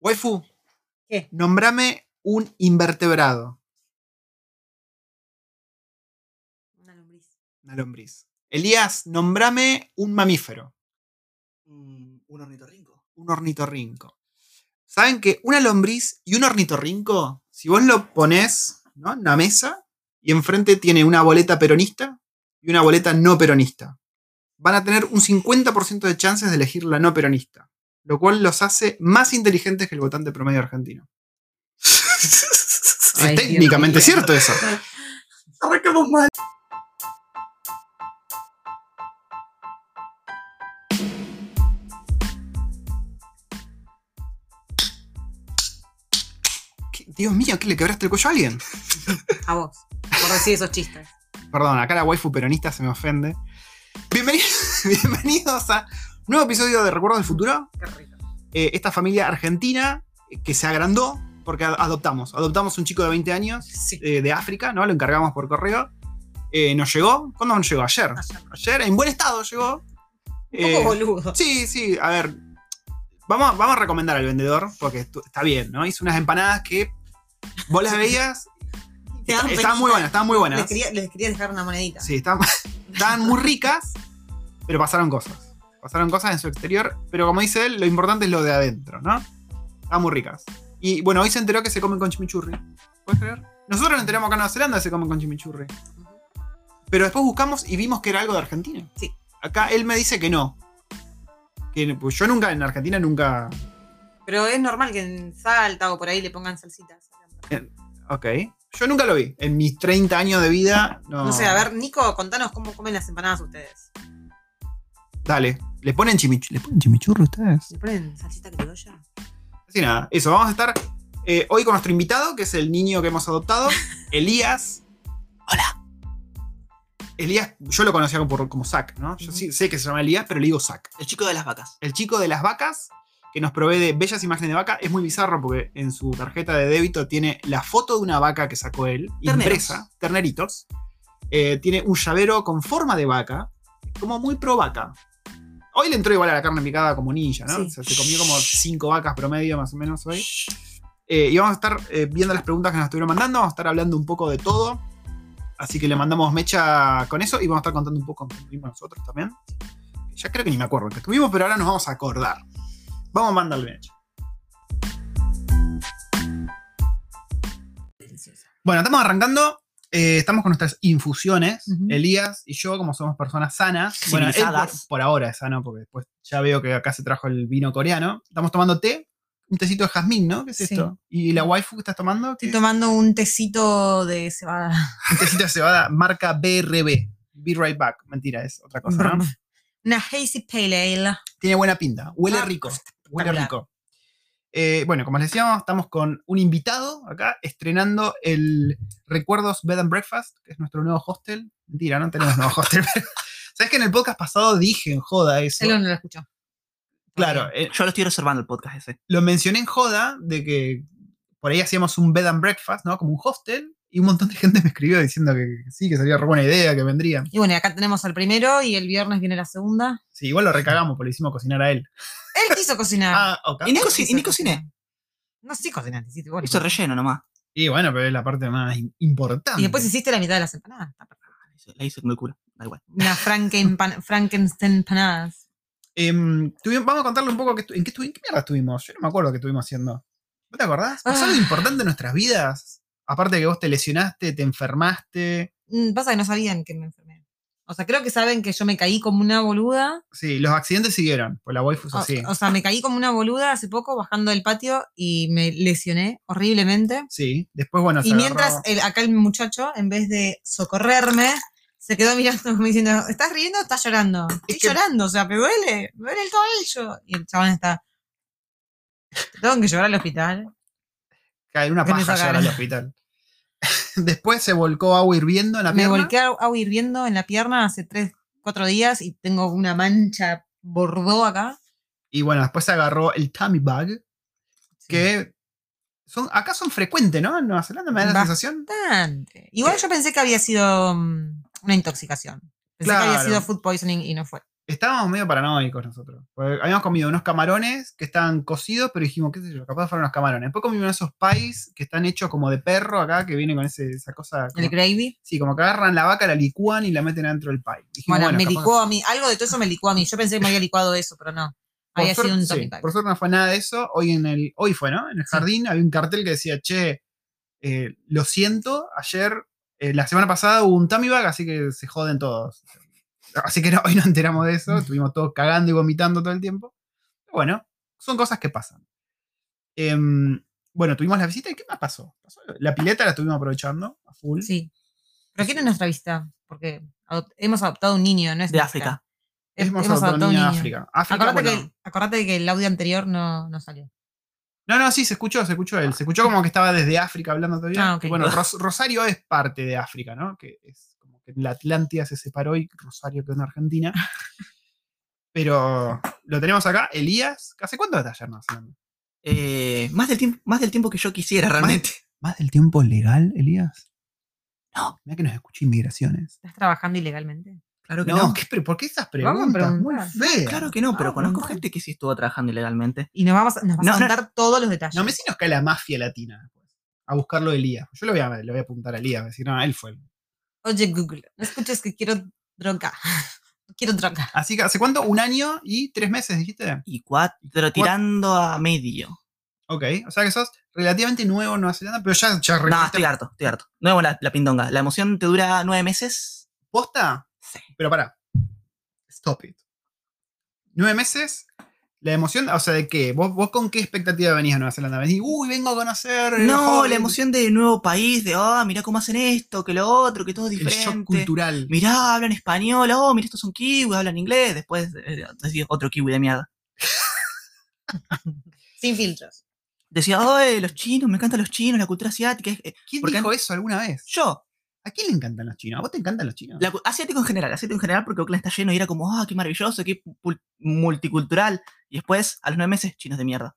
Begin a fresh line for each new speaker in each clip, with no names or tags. Waifu,
¿Qué?
nombrame un invertebrado.
Una lombriz.
Una lombriz. Elías, nombrame un mamífero.
Mm, un ornitorrinco.
Un ornitorrinco. ¿Saben que una lombriz y un ornitorrinco, si vos lo pones ¿no? en una mesa y enfrente tiene una boleta peronista y una boleta no peronista, van a tener un 50% de chances de elegir la no peronista, lo cual los hace más inteligentes que el votante promedio argentino. Es
Ay, Dios
técnicamente
mío.
cierto eso.
Arrancamos mal.
¿Qué- Dios mío, ¿qué le quebraste el cuello a alguien?
A vos. Por decir esos chistes.
Perdón, acá la waifu peronista se me ofende. Bienveni- bienvenidos a nuevo episodio de Recuerdos del Futuro.
Qué rico.
Eh, esta familia argentina eh, que se agrandó porque ad- adoptamos. Adoptamos un chico de 20 años
Sí.
eh, de África, ¿no? Lo encargamos por correo. Eh, nos llegó. ¿Cuándo nos llegó? Ayer.
Ayer.
Ayer, en buen estado llegó.
Un
Eh,
poco boludo.
Sí, sí, a ver. Vamos, a- vamos a recomendar al vendedor, porque estu- está bien, ¿no? Hizo unas empanadas que vos las veías.
Te dan
estaban muy
penita.
buenas, estaban muy buenas.
Les quería, les quería dejar una monedita.
Sí, estaban, estaban muy ricas, pero pasaron cosas. Pasaron cosas en su exterior, pero como dice él, lo importante es lo de adentro, ¿no? Estaban muy ricas. Y bueno, hoy se enteró que se comen con chimichurri. ¿Puedes creer? Nosotros nos enteramos acá en Nueva Zelanda que se comen con chimichurri. Pero después buscamos y vimos que era algo de Argentina.
Sí.
Acá él me dice que no. Que pues, yo nunca, en Argentina nunca.
Pero es normal que en Salta o por ahí le pongan salsitas.
Ok. Yo nunca lo vi. En mis 30 años de vida. No,
No sé, a ver, Nico, contanos cómo comen las empanadas ustedes.
Dale. ¿Le ponen chimichurri? ¿Le ponen chimichurri ustedes?
¿Le ponen salsita criolla?
Así nada, eso, vamos a estar eh, hoy con nuestro invitado, que es el niño que hemos adoptado, Elías. Hola. Elías, yo lo conocía como, como Zac, ¿no? Yo sí, sé que se llama Elías, pero le digo Zac.
El chico de las vacas.
El chico de las vacas, que nos provee de bellas imágenes de vaca, es muy bizarro porque en su tarjeta de débito tiene la foto de una vaca que sacó él,
Terneros.
impresa, terneritos. Eh, tiene un llavero con forma de vaca, como muy pro vaca. Hoy le entró igual a la carne picada como ninja, ¿no?
Sí.
O sea, se comió como cinco vacas promedio más o menos hoy. Eh, y vamos a estar eh, viendo las preguntas que nos estuvieron mandando, vamos a estar hablando un poco de todo. Así que le mandamos mecha con eso y vamos a estar contando un poco cómo estuvimos nosotros también. Ya creo que ni me acuerdo que estuvimos, pero ahora nos vamos a acordar. Vamos a mandarle mecha. Bueno, estamos arrancando. eh, estamos con nuestras infusiones.
Ujú.
Elías y yo, como somos personas sanas, bueno, él por,
Civilizadas.
por ahora es sano, porque después ya veo que acá se trajo el vino coreano. Estamos tomando té, un tecito de jazmín, ¿no? ¿Qué es
Sí.
esto? ¿Y la waifu que estás tomando? ¿Qué?
Estoy tomando un tecito de cebada.
Un tecito de cebada, marca BRB. Be right back. Mentira, es otra cosa, ¿no?
Una hazy pale ale.
Tiene buena pinta. Huele
Ah,
rico. Huele
espectacular.
rico. Eh, bueno, como les decíamos, estamos con un invitado acá, estrenando el Recuerdos Bed and Breakfast, que es nuestro nuevo hostel. Mentira, no tenemos nuevo hostel. pero- Sabes que en el podcast pasado dije en joda eso.
Él no lo escuchó.
Claro, eh,
Yo lo estoy reservando el podcast ese.
lo mencioné en joda de que por ahí hacíamos un bed and breakfast, ¿no? Como un hostel. Y un montón de gente me escribió diciendo que sí, que sería re buena idea, que vendría.
Y bueno, y acá tenemos al primero y el viernes viene la segunda.
Sí, igual lo recagamos porque le hicimos cocinar a él.
Él quiso cocinar.
Ah, ok.
Y ni,
Él
coci-
quiso
y ni
cocinar.
cociné.
No, sí cocinaste, hiciste vos.
Hizo relleno nomás.
Y bueno, pero es la parte más im- importante.
Y después hiciste la mitad de las empanadas.
La hice con el culo. Da igual.
Una Franken Frankenstein empanadas.
Em, tuvimos- vamos a contarle un poco qué estu- en qué, estu- en qué mierda estuvimos. Yo no me acuerdo qué estuvimos haciendo. ¿Vos te acordás? ¿Pasó
Ah.
algo importante en nuestras vidas? Aparte de que vos te lesionaste, te enfermaste.
Mm, Pasa que no sabían que me enfermé. O sea, creo que saben que yo me caí como una boluda.
Sí, los accidentes siguieron. Pues la waifu es
O,
así.
o sea, me caí como una boluda hace poco bajando del patio y me lesioné horriblemente.
Sí. Después, bueno, se
Y mientras
agarró-
el- acá el muchacho, en vez de socorrerme, se quedó mirándome diciendo, ¿estás riendo o estás llorando? Estoy
que-
llorando, o sea, me duele, me duele el cabello. Y el chabón está. "Te Tengo que llevar al hospital.
caer una
que me
paja llegar
sacaron.
al hospital. Después se volcó agua hirviendo en la
Me
pierna.
volqué a- agua hirviendo en la pierna hace tres, cuatro días y tengo una mancha bordó acá.
Y bueno, después se agarró el tummy bug, que son, acá son frecuentes, ¿no? En Nueva Zelanda me da la
Bastante.
sensación.
Bastante. Igual yo pensé que había sido mm, una intoxicación. Pensé que había
Claro.
sido food poisoning y no fue.
Estábamos medio paranoicos nosotros. porque habíamos comido unos camarones que estaban cocidos, pero dijimos, qué sé yo, capaz fueron unos camarones. Después comimos esos pies que están hechos como de perro acá, que vienen con ese, esa cosa. como-
El gravy.
sí, como que agarran la vaca, la licúan y la meten adentro del pie. Dijimos,
Bueno, me
capaz-
licuó a mí. Algo de todo eso me licuó a mí. Yo pensé que me había licuado eso, pero no.
por
Había
suerte-
sido un
sí,
topic.
Por suerte no fue nada de eso. Hoy en el, hoy fue, ¿no? En el
Sí.
jardín había un cartel que decía, che, eh, lo siento, ayer, eh, la semana pasada hubo un Tamibag, así que se joden todos. Así que no, hoy no enteramos de
Mm.
eso, estuvimos todos cagando y vomitando todo el tiempo. Pero bueno, son cosas que pasan. Em, bueno, tuvimos la visita y ¿qué más pasó? Pasó- La pileta la estuvimos aprovechando a full.
Sí. Pero ¿quién es nuestra visita? Porque adop- hemos adoptado un niño, ¿no? Es
De
nuestra.
África.
Hem-
Hemos adoptado un niño de África. África,
Acordate,
bueno,
que, acordate que el audio anterior no, no salió.
No, no, sí, se escuchó, se escuchó él. Se escuchó como que estaba desde África hablando todavía.
Ah, ok.
Que, Bueno, Ros- Rosario es parte de África, ¿no? Que es como que la Atlántida se separó y Rosario quedó en Argentina. Pero lo tenemos acá, Elías. ¿Hace cuánto está ayer no?
Eh, más, del tiempo, más del tiempo que yo quisiera realmente.
¿Más del tiempo legal, Elías?
No.
Mira que nos escucha inmigraciones.
¿Estás trabajando ilegalmente?
Claro que
No,
no.
¿qué pre- ¿por qué esas
Vamos a
preguntas? Muy
preguntar.
feas.
Claro que no, pero
Ah,
conozco
bueno.
gente que sí estuvo trabajando ilegalmente.
Y nos, vamos, a- nos vas
No,
a
no.
contar todos los detalles.
No me si nos cae la mafia latina después. A buscarlo a Elías. Yo lo voy a, lo voy a apuntar a Elías, voy a decir, no, él fue.
Oye, Google, no escuches que quiero droga. quiero droga.
Así que, ¿hace cuánto? Un año y tres meses, dijiste.
Y cuatro, tirando a medio.
Ok, o sea que sos relativamente nuevo en Nueva Zelanda, pero ya, ya
No,
regresaste
estoy harto, estoy harto. Nuevo la, la pindonga. La emoción te dura nueve meses.
posta.
Sí.
Pero pará. Stop it. Nueve meses. La emoción, o sea, ¿de qué? ¿Vos, vos con qué expectativa venís a Nueva Zelanda? Venís, uy, vengo a conocer. eh, el
No,
Hobbit",
la emoción de nuevo país, de, ah, mirá cómo hacen esto, que lo otro, que todo es
El shock
diferente.
cultural.
Mirá, hablan español, oh, mirá, estos son kiwis, hablan inglés. Después, eh, decía otro kiwi de mierda.
Sin filtros.
Decía, ay, los chinos, me encantan los chinos, la cultura asiática. es- eh,
¿Quién
porque
dijo eso alguna vez?
Yo,
¿A quién le encantan los chinos? ¿A vos te encantan los chinos?
la cu- asiático en general, asiático en general, porque Oakland está lleno y era como, ah, qué maravilloso, qué pul- multicultural. Y después, a los nueve meses, chinos de mierda.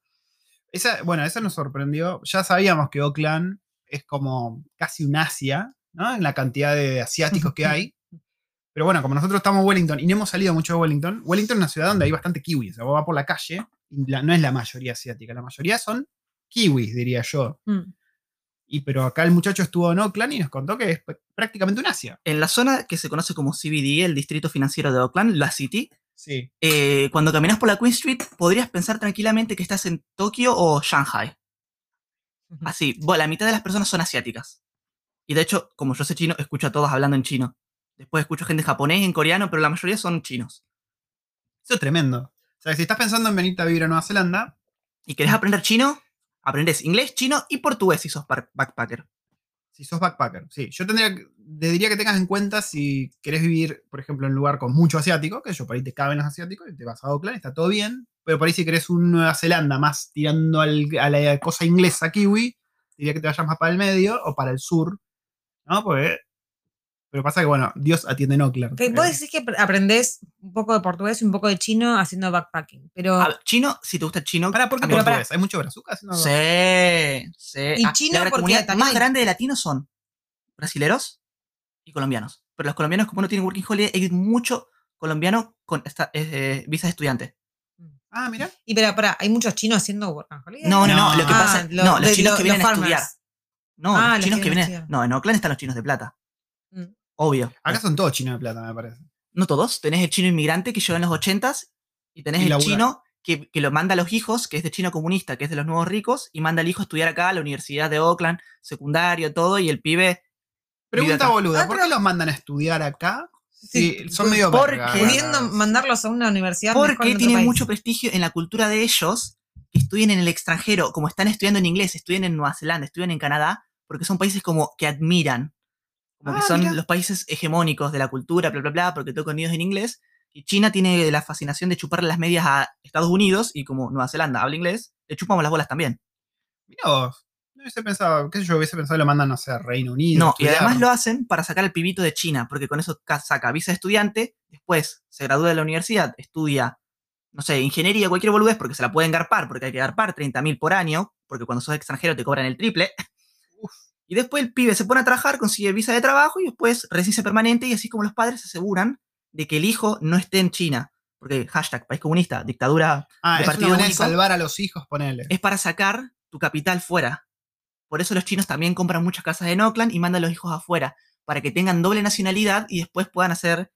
Esa, bueno, esa nos sorprendió. Ya sabíamos que Oakland es como casi un Asia, ¿no? En la cantidad de asiáticos que hay. Pero bueno, como nosotros estamos en Wellington y no hemos salido mucho de Wellington, Wellington es una ciudad donde hay bastante kiwis. O sea, vos vas por la calle y la- no es la mayoría asiática, la mayoría son kiwis, diría yo.
Mm.
Y pero acá el muchacho estuvo en Oakland y nos contó que es pr- prácticamente un Asia.
En la zona que se conoce como CBD, el distrito financiero de Oakland, la City,
Sí.
eh, cuando caminas por la Queen Street podrías pensar tranquilamente que estás en Tokio o Shanghai. Así, bueno, la mitad de las personas son asiáticas. Y de hecho, como yo sé chino, escucho a todos hablando en chino. Después escucho gente en japonés, en coreano, pero la mayoría son chinos.
Eso es tremendo. O sea, que si estás pensando en venirte a vivir a Nueva Zelanda,
¿Y querés aprender chino? Aprendes inglés, chino y portugués si sos par- backpacker.
Si sos backpacker, sí. Yo tendría, que- te diría que tengas en cuenta si querés vivir, por ejemplo, en un lugar con mucho asiático, que yo por ahí te caben los asiáticos y te vas a Auckland, está todo bien. Pero por ahí si querés un Nueva Zelanda más tirando al- a la cosa inglesa kiwi, diría que te vayas más para el medio o para el sur, ¿no? Porque... Pero pasa que, bueno, Dios atiende en Auckland.
Que
Eh,
Vos decís que pr- aprendés un poco de portugués y un poco de chino haciendo backpacking. Pero.
A- chino, si te gusta el chino.
Pará, ¿por
Ah,
qué
a mí me
portugués? ¿Hay mucho brazuca haciendo
Sí, sí.
Y
Ah,
chino
la
porque
comunidad
también
más
hay-
grande de latinos son brasileros y colombianos. Pero los colombianos, como no tienen working holiday, hay mucho colombiano con esta, eh, visa de estudiante.
Ah, mira.
Y pero, pará, hay muchos chinos haciendo work and holiday?
No, no, no.
No.
Lo que
Ah,
pasa
lo-
no, los
de-
chinos
lo-
que vienen
los
a estudiar.
farmers.
No,
Ah,
los chinos que vienen.
estudiar.
No, en Oakland están los chinos de plata.
Mm.
Obvio.
Acá son todos chinos de plata, me parece.
No todos. Tenés el chino inmigrante que llegó en los 80s y tenés
Y
el
labura.
chino que, que lo manda a los hijos, que es de chino comunista, que es de los nuevos ricos, y manda al hijo a estudiar acá a la Universidad de Oakland, secundario, todo, y el pibe
Pregunta
acá.
boluda,
Ah,
¿por qué
pero-
los mandan a estudiar acá?
Sí,
Sí, son medio
porque-
verga,
Pudiendo
verga.
mandarlos a una universidad. mejor en
Porque
otro
tienen
país.
mucho prestigio en la cultura de ellos, que estudian en el extranjero, como están estudiando en inglés, estudian en Nueva Zelanda, estudian en Canadá, porque son países como que admiran, como
Ah,
que son
mira.
los países hegemónicos de la cultura, bla, bla, bla, porque todo contenido es en inglés. Y China tiene la fascinación de chuparle las medias a Estados Unidos, y como Nueva Zelanda habla inglés, le chupamos las bolas también.
Mirá vos. No hubiese pensado, qué sé yo, hubiese pensado lo mandan, no sé, a Reino Unido. a
No, y
estudiar.
además lo hacen para sacar al pibito de China, porque con eso ca- saca visa de estudiante, después se gradúa de la universidad, estudia, no sé, ingeniería, cualquier boludez, porque se la pueden garpar, porque hay que garpar 30.000 por año, porque cuando sos extranjero te cobran el triple. Y después el pibe se pone a trabajar, consigue visa de trabajo y después residencia permanente, y así es como los padres se aseguran de que el hijo no esté en China, porque hashtag país comunista, dictadura,
Ah,
de
es una
partido
manera de
único.
salvar a los hijos, ponele.
es para sacar tu capital fuera. Por eso los chinos también compran muchas casas en Oakland y mandan a los hijos afuera, para que tengan doble nacionalidad y después puedan hacer,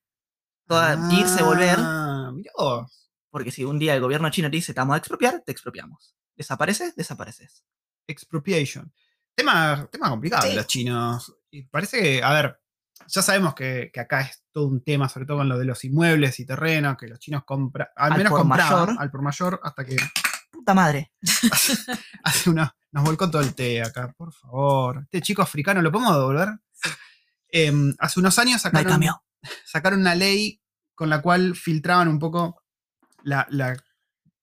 toda, irse, volver,
Ah, mirá vos.
porque si un día el gobierno chino te dice, te vamos a expropiar, te expropiamos. Desapareces, desapareces.
Expropriation. Tema, tema complicado de
Sí.
los chinos. Y parece que, a ver, ya sabemos que, que acá es todo un tema, sobre todo con lo de los inmuebles y terrenos, que los chinos compran, al,
Al
menos
por
compraban
mayor.
al por mayor, hasta que
Puta madre.
hace una, nos volcó todo el té acá, por favor. Este chico africano, ¿lo podemos devolver? Em, hace unos años
No hay
sacaron,
cambio.
sacaron una ley con la cual filtraban un poco la, la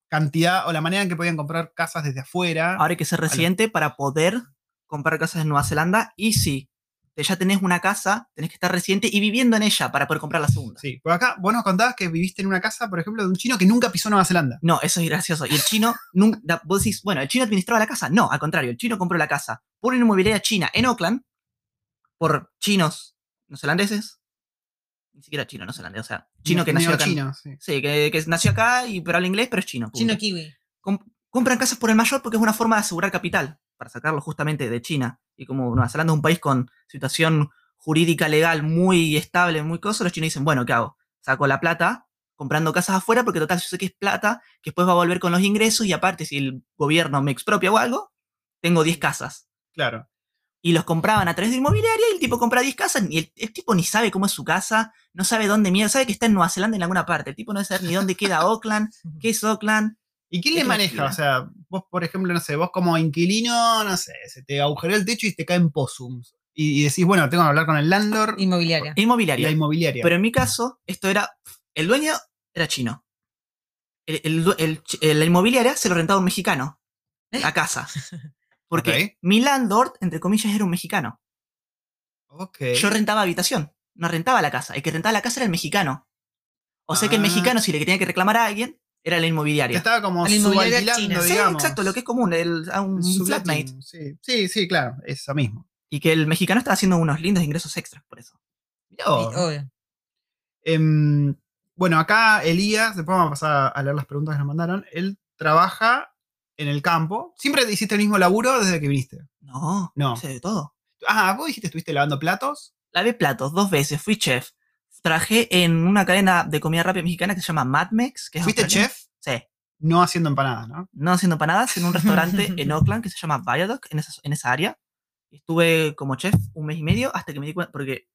cantidad o la manera en que podían comprar casas desde afuera.
Ahora hay que ser residente para poder comprar casas en Nueva Zelanda y si te- ya tenés una casa, tenés que estar residente y viviendo en ella para poder comprar la segunda.
Sí, por acá vos nos contabas que viviste en una casa, por ejemplo, de un chino que nunca pisó Nueva Zelanda.
No, eso es gracioso. Y el chino, nun- da- vos decís, bueno, el chino administraba la casa. No, al contrario, el chino compró la casa por una inmobiliaria china en Oakland, por chinos neozelandeses. Ni siquiera chino neozelandés, o sea, chino que
Neo-
nació acá. en-
Chino, sí.
Sí, que, que nació acá y pero habla inglés, pero es chino. punto.
Chino kiwi.
Com- compran casas por el mayor porque es una forma de asegurar capital, para sacarlo justamente de China. Y como Nueva Zelanda es un país con situación jurídica legal muy estable, muy cosa, los chinos dicen, bueno, ¿qué hago? Saco la plata comprando casas afuera porque total yo sé que es plata, que después va a volver con los ingresos y aparte si el gobierno me expropia o algo, tengo 10 casas.
Claro.
Y los compraban a través de inmobiliaria y el tipo compra 10 casas y el, el tipo ni sabe cómo es su casa, no sabe dónde mierda, sabe que está en Nueva Zelanda en alguna parte, el tipo no sabe ni dónde queda Oakland, qué es Oakland,
¿Y quién
Es
le
una
maneja?
locura.
O sea, vos, por ejemplo, no sé, vos como inquilino, no sé, se te agujereó el techo y te caen possums. Y, y decís, bueno, tengo que hablar con el landlord y
Inmobiliaria.
inmobiliaria.
la inmobiliaria.
Pero en mi caso, esto era. El dueño era chino. El- el due- el chi- el- la inmobiliaria se lo rentaba a un mexicano. La casa. Porque
¿Eh? Ok.
mi landlord, entre comillas, era un mexicano.
Ok.
Yo rentaba habitación. No rentaba la casa. El que rentaba la casa era el mexicano. O sea que el
Ah.
mexicano, si le tenía que reclamar a alguien, era la
Te
inmobiliaria.
estaba como
A la inmobiliaria
subalquilando,
china.
Sí,
digamos.
exacto, lo que es común, el, a un
Sublatin,
flatmate.
Sí. sí, sí, claro, eso mismo.
Y que el mexicano estaba haciendo unos lindos ingresos extras por eso.
Mirá vos.
Y- oh. obvio.
Oh. Em, bueno, acá Elías, después vamos a pasar a leer las preguntas que nos mandaron. Él trabaja en el campo. ¿Siempre hiciste el mismo laburo desde que viniste?
No,
No.
sé de todo.
Ah, vos dijiste estuviste lavando platos.
lavé platos dos veces, fui chef. Trabajé en una cadena de comida rápida mexicana que se llama Mad Mex. Que es
¿Fuiste
australiana.
chef?
Sí.
No haciendo empanadas, ¿no?
No haciendo empanadas, en un restaurante en Oakland que se llama Viaduct, en esa, en esa área. Estuve como chef un mes y medio hasta que me di cuenta, porque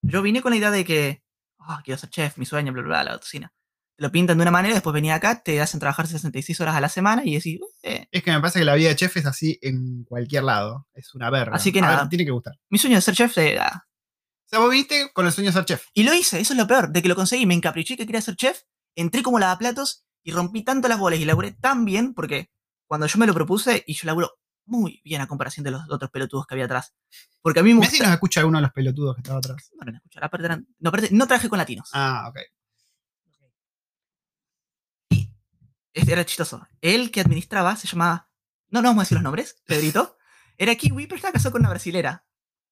yo vine con la idea de que, ah, quiero ser chef, mi sueño, bla, bla, bla, la cocina. Te lo pintan de una manera, después venía acá, te hacen trabajar 66 horas a la semana y decís, eh,
Es que me parece que la vida de chef es así en cualquier lado. Es una verga.
Así que
A ver,
nada.
tiene que gustar. O
mi sueño de ah, ser chef era
sea, vos viniste con el sueño de ser chef.
Y lo hice, eso es lo peor, de que lo conseguí, me encapriché que quería ser chef, entré como lavaplatos y rompí tanto las bolas y laburé tan bien porque cuando yo me lo propuse y yo laburo muy bien a comparación de los otros pelotudos que había atrás. Porque a mí me
Mirá si
gusta...
nos escucha alguno de los pelotudos que estaba atrás.
No, no, no, escuchar, aparte eran- no, aparte, no trabajé con latinos.
Ah, ok.
Este era chistoso. Él que administraba se llamaba... No, no vamos a decir los nombres, Pedrito. Era kiwi, pero estaba casado con una brasilera.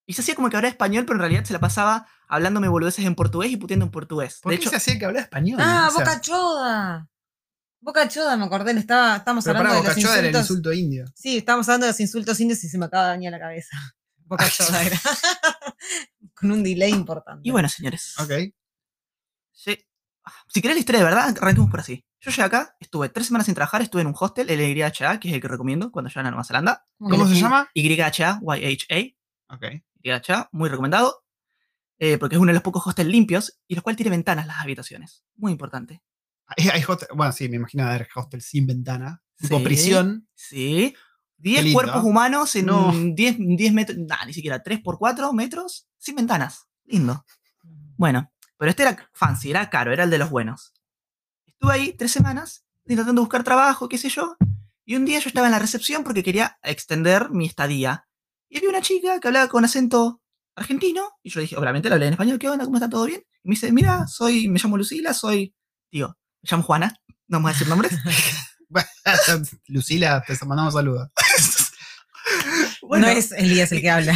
Y se hacía como que hablaba español, pero en realidad se la pasaba hablándome boludeces en portugués y puteando en portugués.
¿Por
de
qué
hecho,
se hacía que hablaba español?
Ah,
O sea,
Boca Choda. Boca Choda, me acordé, le estaba, estábamos
Pero para
hablando de los
Bocachoda era el
insultos.
insulto indio.
Sí, estábamos hablando de los insultos indios y se me acaba de dañar la cabeza. Boca Choda era. Con un delay importante.
Y bueno, señores.
Ok.
Sí. Si querés la historia de verdad, arranquemos por así. Yo llegué acá, estuve tres semanas sin trabajar, estuve en un hostel, el YHA, que es el que recomiendo cuando llegan a Nueva Zelanda.
que
¿Cómo
le
se
fui-
llama?
YHA, YHA,
Ok.
YHA, muy recomendado, eh, porque es uno de los pocos hostels limpios y los cuales tiene ventanas las habitaciones. Muy importante.
Hay- hay hostel- bueno, sí, me imagino haber hostel sin ventana. Tipo
Sí.
prisión.
Sí.
Qué
10
lindo. ¿ah?
cuerpos humanos en
No.
10, 10 metros, nah, ni siquiera 3 por 4 metros sin ventanas. Lindo. Bueno, pero este era fancy, era caro, era el de los buenos. Estuve ahí tres semanas intentando buscar trabajo, qué sé yo. Y un día yo estaba en la recepción porque quería extender mi estadía. Y había una chica que hablaba con acento argentino. Y yo dije, obviamente le hablé en español, ¿qué onda? ¿Cómo está todo bien? Y me dice, mira, soy, me llamo Lucila, soy, digo, me llamo Juana, no vamos a decir nombres.
Lucila, te mandamos saludos.
Bueno,
No es Elías el que habla.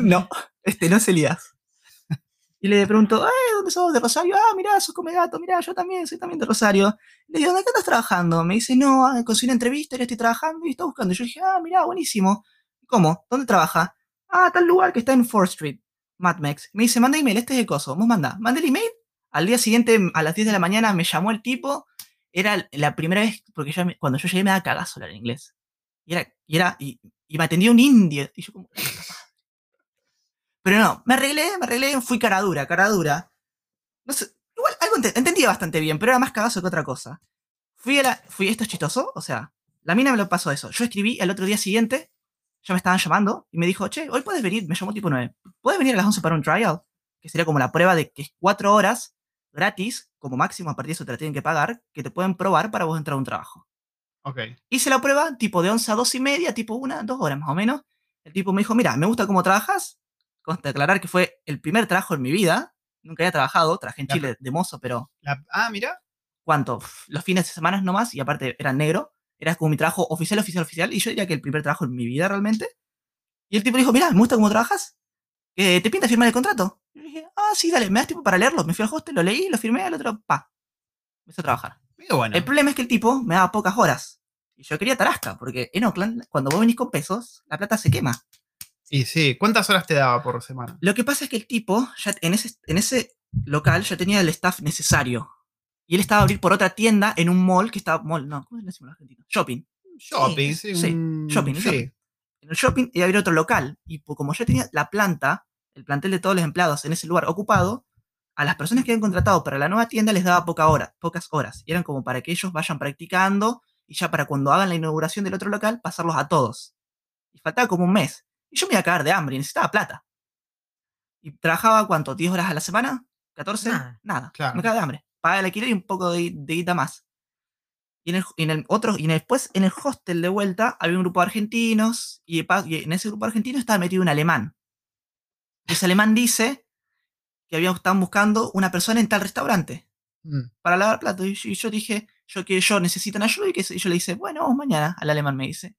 No, este no es Elías. Y le pregunto, "Eh, ¿dónde sos? ¿De Rosario? Ah, mirá, sos come gato, mirá, yo también, soy también de Rosario. Le digo, ¿dónde estás trabajando? Me dice, no, ah, conseguí una entrevista, ya estoy trabajando y estoy buscando. Yo dije, ah, mirá, buenísimo. ¿Cómo? ¿Dónde trabaja? Ah, tal lugar que está en 4th Street, Mad Max. Me dice, manda email, este es el coso, vos mandá. Mandé el email, al día siguiente, a las 10 de la mañana, me llamó el tipo. Era la primera vez, porque ya me- cuando yo llegué me daba cagazo hablar inglés. Y era, y era, y, y me atendió un indio. Y yo como, pero no, me arreglé, me arreglé, fui cara dura, cara dura. No sé, igual algo ente- entendía bastante bien, pero era más cagazo que otra cosa. Fui a la. Fui, esto es chistoso, o sea, la mina me lo pasó eso. Yo escribí al otro día siguiente, ya me estaban llamando, y me dijo, che, hoy puedes venir, me llamó tipo 9. ¿Puedes venir a las 11 para un trial? Que sería como la prueba de que es 4 horas gratis, como máximo, a partir de eso te la tienen que pagar, que te pueden probar para vos entrar a un trabajo.
Ok.
Hice la prueba, tipo de 11 a 2 y media, tipo una, dos horas más o menos. El tipo me dijo, mira, me gusta cómo trabajas. Consta aclarar que fue el primer trabajo en mi vida. Nunca había trabajado, trabajé en
Claro.
Chile de mozo, pero
La- ah, mira.
¿cuánto? Uf, Los fines de semana nomás, y aparte era negro. Era como mi trabajo oficial, oficial, oficial. Y yo diría que el primer trabajo en mi vida realmente. Y el tipo dijo, mira, me gusta cómo trabajas. Eh, ¿Te pinta firmar el contrato? Y yo dije, ah, sí, dale, me das tiempo para leerlo. Me fui al hostel, lo leí, lo firmé, al otro, pa. Empecé a trabajar.
Medio bueno.
El problema es que el tipo me daba pocas horas. Y yo quería tarasca, porque en Oakland, cuando vos venís con pesos, la plata se quema.
Y sí, ¿cuántas horas te daba por semana?
Lo que pasa es que el tipo, ya en ese, en ese local, ya tenía el staff necesario. Y él estaba a abrir por otra tienda en un mall que estaba. Mall, no, ¿cómo le decimos en Argentina? Shopping.
Shopping, sí.
sí,
un-
shopping,
sí.
shopping. En el shopping iba a abrir otro local. Y po- como ya tenía la planta, el plantel de todos los empleados en ese lugar ocupado, a las personas que habían contratado para la nueva tienda les daba poca hora, pocas horas. Y eran como para que ellos vayan practicando y ya para cuando hagan la inauguración del otro local, pasarlos a todos. Y faltaba como un mes. Y yo me iba a cagar de hambre y necesitaba plata. ¿Y trabajaba cuánto? ¿10 horas a la semana? ¿14?
Nada.
Nada.
Claro.
Me cagaba de hambre. Pagaba el alquiler y un poco de, de guita más. Y en el, y en el otro, y en el- después en el hostel de vuelta había un grupo de argentinos y, de pa- y en ese grupo argentino estaba metido un alemán. Y ese alemán dice que habían, estaban buscando una persona en tal restaurante
Mm.
para lavar platos. Y yo, y yo dije, yo que yo necesitan ayuda y que yo le dice, bueno, vamos mañana. Al alemán me dice,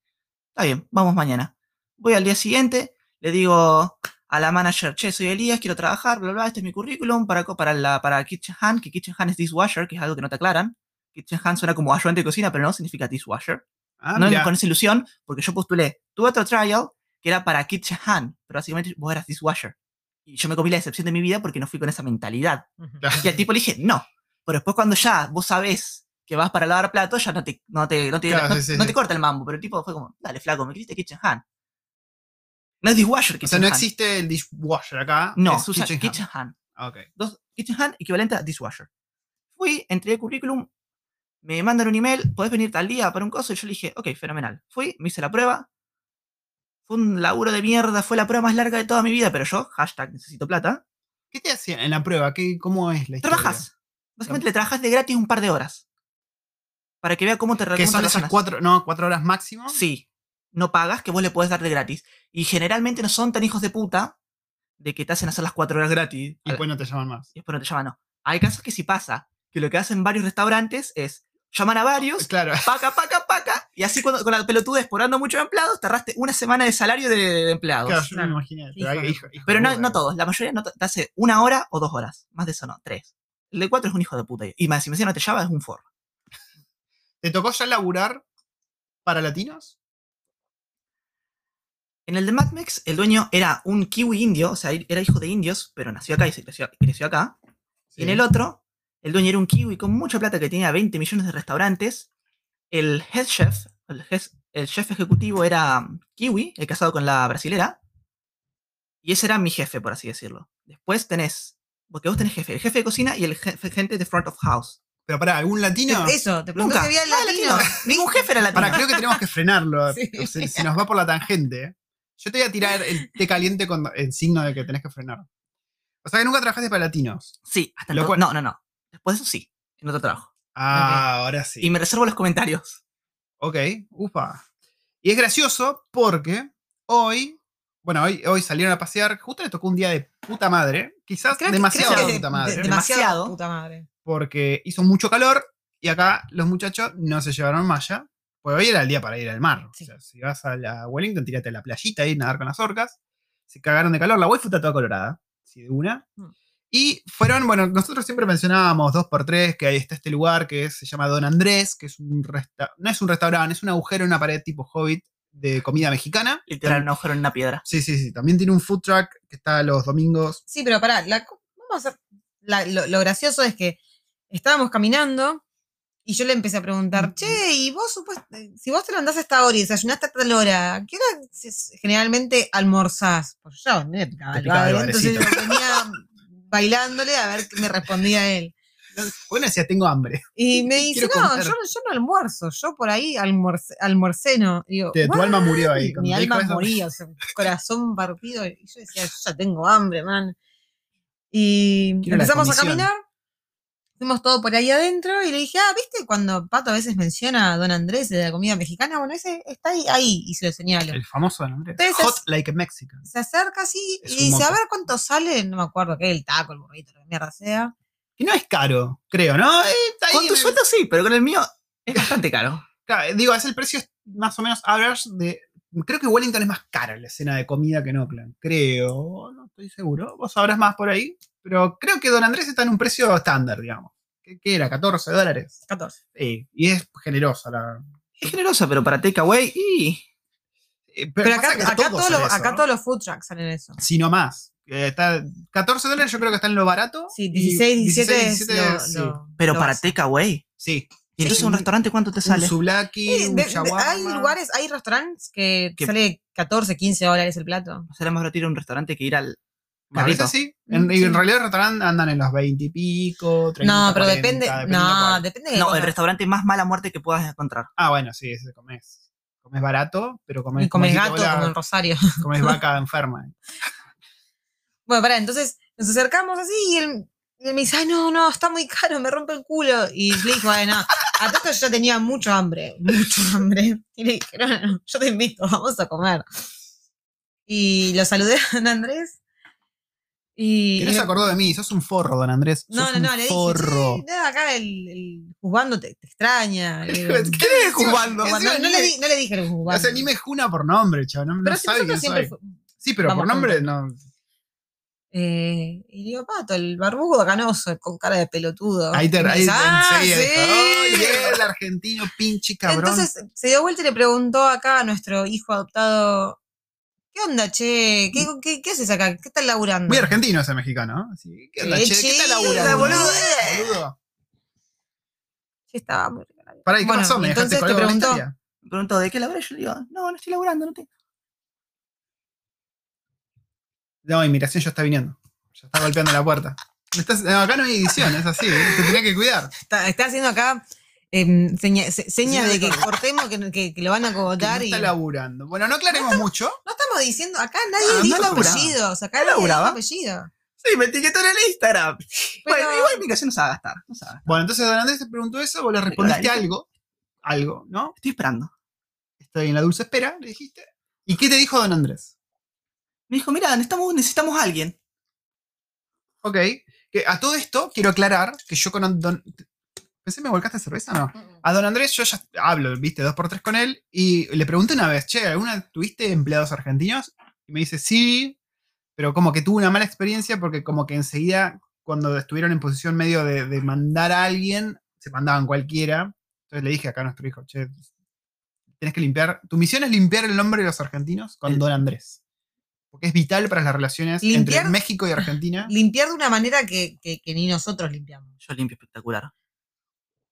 está bien, vamos mañana. Voy al día siguiente, le digo a la manager, che, soy Elías, quiero trabajar, bla, bla, este es mi currículum para, co- para, la, para Kitchen Hand, que Kitchen Hand es dishwasher, que es algo que no te aclaran. Kitchen Hand suena como ayudante de cocina, pero no significa dishwasher.
Ah,
no
mirá.
con esa ilusión, porque yo postulé. Tuve otro trial que era para Kitchen Hand, pero básicamente vos eras dishwasher. Y yo me comí la decepción de mi vida porque no fui con esa mentalidad. Y al tipo le dije, no. Pero después cuando ya vos sabés que vas para lavar platos, ya no te, no te, no te,
Claro,
no-
sí, sí,
no
sí.
te corta el mambo. Pero el tipo fue como, dale, flaco, me quisiste Kitchen Hand. No es dishwasher
O
Kitchen
sea, no
Hand.
existe el dishwasher acá.
No,
es
se usa
kitchen
Kitchen,
hand.
Hand.
Ah, ok.
Dos, kitchen Hand equivalente a dishwasher. Fui, entregué el currículum, me mandan un email, podés venir tal día para un coso. Y yo le dije, ok, fenomenal. Fui, me hice la prueba. Fue un laburo de mierda, fue la prueba más larga de toda mi vida, pero yo, hashtag necesito plata,
¿Qué te hacían en la prueba? ¿Qué, ¿Cómo es la historia?
trabajas. Básicamente le trabajas de gratis un par de horas. Para que vea cómo te
Que
cómo
son
te
esas
relacionas.
cuatro, no, cuatro horas máximo.
Sí, no pagas que vos le podés dar de gratis. Y generalmente no son tan hijos de puta de que te hacen hacer las cuatro horas gratis.
Y
A la-
después no te llaman más.
y después no te llaman, no. Hay casos que sí pasa, que lo que hacen varios restaurantes es llaman a varios,
Claro.
paca, paca, paca, y así cuando, con la pelotudez por dando muchos empleados, te arraste una semana de salario de, de empleados.
Claro, yo no me
Claro.
imaginé. Pero,
Hijo
hay-
de
hijo-
puta.
hijo
Pero
de
no,
puta,
no
eh.
todos, la mayoría no te te hace una hora o dos horas, más de eso no, tres. El de cuatro es un hijo de puta. Y más, si me decía no te llama, es un forro.
¿Te tocó ya laburar para latinos?
En el de Mad Max, el dueño era un kiwi indio, o sea, era hijo de indios, pero nació acá y se creció, creció acá. Y en el otro, el dueño era un kiwi con mucha plata que tenía 20 millones de restaurantes. El head chef, el, jes- el chef ejecutivo era mm, kiwi, el casado con la brasilera. Y ese era mi jefe, por así decirlo. Después tenés, porque vos tenés jefe, el jefe de cocina y el jefe, gente de front of house.
Pero pará, ¿algún latino?
Eso, te pregunto
Nunca. Ah,
si había
nada de
latino.
latino. Ningún jefe era latino.
Pará, creo que tenemos que frenarlo.
Sí.
Se, se nos va por la tangente. eh. Yo te voy a tirar el té caliente con el signo de que tenés que frenar. O sea que nunca trabajaste para latinos.
Sí, hasta
Lo
entonces.
cual-
No, no, no. Después de eso sí, en otro trabajo.
Ah, ahora sí.
Y me reservo los comentarios.
Ok, ufa. Y es gracioso porque hoy, bueno, hoy, hoy salieron a pasear, justo le tocó un día de puta madre, quizás
Creo que-
demasiado
creo
de
que
puta
de-
madre,
de-
Demasiado.
demasiado puta madre.
porque hizo mucho calor y acá los muchachos no se llevaron malla, pues hoy era el día para ir al mar.
Sí.
O sea, si vas a la Wellington, tírate a la playita y nadar con las orcas. Se cagaron de calor, la waifu está toda colorada, si de una.
Mm.
Y fueron, bueno, nosotros siempre mencionábamos 2x3, que ahí está este lugar que es- se llama Don Andrés, que es un resta- no es un restaurante, es un agujero en una pared tipo hobbit de comida mexicana.
Literal, un agujero en una piedra.
Sí, sí, sí. También tiene un food truck que está los domingos.
Sí, pero pará, la co- vamos a- la- lo, lo gracioso es que estábamos caminando y yo le empecé a preguntar, che, y vos supuest- si vos te levantás a esta hora y desayunaste a tal hora, ¿a ¿qué hora se- se- generalmente almorzás? Pues yo no le picaba
Te
el
picaba el
baile, entonces yo
barecito.
venía bailándole a ver qué me respondía él.
Bueno, decía, tengo hambre.
Y me dice,
Quiero
no, yo,
comer".
no- yo no almuerzo, yo por ahí almuerce- almuerceno. Y Digo,
Te- tu
"What?".
alma murió ahí.
Mi
cuando te dijo
alma
eso.
moría, o sea, corazón partido. Y yo decía, yo ya tengo hambre, man. Y
Quiero la
empezamos a
comisión.
caminar. Fuimos todo por ahí adentro y le dije, ah, ¿viste cuando Pato a veces menciona a Don Andrés de la comida mexicana? Bueno, ese está ahí, ahí, y se lo señalo.
El famoso Don Andrés.
Entonces-
Hot like a Mexican.
Se acerca así
Es
y
un
dice, a
moco.
ver cuánto sale, no me acuerdo qué, el taco, el burrito, lo que mierda sea.
Y no es caro, creo, ¿no? Eh, está ahí
Con tu
en el-
sueldo sí, pero con el mío es bastante caro.
Claro, eh, digo, es el precio más o menos average de. Creo que Wellington es más cara la escena de comida que en Oakland. Creo, no estoy seguro. Vos sabrás más por ahí. Pero creo que Don Andrés está en un precio estándar, digamos. ¿Qué, qué era? ¿14 dólares?
14.
Sí, y es generosa la.
Es generosa, pero para takeaway y
eh,
Pero
pasa
acá,
que
acá
todos
todos
hacen
los-
eso,
acá
¿no?
todos los food trucks salen eso.
Sino más. Eh, está 14 dólares, yo creo que está en lo barato.
Sí,
y
16, 17,
17,
es lo-
sí.
lo-
Pero
lo
para
básico.
takeaway.
Sí.
Y entonces
Sí.
un restaurante cuánto te
Un
sale?
souvlaki,
Eh,
un
de- de-
shawarma.
hay lugares, hay restaurantes que
Que-
sale 14, 15 dólares el plato.
Será más barato ir a un restaurante que ir al
A veces
carrito.
sí. En,
Mm,
y en
sí.
realidad el restaurante andan en los 20 y pico, 30.
no, pero
40,
depende.
dependiendo
No,
cuál.
depende. de
No,
comer.
el restaurante más mala muerte que puedas encontrar.
Ah, bueno, sí, ese comés. Comés barato, pero comés,
Y comes
como si
gato
te
como
fuera-
en Rosario.
comés vaca enferma.
Bueno, pará, entonces nos acercamos así y él, y él me dice, ay, no, no, está muy caro, me rompe el culo. Y le dije, bueno, a todo esto yo ya tenía mucho hambre, mucho hambre. Y le dije, no, no, no, yo te invito, vamos a comer. Y lo saludé a don Andrés. Y
Que no se
y-
acordó de mí, sos un forro, don Andrés.
No,
sos
no,
un
no, le dije,
forro.
"Che, nada, acá el, el juzgando te, te extraña. Le digo,
¿Qué es jugando?
Juzgando,
Encima
no,
ni
le
me-
di, no le dije el juzgando.
O sea, ni me juna por nombre, chaval. No, no
pero si
sabe quién
nosotros siempre
soy.
fu-
Sí, pero
vamos
por nombre no.
eh, y digo, pato, el barbudo canoso, con cara de pelotudo.
Ahí te
Y me
ahí
dice, "Ah,
enseguida dijo, "Ay,
sí".
el argentino pinche cabrón.
Entonces se dio vuelta y le preguntó acá a nuestro hijo adoptado, ¿qué onda, che? ¿Qué, qué, qué haces acá? ¿Qué estás laburando?
Mm. Muy argentino ese mexicano, ¿no? Sí, ¿Qué onda,
Eh,
che? ¿Qué
che,
tal labura,
Mm. boludo,
boludo?
eh.
boludo?
Sí, estaba muy rica la vida.
Pará, ¿y qué
Bueno,
pasó? ¿Me
y
dejaste
entonces te
colgado la
preguntó,
historia?
Me preguntó, ¿de qué laburás? Yo le digo, no, no estoy laburando, no te...
No, inmigración ya está viniendo. Ya está golpeando la puerta. Me estás- no, acá no hay edición, es así. ¿eh? Te tenía que cuidar.
Está, está haciendo acá em, seña- se- señas
Señas de
de que cortemos, que, que- que lo van a
Que no
cogotar. y...
está laburando. Bueno, no aclaremos mucho.
No estamos diciendo, acá nadie
Ah, no
dijo
laburaba.
apellidos, acá nadie
No
dijo
laburaba.
apellido.
Sí, me etiquetó en el Instagram. Bueno,
Pero-
igual mi canción no se va a gastar, no se va a gastar.
Bueno, entonces Don Andrés te preguntó eso, vos le respondiste
Claro.
algo. Algo, ¿no?
Estoy esperando.
Estoy en la dulce espera, le dijiste. ¿Y qué te dijo Don Andrés?
Me dijo, mira, necesitamos, necesitamos a alguien.
Ok. Que a todo esto quiero aclarar que yo con Don. ¿Pensé me volcaste cerveza? No. A Don Andrés yo ya hablo, viste, dos por tres con él. Y le pregunté una vez, che, ¿alguna tuviste empleados argentinos? Y me dice, sí, pero como que tuvo una mala experiencia porque como que enseguida, cuando estuvieron en posición medio de, de mandar a alguien, se mandaban cualquiera. Entonces le dije acá a nuestro hijo, che, tenés que limpiar, tu misión es limpiar el nombre de los argentinos con
El-
Don Andrés. Porque es vital para las relaciones
Limpiar-
entre México y Argentina.
Limpiar de una manera que, que- que ni nosotros limpiamos.
Yo limpio espectacular.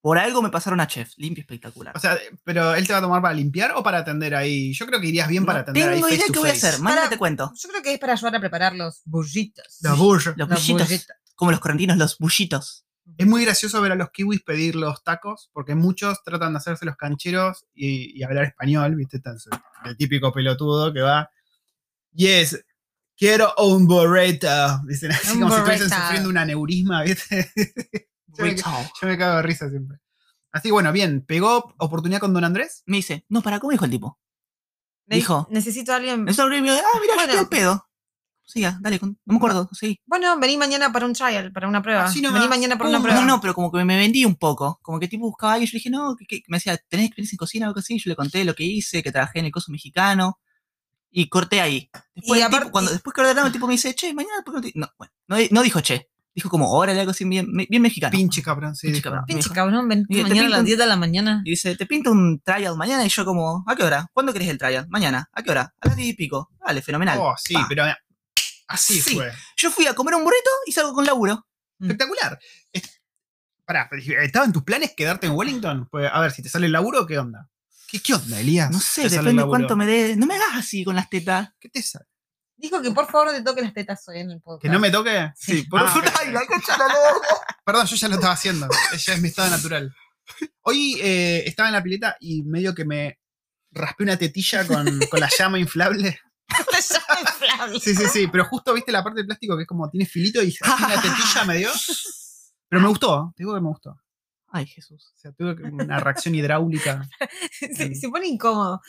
Por algo me pasaron a chef, limpio espectacular.
O sea, pero él te va a tomar para limpiar o para atender ahí. Yo creo que irías bien para
no
atender ahí.
tengo idea
face to
qué voy a
face.
hacer, mañana
Para-
te cuento.
Yo creo que es para ayudar a preparar los burritos.
La bulla.
Los
Los bullitos,
bullitos.
como los correntinos, los bullitos.
Es muy gracioso ver a los kiwis pedir los tacos, porque muchos tratan de hacerse los cancheros y, y hablar español, ¿viste? Tan- El típico pelotudo que va. Yes, quiero un burrito. Dicen así
Un
como si estuviesen
burrito.
sufriendo un aneurisma, ¿viste? Yo me-
Burrito.
Yo me cago de risa siempre. Así que bueno, bien, pegó oportunidad con Don Andrés.
Me dice, no, para, ¿cómo dijo el tipo?
Ne-
Dijo.
Necesito a alguien.
Eso abrió y me dijo, ah, mira,
Bueno.
yo estoy al pedo. Siga, dale, con- no me acuerdo, sí.
Bueno, vení mañana para un trial, para una prueba.
Así nomás.
vení mañana para una
Pum,
prueba.
Uh, No, no, pero como que me vendí un poco. Como que tipo buscaba a alguien. Yo dije, no, que, que- me decía, ¿tenés experiencia en cocina o algo así? Yo le conté lo que hice, que trabajé en el coso mexicano. Y corté ahí. Después,
Y
el tipo,
aparte-
cuando, después que ordenaron, el tipo me dice, che, mañana, ¿por qué no te-?" No, bueno, no, di- no dijo che. Dijo como, órale, algo así bien, bien mexicano.
Pinche cabrón, sí.
Pinche cabrón.
Pinche
Viejo.
cabrón, ven
Y te
mañana a las
pintan-
10 de la mañana.
Y dice, te pinto un trial mañana. Y yo como, ¿a qué hora? ¿Cuándo querés el trial? Mañana. ¿A qué hora? A las 10 y pico. Dale, fenomenal.
Oh, sí,
Pa.
pero eh, así
Sí.
fue.
Yo fui a comer un burrito y salgo con laburo.
Espectacular. Es- Pará, pero ¿estaba en tus planes quedarte en Wellington? Pues, a ver, si te sale el laburo, ¿qué onda? ¿Qué, qué onda, Elías?
No sé,
¿Te sale el
depende
laburo?
cuánto me dé. No me hagas así con las tetas.
¿Qué te sale?
Dijo que por favor te toque las tetas hoy en el podcast.
¿Que no me toque? Ah,
Sí,
por favor.
Ay, la concha de la lora.
Perdón, yo ya lo estaba haciendo. Ya es mi estado natural. Hoy eh, estaba en la pileta y medio que me raspé una tetilla con, con la llama inflable.
Ya inflable.
Sí, sí, sí. Pero justo viste la parte de plástico que es como tiene filito y así una tetilla me dio. Pero me gustó, ¿eh? te digo que me gustó. O
Ay, Jesús.
sea, tuve una reacción hidráulica.
se, se pone incómodo.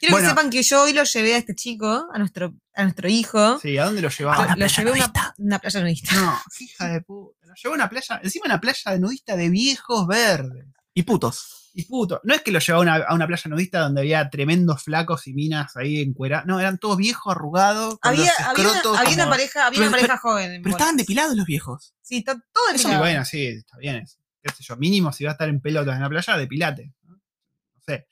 Quiero
Bueno.
que sepan que yo hoy lo llevé a este chico, a nuestro, a nuestro hijo.
Sí, ¿a dónde lo
Lo-
llevaba?
Ahora-
lo
una playa
llevé a una,
nudista.
una playa nudista.
No, hija de puta. Lo llevó a una playa, encima una playa de nudista de viejos verdes.
Y putos.
Y puto, no es que lo llevó a una, a una playa nudista donde había tremendos flacos y minas ahí encuerados. No, eran todos viejos, arrugados. con
Había,
los
había, una,
escrotos
había una
como-
pareja, había una
Pero-
pareja joven. en
Pero
bolas.
estaban depilados los viejos.
Sí, está todo
Eso es
depilado.
bueno, sí, está bien. es- qué sé yo, mínimo si va a estar en pelotas en la playa, depilate. No No sé.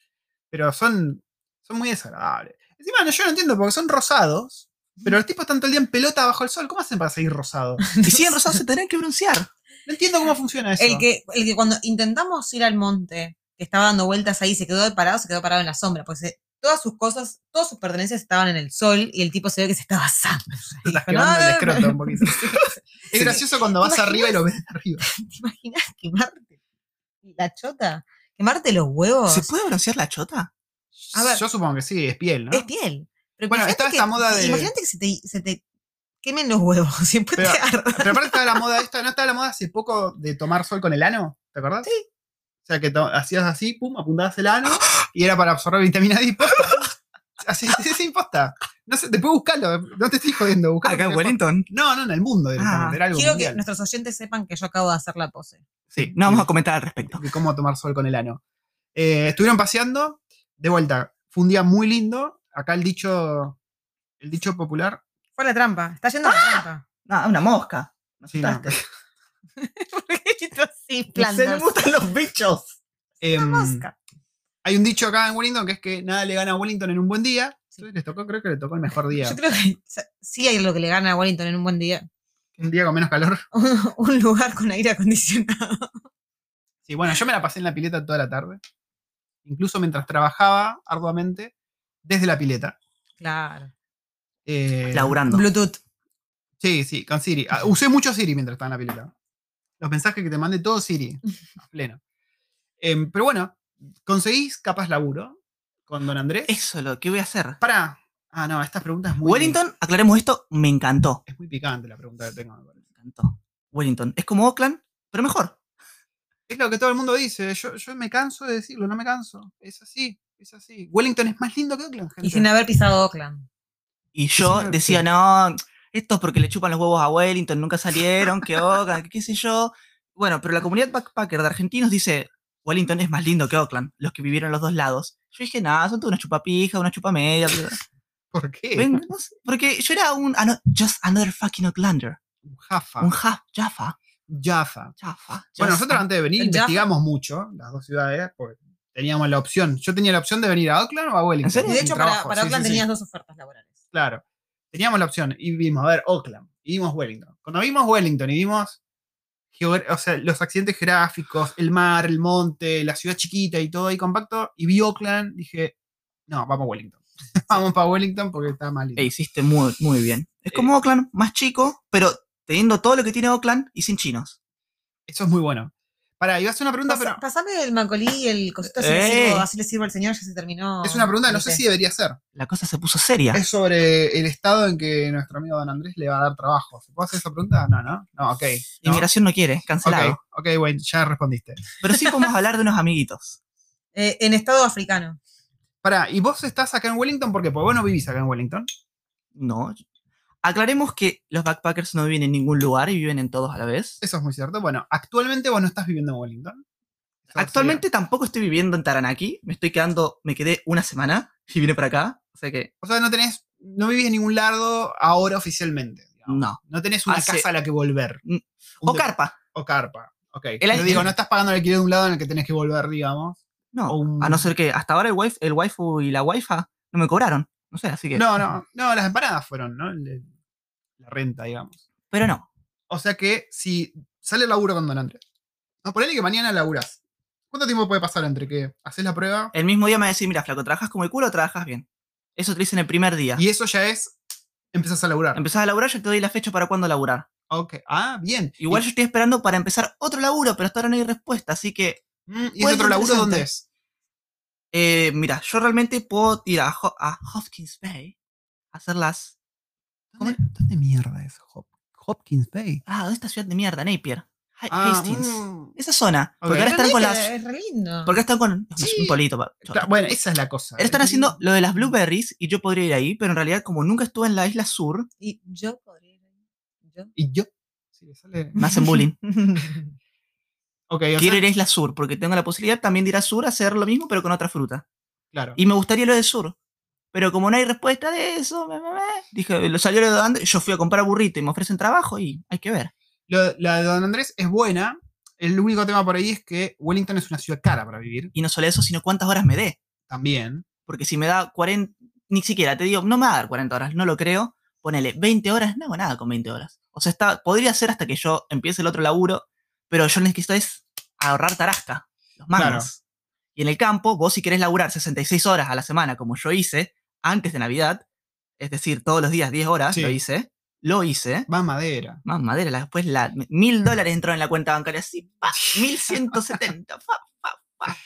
Pero son, son muy desagradables. Encima, no, yo no entiendo porque son rosados, pero los tipos están todo el día en pelota bajo el sol. ¿Cómo hacen para seguir rosados?
Y si eran rosados se tendrían que broncear.
No entiendo cómo funciona eso.
El que, el que cuando intentamos ir al monte, que estaba dando vueltas ahí, se quedó parado, se quedó parado en la sombra, pues se- todas sus cosas, todas sus pertenencias estaban en el sol y el tipo se ve que se estaba asando.
Te estás quemando el
No,
escroto un poquito. Es gracioso cuando vas
¿Te
arriba y lo ves de arriba.
¿Te imaginas quemarte la chota? ¿Quemarte los huevos?
pues,
¿Se puede broncear la chota?
A ver.
Yo supongo que sí, es piel, ¿no?
Es piel. Pero
Bueno,
imagínate
estaba
que-
esta moda de-
Imagínate que se te, se te quemen los huevos y después
Pero-
te arda.
Pero aparte estaba la moda esta, ¿no estaba la moda hace poco de tomar sol con el ano? ¿Te acordás? Sí. O sea, que to- hacías así, pum, apuntabas el ano y era para absorber vitamina D. posta. así, sí, sí, posta. No sé, después buscalo, no te estoy jodiendo, buscalo.
Acá en Wellington.
No, no, en el mundo directamente,
Ah.
era algo
Quiero que
mundial.
nuestros oyentes sepan que yo acabo de hacer la pose.
Sí, no vamos a comentar al respecto.
de cómo tomar sol con el ano. Eh, estuvieron paseando, de vuelta, fue un día muy lindo. Acá el dicho, el dicho popular.
Fue la trampa. Está yendo a la trampa.
No, una mosca. Me
Sí, no.
asustaste.
¿Por qué esto así,
Se le
plantas?
gustan los bichos.
em,
Mosca.
hay un dicho acá en Wellington que es que nada le gana a Wellington en un buen día. Entonces les tocó, creo que le tocó el mejor día.
Yo creo que sa- sí hay lo que le gana a Wellington en un buen día.
Un día con menos calor.
Un, un lugar con aire acondicionado.
Sí, bueno, yo me la pasé en la pileta toda la tarde. Incluso mientras trabajaba arduamente desde la pileta.
Claro.
Eh,
Laburando.
Bluetooth.
Sí, sí, con Siri. Ah, usé mucho Siri mientras estaba en la pileta. Los mensajes que te mandé, todo Siri. A pleno. Em, pero bueno, conseguís capaz laburo con don Andrés.
Eso es lo que voy a hacer.
Para. Ah, no, estas preguntas es muy.
Wellington, aclaremos esto, me encantó.
Es muy picante la pregunta que tengo. me parece.
Me encantó. Wellington. Es como Oakland, pero mejor.
Es lo que todo el mundo dice. Yo, yo me canso de decirlo, no me canso. Es así, es así. Wellington es más lindo que Oakland, gente.
Y sin haber pisado Oakland.
Y yo
Sí,
decía,
sí.
no, esto es porque le chupan los huevos a Wellington, nunca salieron, que Oakland, que qué sé yo. Bueno, pero la comunidad backpacker de argentinos dice, Wellington es más lindo que Oakland, los que vivieron los dos lados. Yo dije, nada, son todas una chupapija, una chupamedia. bla, bla".
¿Por qué?
Ven, no sé, porque yo era un, ano- just another fucking Oaklander.
Un Jaffa.
Un ja, Jaffa,
Jaffa.
Jaffa.
Ah. Bueno,
Jaffa.
nosotros antes de venir
El Jaffa.
investigamos mucho las dos ciudades porque teníamos la opción. Yo tenía la opción de venir a Oakland o a Wellington.
¿En serio?
Y de hecho,
Mi
para,
trabajo,
para
sí,
Oakland
sí, sí,
tenías dos ofertas laborales.
Claro. Teníamos la opción y vimos, a ver, Oakland y vimos Wellington. Cuando vimos Wellington y vimos geogra- o sea, los accidentes geográficos, el mar, el monte, la ciudad chiquita y todo ahí compacto, y vi Oakland, dije, no, vamos a Wellington. vamos para Wellington porque está mal.
E hiciste muy, muy bien. Es como Oakland, más chico, pero teniendo todo lo que tiene Oakland y sin chinos.
Eso es muy bueno. Pará, iba a hacer una pregunta,
Pasa-
pero
pasame el macolí y el cosito así, le
Eh.
sirvo- así le sirvo al señor, ya se terminó.
es una pregunta que no sé
Felipe.
si debería ser.
La cosa se puso seria.
Es sobre el estado en que nuestro amigo Don Andrés le va a dar trabajo. ¿Se puede hacer esa pregunta? No, no. No, ok. no.
Inmigración no quiere, cancelado.
Ok, ok, bueno, ya respondiste.
Pero sí podemos hablar de unos amiguitos.
Eh, en estado africano.
Pará, ¿y vos estás acá en Wellington? ¿Por qué? Porque vos no vivís acá en Wellington.
No. Aclaremos que los backpackers no viven en ningún lugar y viven en todos a la vez.
Eso es muy cierto. Bueno, actualmente vos no estás viviendo en Wellington. Eso
Actualmente tampoco estoy viviendo en Taranaki. Me estoy quedando, me quedé una semana y vine para acá. O sea que
sería- O sea, no tenés, no vivís en ningún lado ahora oficialmente. digamos. digamos.
No.
No tenés una
Hace-
casa a la que volver.
Mm.
Un
O
de-
carpa.
O carpa. Ok.
El
no
alquiler-
digo, no estás pagando el alquiler de un lado en el que tenés que volver, digamos.
No.
O un-
A no ser que hasta ahora el, wife, el waifu y la waifa no me cobraron. No sé, así que.
No, no, no, las empanadas fueron, ¿no? El- el- la renta, digamos.
Pero no.
O sea que si sale el laburo con Don Andrés. No, ponele que mañana laburás. ¿Cuánto tiempo puede pasar entre que haces la prueba?
El mismo día me decís, mira, flaco, ¿trabajas como el culo o trabajas bien? Eso te lo dicen el primer día.
Y eso ya es. Empezás a laburar.
Empezás a laburar, yo te doy la fecha para cuándo laburar.
Ok. Ah, bien.
Igual
Y,
yo estoy esperando para empezar otro laburo, pero hasta ahora no hay respuesta, así que,
Mm, ¿y
puede
ese
ser
otro laburo
interesante.
dónde es?
eh, mira, yo realmente puedo ir a, Ho- a Hopkins Bay a hacer las... ¿Cómo
¿Dónde, dónde mierda es Hop- Hopkins Bay?
Ah, esta ciudad de mierda, Napier. Ha-
Ah,
Hastings.
mm.
Esa zona. Porque
Ok. eh.
ahora
Pero
están con
mira,
las...
Es re lindo.
Porque están con... es
Sí.
Un polito. pa- yo-
Claro, bueno, esa es la cosa.
Ahora están haciendo lo de las blueberries y yo podría ir ahí, pero en realidad como nunca estuve en la isla sur,
Y yo podría ir ahí. Yo.
Y yo. Si le sale.
me hacen bullying.
Ok, o
Quiero
sea,
ir a isla sur, porque tengo la posibilidad también de ir a sur a hacer lo mismo, pero con otra fruta.
claro.
Y me gustaría lo del sur. Pero como no hay respuesta de eso, me, me- me, dije, lo salió lo de Andrés, yo fui a comprar burrito y me ofrecen trabajo y hay que ver.
Lo- la de Don Andrés es buena. El único tema por ahí es que Wellington es una ciudad cara para vivir.
Y no solo eso, sino cuántas horas me dé.
También.
Porque si me da 40, ni siquiera, te digo, no me va a dar 40 horas, no lo creo. Ponele 20 horas, no hago nada con 20 horas. O sea, está, podría ser hasta que yo empiece el otro laburo, pero yo necesito es ahorrar tarasca, los mangos.
Claro.
Y en el campo, vos si querés laburar 66 horas a la semana, como yo hice antes de Navidad, es decir, todos los días 10 horas,
Sí.
lo hice, lo hice.
Más madera.
Más madera, la- después la, mil dólares entró en la cuenta bancaria, así, pa, 1170, fa, fa, fa.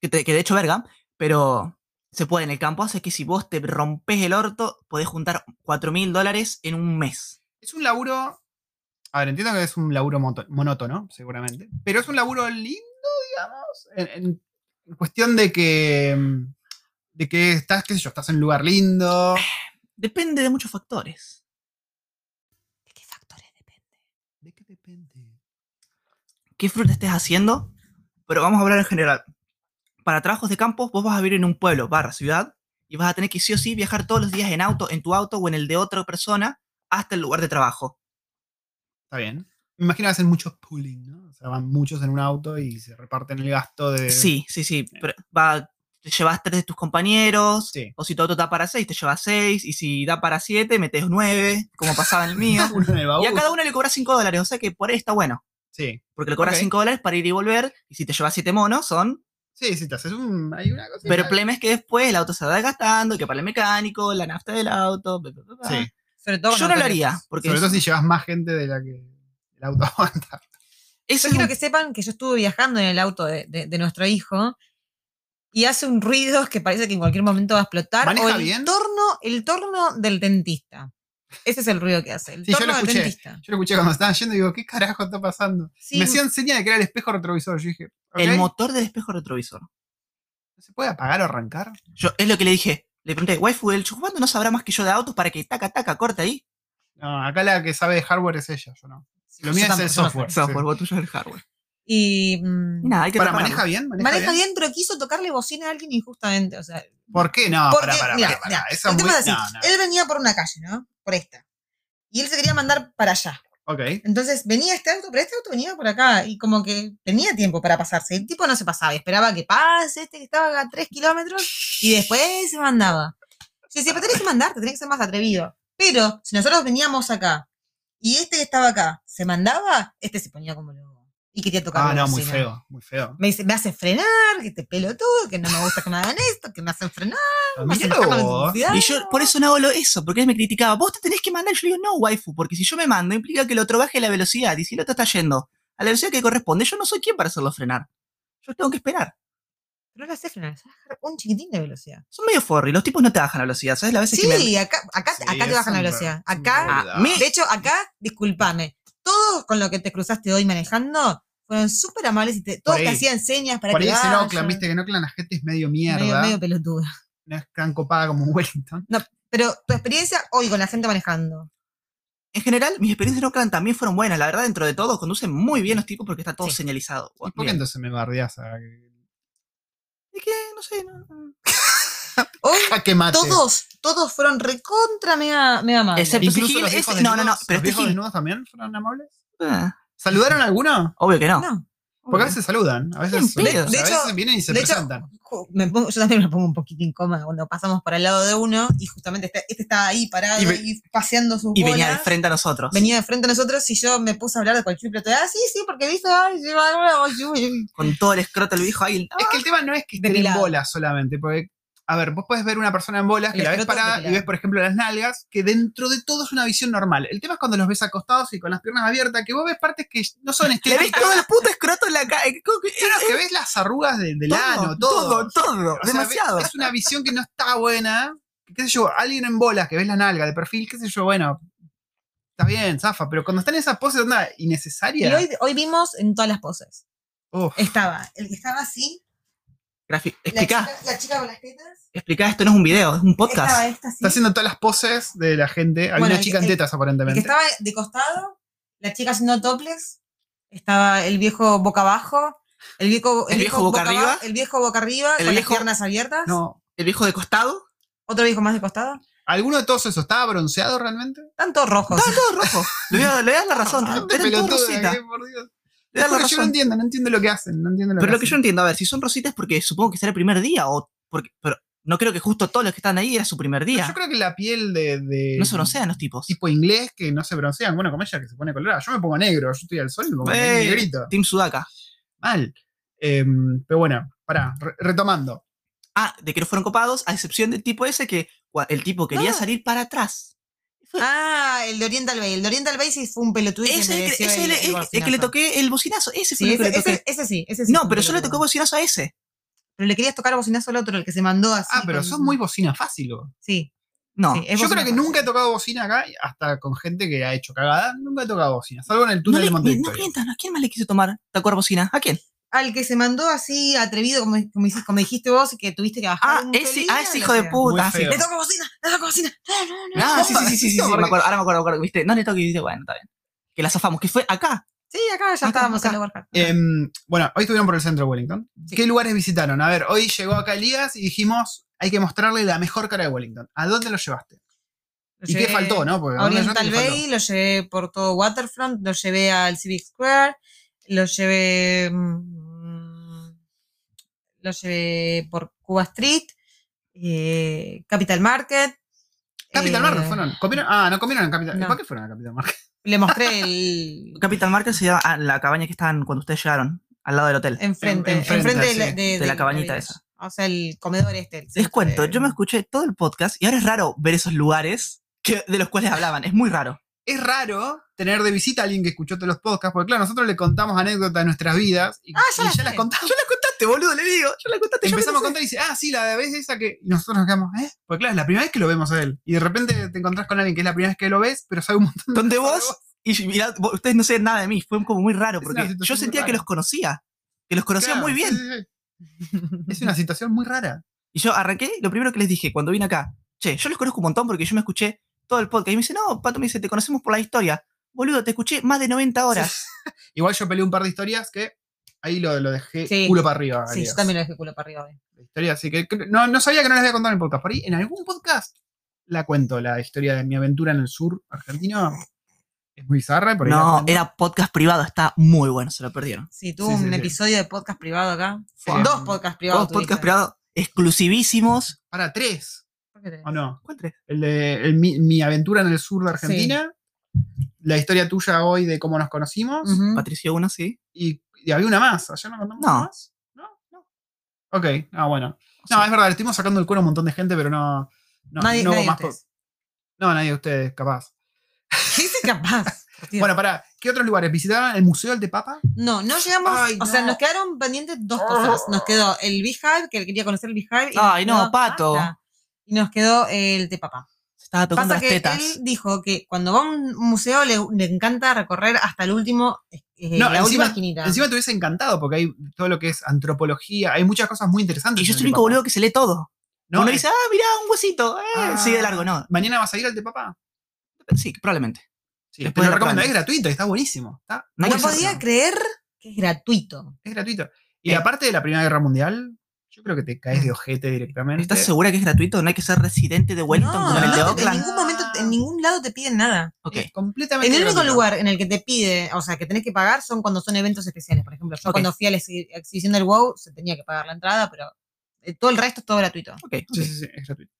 Que, te- que de hecho, verga, pero se puede en el campo, hace que si vos te rompes el orto, podés juntar cuatro mil dólares en un mes.
Es un laburo. A ver, entiendo que es un laburo moto- monótono, seguramente. Pero es un laburo lindo, digamos. En, en- en cuestión de que. mm, De que estás, qué sé yo, estás en un lugar lindo.
Depende de muchos factores.
¿De qué factores depende?
¿De qué depende?
¿Qué fruta estés haciendo? Pero vamos a hablar en general. Para trabajos de campo, vos vas a vivir en un pueblo, barra ciudad, y vas a tener que sí o sí viajar todos los días en auto, en tu auto o en el de otra persona, hasta el lugar de trabajo.
Está bien. Me imagino que hacen muchos pooling, ¿no? O sea, van muchos en un auto y se reparten el gasto de.
Sí, sí, sí. pero va, te llevas tres de tus compañeros.
Sí.
O si todo da para seis, te llevas seis. Y si da para siete, metes nueve, como pasaba en el mío.
Uno en el baúl.
y a cada uno le cobras cinco dólares. O sea que por ahí está bueno.
Sí.
Porque le cobras
Ok.
cinco dólares para ir y volver. Y si te llevas siete monos, son.
Sí, sí, te haces un. Hay una cosita.
Pero el problema es que después el auto se va gastando, que para el mecánico, la nafta del auto. bla, bla, bla, bla.
Sí.
Sobre todo
Yo
cuando
no lo
tenés-
haría. Porque
Sobre todo
es-
si llevas más gente de la que el auto aguanta.
Yo
ese es
quiero
un-
que sepan que yo estuve viajando en el auto de, de- de nuestro hijo y hace un ruido que parece que en cualquier momento va a explotar.
¿Maneja
o el
bien?
torno, el torno del dentista. Ese es el ruido que hace. El
Sí, yo
torno
lo
del
escuché.
dentista.
Yo lo escuché cuando estaban yendo y digo, ¿qué carajo está pasando?
Sí,
Me hacían señas de que era el espejo retrovisor. Yo dije, ok,
el motor del espejo retrovisor.
¿no se puede apagar o arrancar?
Yo, es lo que le dije. Le pregunté, waifu, el chupando no sabrá más que yo de autos para que taca, taca, corta ahí.
No, acá la que sabe de hardware es ella, yo no. Lo
yo
mío es
tampoco,
el
yo no sé.
software.
software, vos tuyo es el hardware.
Y mm,
Nada, hay que
Para,
repararlo.
maneja bien, maneja,
maneja
bien.
bien, pero quiso tocarle bocina a alguien injustamente. O sea,
¿Por qué? No,
Porque,
para, para,
mirá,
para,
mirá,
Esa
el
es muy...
tema es así,
No, no.
Él venía por una calle, ¿no? Por esta. Y él se quería mandar para allá.
Ok.
Entonces venía este auto, pero este auto venía por acá y como que tenía tiempo para pasarse. El tipo no se pasaba, esperaba que pase este que estaba acá a 3 kilómetros y después se mandaba. Si decía, pero tenés que mandarte, tenés que ser más atrevido. Pero si nosotros veníamos acá y este que estaba acá se mandaba, este se ponía como loco y quería tocar.
Ah,
la
no, muy
bocina. Ah,
feo, muy feo.
Me dice, me hace frenar, que te pelotudo, que no me gusta que me hagan esto, que me hacen frenar, me hacen
Míralo
bajar la
vos.
velocidad.
Y yo por eso no hago lo- eso, porque él me criticaba, vos te tenés que mandar, yo le digo, no, waifu, porque si yo me mando implica que el otro baje la velocidad y si el otro está yendo a la velocidad que corresponde, yo no soy quien para hacerlo frenar. Yo tengo que esperar.
Pero no lo hace frenar, se baja un chiquitín de velocidad.
Son medio forri, los tipos no te bajan la velocidad, ¿sabes? Las veces
Sí,
que me...
acá, acá,
Sí,
acá te
es
bajan la
un re-
velocidad.
es un
Acá ah,
re-
A mí-
De hecho, acá, discúlpame, todos con lo que te cruzaste hoy manejando fueron súper amables y te- todos te
ahí.
hacían señas para
Por
que
ahí es en
vayas.
Oakland, viste que en Oakland la gente es medio mierda.
medio, medio pelotuda.
No es tan copada como Wellington.
Pero tu experiencia hoy con la gente manejando.
En general, mis experiencias en Oakland también fueron buenas, la verdad, dentro de todo, conducen muy bien los tipos porque está todo
Sí.
señalizado.
¿Y por qué
Bien.
entonces me bardeás? A...
Es que, no sé, no- no-
Hoy
jaque mate.
Todos, todos fueron recontra mega, mega amables.
Excepto-
Incluso
Sigil
los
es-
viejos
no, no,
desnudos,
no, pero
¿Los
este
viejos
Sigil-
desnudos también fueron amables?
Ah,
¿Saludaron alguno?
obvio que no.
No.
Porque a veces saludan, a veces,
Ni en pedo.
a
De
veces
hecho-
vienen y se
de hecho-
presentan.
Ju- me pongo- yo también me pongo un poquito incómoda cuando pasamos por al lado de uno y justamente este, este estaba ahí parado,
Y
y
ve-
paseando sus
Y
bolas.
venía de frente a nosotros.
Venía de frente a nosotros y yo me puse a hablar de cualquier pelotudez. Ah, sí, sí, porque viste, ay, sí, ay, ay, ay, ay.
Con todo el escroto el viejo ahí. "Ah,
Es que el tema no es que estén
Depilado.
en bolas solamente, porque, a ver, vos podés ver una persona en bolas que
El
la ves
escroto
parada y
depilado.
ves, por ejemplo, las nalgas, que dentro de todo es una visión normal. El tema es cuando los ves acostados y con las piernas abiertas, que vos ves partes que no son
Le ves
estéticas,
todo el puto escroto en la cara. eh, como que-
que ves las arrugas de- del ano, todo.
todo, todo,
O sea,
demasiado.
ves- Es una visión que no está buena. que, Qué sé yo, alguien en bolas que ves la nalga de perfil, qué sé yo, bueno, está bien, zafa, pero cuando están en esas poses, onda,
Y
innecesaria.
hoy, hoy vimos en todas las poses.
Uf.
Estaba el que estaba así,
Grafi-
la
Explicá,
chica, la chica con las tetas.
explicá, esto no es un video, es un podcast.
Estaba esta así.
Está haciendo todas las poses de la gente. Hay
Bueno,
una
el-
chica en
el-
tetas,
El que
aparentemente.
estaba de costado, la chica haciendo toples, estaba el viejo boca abajo, el viejo,
El viejo boca arriba.
abajo- el viejo boca arriba,
El
con
viejo-
las piernas abiertas,
No,
El viejo de costado,
otro viejo más de costado,
¿Alguno de todos esos estaba bronceado realmente?
están todos rojos.
estaba todo rojo. Le voy a- le voy a dar la razón.
Gente
Era todo
pelotuda,
rosita.
que, por Dios.
Le voy a dar la
Ah, eh. Porque yo no
razón.
entiendo, no entiendo lo que hacen, no entiendo lo
Pero
que
lo que yo no entiendo, a ver, si son rositas es porque supongo que será el primer día o porque pero no creo que justo todos los que están ahí era su primer
hacen.
día.
Yo creo que la piel de, de
No se broncean los tipos.
tipo inglés que no se broncean, bueno, como ella que se pone colorada. Yo me pongo negro, yo estoy al sol y me pongo
Eh.
negrito.
Team Sudaka.
Mal. Em, pero bueno, pará, re- retomando.
Ah, de que no fueron copados, a excepción del tipo ese que cua- el tipo quería
Ah.
salir para atrás.
Ah, el de Oriental Bay. El de Oriental Bay sí fue un pelotudo.
Ese es el, que- ese es el- el- el que le toqué el bocinazo. Ese fue
Sí,
el que
ese,
le toqué.
ese- ese sí, ese sí. fue
no,
un
pero yo le toqué
pelotudo.
bocinazo a ese.
Pero le querías tocar bocinazo al otro, el que se mandó así.
Ah, pero
con-
sos muy bocina fácil. vos.
Sí,
No.
sí, es
Yo
bocina
creo que
fácil.
nunca he tocado bocina acá, hasta con gente que ha hecho cagada, nunca he tocado bocina, salvo en el
No,
túnel
le,
de
no
Montevideo.
mientas, ¿no? ¿a quién más le quiso tomar? ¿Tacuar bocina? ¿A quién?
Al que se mandó así, atrevido, como, como, hici- como dijiste vos, que tuviste que bajar.
Ah,
un
ese,
pelín,
ah, ese
lo
hijo de
sea.
puta.
Muy
sí.
feo.
Le toco bocina, le toco bocina. No, no, no.
Ah, sí, sí, sí, sí, sí, sí,
Porque-
me acuerdo, ahora me acuerdo, me acuerdo, viste, no le toques y dice, bueno, está bien. Que la zafamos, que fue acá.
Sí, acá ya
Acá,
estábamos
acá.
en la Warcraft.
Em, bueno, hoy estuvieron por el centro de Wellington.
Sí.
¿Qué lugares visitaron? A ver, hoy llegó acá Elías y dijimos, hay que mostrarle la mejor cara de Wellington. ¿A dónde lo llevaste?
Lo
¿Y qué
llevé
faltó, no? Porque
A
dónde
Oriental
llevaste, ¿qué
Bay, lo llevé por todo Waterfront, lo llevé al Civic Square, lo llevé. mm, Lo llevé por Cuba Street, eh, Capital Market.
faltó? Capital Market
eh,
fueron. ¿Comieron? Ah, no comieron en Capital
No.
¿Para qué fueron a Capital Market?
Le mostré el.
Capital Market se llama a la cabaña que estaban cuando ustedes llegaron, al lado del hotel.
Enfrente,
En- enfrente,
enfrente, de, la,
sí,
de-
de la
del
cabañita
comedor.
esa.
O sea, el comedor este. el
Les
centro
cuento,
de-
yo me escuché todo el podcast y ahora es raro ver esos lugares que, de los cuales hablaban, es muy raro.
Es raro tener de visita a alguien que escuchó todos los podcasts, porque claro, nosotros le contamos anécdotas de nuestras vidas y,
Ah, ya
y
las
ya las
sé.
contamos.
la contaste, boludo, le digo, yo la contaste.
Empezamos a contar y dice, ah, sí, la vez esa que. Y nosotros nos quedamos, ¿eh? Porque claro, es la primera vez que lo vemos a él. Y de repente te encontrás con alguien que es la primera vez que lo ves, pero sabe un montón de
Donde
cosas de
vos y mirá, vos- ustedes no sé nada de mí, fue como muy raro
Es una
porque yo
situación muy
sentía que
rara.
los conocía, que los conocía
Claro,
muy bien.
sí, sí, sí. Es una situación muy rara.
Y yo arranqué, lo primero que les dije cuando vine acá, che, yo los conozco un montón porque yo me escuché todo el podcast. Y me dice, no, Pato me dice, te conocemos por la historia. Boludo, te escuché más de 90 horas.
Igual yo peleé un par de historias que ahí lo, lo dejé
Sí.
culo para arriba.
Sí, yo
Arias.
también lo dejé culo para arriba. eh. hoy.
La historia, así que cre- no, no sabía que no les había contado en el podcast. Por ahí, en algún podcast la cuento, la historia de mi aventura en el sur argentino. Es muy bizarra. y Por ahí la
No,
cuento.
era podcast privado, está muy bueno, se lo perdieron.
Sí, tuvo
Sí, sí,
un
sí.
episodio de podcast privado acá.
Sí.
Dos podcasts privados.
Todos podcast
tuviste.
privados exclusivísimos.
Para tres,
¿Por qué tenés?
¿o Ah, no?
¿Cuál tres?
El de el- mi, mi aventura en el sur de Argentina. La historia tuya hoy de cómo nos conocimos.
Ujú.
Patricio uno, sí.
y, y había una más. ¿Ayer no contamos
No.
una más? No, no. Ok, ah, bueno. No, es verdad, le estuvimos sacando el cuero a un montón de gente, pero no. No,
Nadie-
no hubo
nadie de
más. po-
ustedes.
No, nadie de ustedes, capaz.
¿Qué dice capaz? Por Dios.
Bueno, pará, ¿qué otros lugares? ¿Visitaron el Museo del Tepapa?
no, no llegamos.
Ay,
o
no.
sea, nos quedaron pendientes dos cosas. Nos quedó el Beehive, que quería conocer el Beehive. y
Ay,
nos
no,
quedó-
Pato.
Ah, Y nos quedó el Tepapá.
Se estaba tocando
Pasa
las
que
tetas.
él dijo que cuando va a un museo le, le encanta recorrer hasta el último, eh,
No,
la
encima-
última esquinita.
Encima te hubiese encantado, porque hay todo lo que es antropología, hay muchas cosas muy interesantes.
Y yo
en
soy el único
Tepapa.
boludo que se lee todo.
No,
Uno
es-
dice, ah, mirá, un huesito. Eh,
Ah.
sigue de largo, no.
¿Mañana vas a ir al Tepapa?
Sí, probablemente.
Sí,
Después
te
de
lo
la
recomiendo,
plana.
es gratuito, está buenísimo. Está
No
no
que
buenísimo.
podía creer que es gratuito.
Es gratuito. Y
Eh.
la parte de la Primera Guerra Mundial, Yo creo que te caes de ojete directamente.
¿Estás segura que es gratuito? ¿No hay que ser residente de Wellington
No,
como en el de
no, en
Oakland?
ningún momento, en ningún lado te piden nada.
Ok.
Es completamente
En el único
gratuito.
lugar en el que te pide, o sea, que tenés que pagar son cuando son eventos especiales. Por ejemplo, yo
Ok.
cuando fui a la exhi- exhibición del WoW se tenía que pagar la entrada, pero eh, todo el resto es todo gratuito.
ok, ok.
Sí, sí, sí, es gratuito.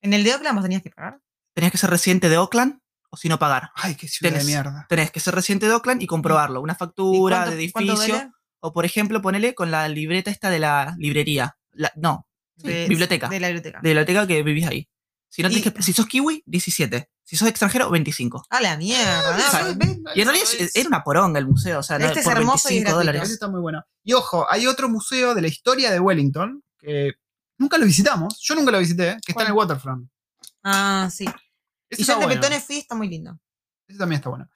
En el de Oakland vos tenías que pagar.
¿Tenías que ser residente de Oakland o si no pagar?
Ay, qué ciudad de
Tenés-
mierda.
Tenés que ser residente de Oakland y comprobarlo. Una
Mm. ¿Y
factura
cuánto-
de
cuánto
edificio.
vale?
O, por ejemplo, ponele con la libreta esta de la librería. La- no,
De-
biblioteca.
De la biblioteca.
de la biblioteca que vivís ahí. Si, no
Y-
tenés que- si sos kiwi, 17. Si sos extranjero, 25.
A la mierda.
Ah,
no,
sí.
ve-
Y en realidad es- era una poronga el museo, o sea, no,
Este es
por
hermoso y
25
gratuito.
Ese
dólares.
está muy bueno. Y ojo, hay otro museo de la historia de Wellington que nunca lo visitamos. Yo nunca lo visité, que está en el Waterfront.
Ah, sí.
Ese
Y yo
está
al de
bueno.
Petones fui, está muy lindo.
Ese también está bueno.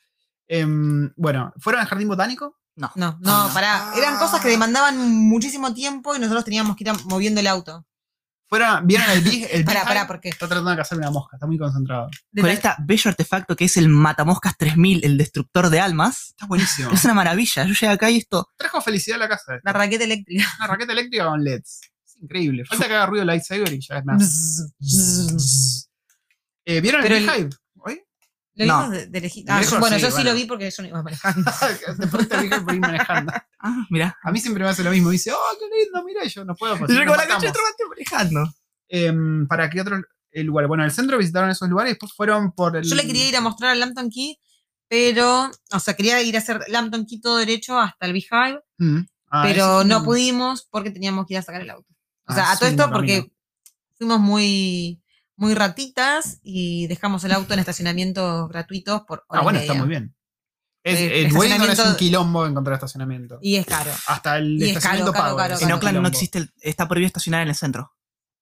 Em, bueno, ¿fueron al jardín botánico?
No, no,
No, no.
pará. Eran
Ah.
cosas que demandaban muchísimo tiempo y nosotros teníamos que ir a- moviendo el auto.
¿Fueron, ¿Vieron el Big? El
Pará,
Beehive?
pará, porque.
Está tratando de cazar una mosca, está muy concentrado.
Con este bello artefacto que es el Matamoscas 3000, el destructor de almas.
Está buenísimo.
Es una maravilla. Yo llegué acá y esto.
Trajo felicidad a la casa. esto.
La raqueta eléctrica.
Una raqueta eléctrica con LEDs. Es increíble. Falta que haga ruido lightsaber y ya es nada.
Bzz, bzz.
Eh, ¿Vieron
Pero
el
el-
Beehive? ¿Hoy?
Lo
No.
vimos de, de lejitos. Ah,
Lejos
yo- bueno,
sí,
yo sí
bueno.
lo vi porque yo no iba manejando.
Te perdiste el Beehive por ir manejando.
Ah, mirá.
A mí siempre me hace lo mismo. Dice, oh, qué lindo, mira, y yo no puedo. pues,
Y yo
nos
como la
matamos.
concha de tu madre, manejando.
Em, ¿Para qué otro eh, lugar? Bueno, el centro visitaron esos lugares, después fueron por el...
Yo le quería ir a mostrar al Lampton Key, pero, o sea, quería ir a hacer Lampton Key todo derecho hasta el Beehive,
Mm. Ah,
pero
eso-
no pudimos porque teníamos que ir a sacar el auto. O sea,
Ah,
a todo
sí,
esto
no,
porque
camino.
fuimos muy, muy ratitas y dejamos el auto en estacionamientos gratuitos por hora
Ah,
y
bueno,
media.
está muy bien. Es,
Sí,
el
estacionamiento-
Wellington es un quilombo encontrar estacionamiento.
Y es caro.
Hasta el
y es
estacionamiento
caro, caro,
pago.
caro,
es
caro.
un
En Oakland no
quilombo.
existe, el- está prohibido estacionar en el centro.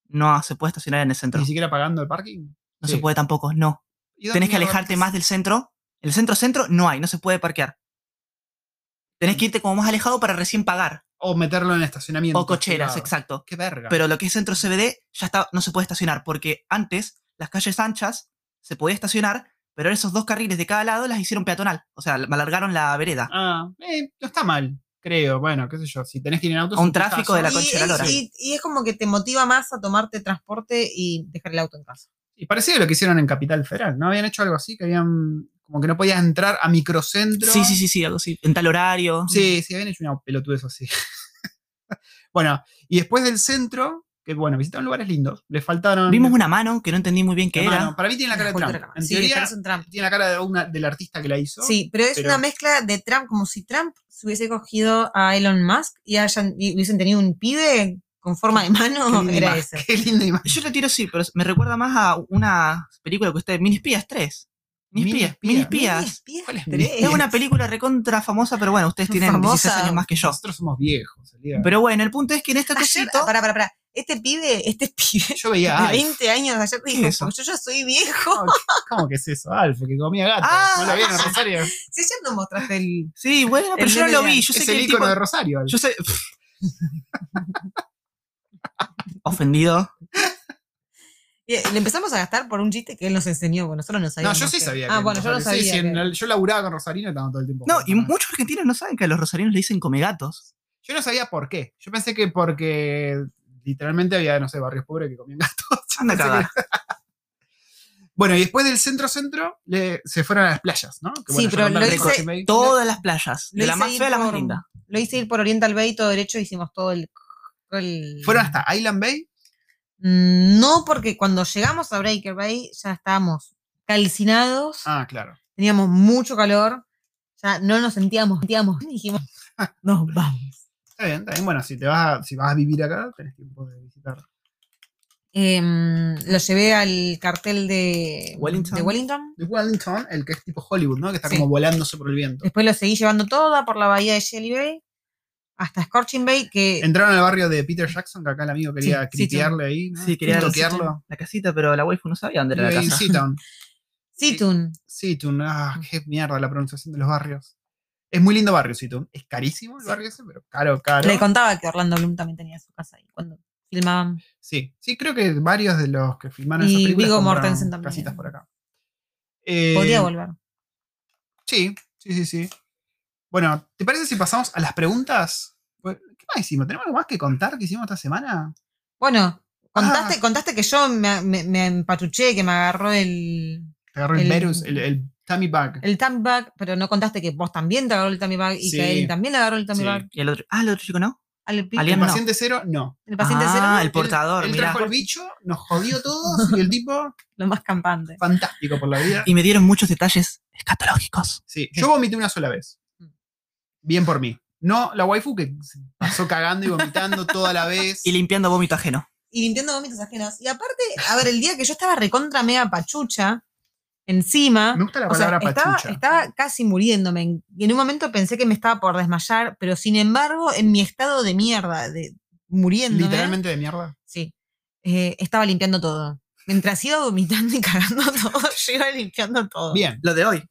No se puede estacionar en el centro.
Ni siquiera pagando el parking.
No
sí.
se puede tampoco, no.
¿Y dónde
Tenés que
mierda
alejarte
estás?
más del centro. El centro-centro no hay, no se puede parquear. Tenés que irte como más alejado para recién pagar.
O meterlo en estacionamiento.
O cocheras,
privado.
exacto.
Qué verga.
Pero lo que es centro CBD ya está, no se puede estacionar, porque antes las calles anchas se podía estacionar, pero esos dos carriles de cada lado las hicieron peatonal. O sea, me alargaron la vereda.
Ah, eh, no está mal, creo. Bueno, qué sé yo. Si tenés que ir en auto...
A un tráfico de la
y,
concha de la lora.
y- y es como que te motiva más a tomarte transporte y dejar el auto en casa.
Y parecido a lo que hicieron en Capital Federal, ¿no? Habían hecho algo así, que habían... Como que no podías entrar a microcentro.
Sí, sí, sí, sí, algo así. En tal horario.
Sí, sí, habían hecho una pelotudez así. bueno, y después del centro, que bueno, visitaron lugares lindos. Les faltaron.
Vimos una mano que no entendí muy bien qué
Hermano,
era.
Para mí tiene la cara de
Cultura
Trump.
cama.
En
Sí,
teoría,
parece un Trump.
tiene la cara de una, del artista que la hizo.
Sí, pero es
pero-
una mezcla de Trump, como si Trump se hubiese cogido a Elon Musk y, hayan, y hubiesen tenido un pibe con forma de
Qué
mano,
linda
era
imagen,
ese.
Qué linda imagen.
Yo lo tiro sí, pero me recuerda más a una película que usted. Mini Espías 3. Mini
Mini Espías.
Espías. Mini
Mini
Espías.
espías
¿Cuál es
tres.
Mini
Es una película recontra famosa, pero bueno, ustedes tienen
Famosa.
16 años más que yo.
Nosotros somos viejos. Elías.
Pero bueno, el punto es que en este
Ayer, ah,
ah,
cosito.
pará, pará, pará. Este pibe, este pibe
Yo veía
de
a Alf.
20 años ayer
es
dijo,
eso?
"Pues yo ya soy viejo.
¿Cómo que- ¿Cómo que es eso? Alf, que comía gato.
Ah,
¿No lo vieron en Rosario?
Si ayer no mostraste el...
Sí, bueno, pero
El
yo no lo
nene
vi.
de-
Yo sé
Es
que
el
el
ícono
tipo.
de Rosario. Alf.
Yo sé. Ofendido.
Y eh, Le empezamos a gastar por un chiste que él nos enseñó, porque nosotros no
No,
sabíamos.
yo sí
que-
sabía.
Ah,
que
bueno, yo no
Rosario. Sí,
sabía.
sí, en
que-
el- yo laburaba con Rosarino y estaba todo el tiempo.
No, y
juntos.
muchos argentinos no saben que a los rosarinos le dicen comegatos.
Yo no sabía por qué. Yo pensé que porque literalmente había, no sé, barrios pobres que comían gatos.
Anda a
Pensé que-
cagar.
Bueno, y después del centro-centro le- se fueron a las playas, ¿no? Que,
Sí,
bueno,
pero
yo no
lo
tengo
hice
Jim Bay.
Todas las playas.
Lo
De la
hice
más
ir
fea a la más
por-
linda.
Lo hice ir por Oriental Bay todo derecho, hicimos todo el... el-
Fueron hasta Island Bay.
Mm, No, porque cuando llegamos a Breaker Bay ya estábamos calcinados,
Ah, claro.
teníamos mucho calor, ya no nos sentíamos, sentíamos, y dijimos, nos vamos.
Está bien, está bien. Bueno, si, te vas a, si vas a vivir acá, tenés tiempo de visitar.
Em, lo llevé al cartel de
Wellington.
de Wellington.
De Wellington, el que es tipo Hollywood, ¿no? Que está
Sí.
como volándose por el viento.
Después lo seguí llevando toda por la bahía de Shelly Bay hasta Scorching Bay, que
Entraron al barrio de Peter Jackson, que acá el amigo quería
Sí, sí,
critiarle ahí, ¿no?
Sí, quería
toquearlo.
la casita, pero la waifu no sabía dónde era
Vive
la
ahí en
casa.
Seatown. eh,
Situn.
Situn,
Mm.
ah, qué mierda la pronunciación de los barrios. Es muy lindo barrio, Situn. Es carísimo el
Sí.
barrio ese, pero caro, caro.
Le contaba que Orlando Bloom también tenía su casa ahí cuando filmaban.
Sí, sí, creo que varios de los que filmaron
Y
esas películas
Viggo
compraron
Mortensen también.
casitas por acá. Eh,
Podría volver.
Sí, sí, sí, sí. Pues, Bueno, ¿te parece si pasamos a las preguntas? Bueno, ¿Qué más hicimos? ¿Tenemos algo más que contar que hicimos esta semana?
Bueno, contaste,
ah.
contaste que yo me, me, me empachuché, que me agarró el,
Te agarró el,
El-
Merus, el, el tummy bug.
el tummy bag, pero no contaste que vos también te agarró el tummy bag y
Sí.
que a él también le agarró el tummy
Sí.
bag.
Y el otro, ah, el otro chico no.
Al pi-
El,
Alien no.
paciente cero, no.
el paciente
ah,
cero,
el portador,
Él, él
mirá.
trajo el bicho, nos jodió todos y el tipo,
lo más campante.
fantástico por la vida.
Y me dieron muchos detalles escatológicos.
Sí, yo vomité una sola vez.
Mm.
Bien por mí. No la waifu que se pasó cagando y vomitando toda la vez.
Y limpiando vómito ajeno.
Y limpiando vómitos ajenos. Y aparte, a ver, el día que yo estaba recontra mega pachucha, encima.
Me gusta la
O sea,
palabra
estaba,
pachucha.
estaba casi muriéndome. En- Y en un momento pensé que me estaba por desmayar, pero sin embargo, en mi estado de mierda, de muriéndome,
Literalmente de mierda.
sí, eh, estaba limpiando todo. Mientras iba vomitando y cagando todo, yo iba limpiando todo.
Bien.
Lo de hoy.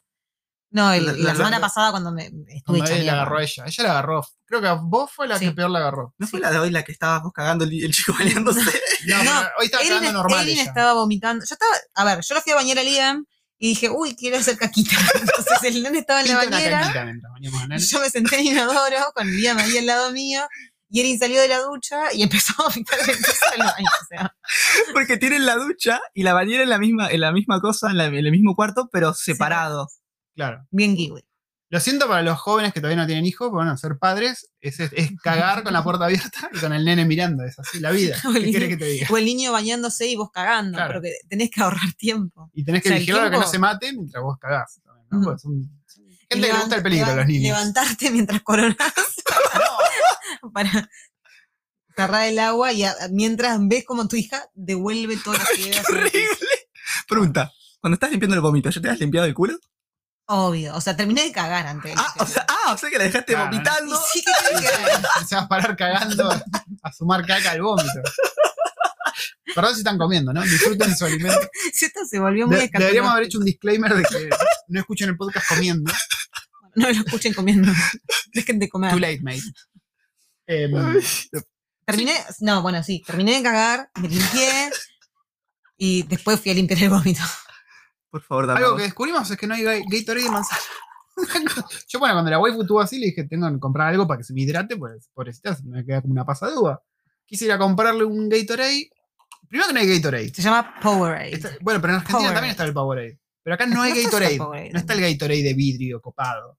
No, el-
La-
la,
la-
semana
la-
pasada cuando me me estuve
Cuando
hecha
él la
mierda.
agarró a ella. Ella la agarró. Creo que a vos fue la
Sí.
que peor la agarró.
¿No fue la de hoy la que estabas vos cagando el, el chico baleándose?
No,
No,
pero hoy estaba
Erin-
quedando normal.
Erin
ella.
estaba vomitando. Yo estaba, a ver, yo lo fui a bañar a Liam y dije, uy, quiero hacer caquita. Entonces el nene estaba en la
Pinta una
bañera.
caquita mientras bañamos al
Y
nene.
Yo me senté en el inodoro con Liam ahí al lado mío. Y Erin salió de la ducha y empezó a vomitar en el piso del baño. O sea,
Porque tienen la ducha y la bañera en la misma, en la misma cosa, en, la- en el mismo cuarto, pero separado.
Claro.
bien kiwi.
Lo siento para los jóvenes que todavía no tienen hijos, porque van a ser padres. Es, es- es cagar con la puerta abierta y con el nene mirando. Es así la vida. ¿Qué querés que te diga?
O el niño bañándose y vos cagando.
Claro.
Pero que tenés que ahorrar tiempo.
Y tenés que
O sea, el
vigilar que no
tiempo- Mm.
se mate mientras vos cagás. también, ¿no?
Ujú.
Porque son- son
Y
gente que le gusta el
levan-
peligro a los
levan-
niños.
Levantarte mientras coronás para cerrar el agua y a- mientras ves como tu hija devuelve todo lo que debe hacer.
Pregunta. Cuando estás limpiando el vómito, ¿ya te has limpiado el culo?
Obvio. O sea, terminé de cagar antes. de
Ah,
que-
o sea, ah, o sea que la dejaste
Claro.
Y
vomitando.
sí que tenés que cagar.
se va a parar cagando a sumar caca al vómito. Perdón si están comiendo, ¿no? Disfruten su alimento.
Si Esto se volvió muy
De-
escatológico.
deberíamos haber hecho un disclaimer de que no escuchen el podcast comiendo.
No lo escuchen comiendo. Dejen de comer.
Too late, mate. Em,
Terminé, no, bueno, sí, terminé de cagar, me limpié y después fui a limpiar el vómito.
Por favor, dame.
algo que descubrimos es que no hay Ga- Gatorade de manzana. Yo, bueno, cuando la waifu estuvo así, le dije, tengo que comprar algo para que se me hidrate, pues, pobrecita, se me queda como una pasadúa. Quise ir a comprarle un Gatorade. Primero que no hay Gatorade.
Se llama Powerade.
Está- bueno, pero en Argentina
Powerade.
también está el Powerade. Pero acá no hay
Este, No está
Gatorade.
el Powerade.
No está el Gatorade de vidrio copado.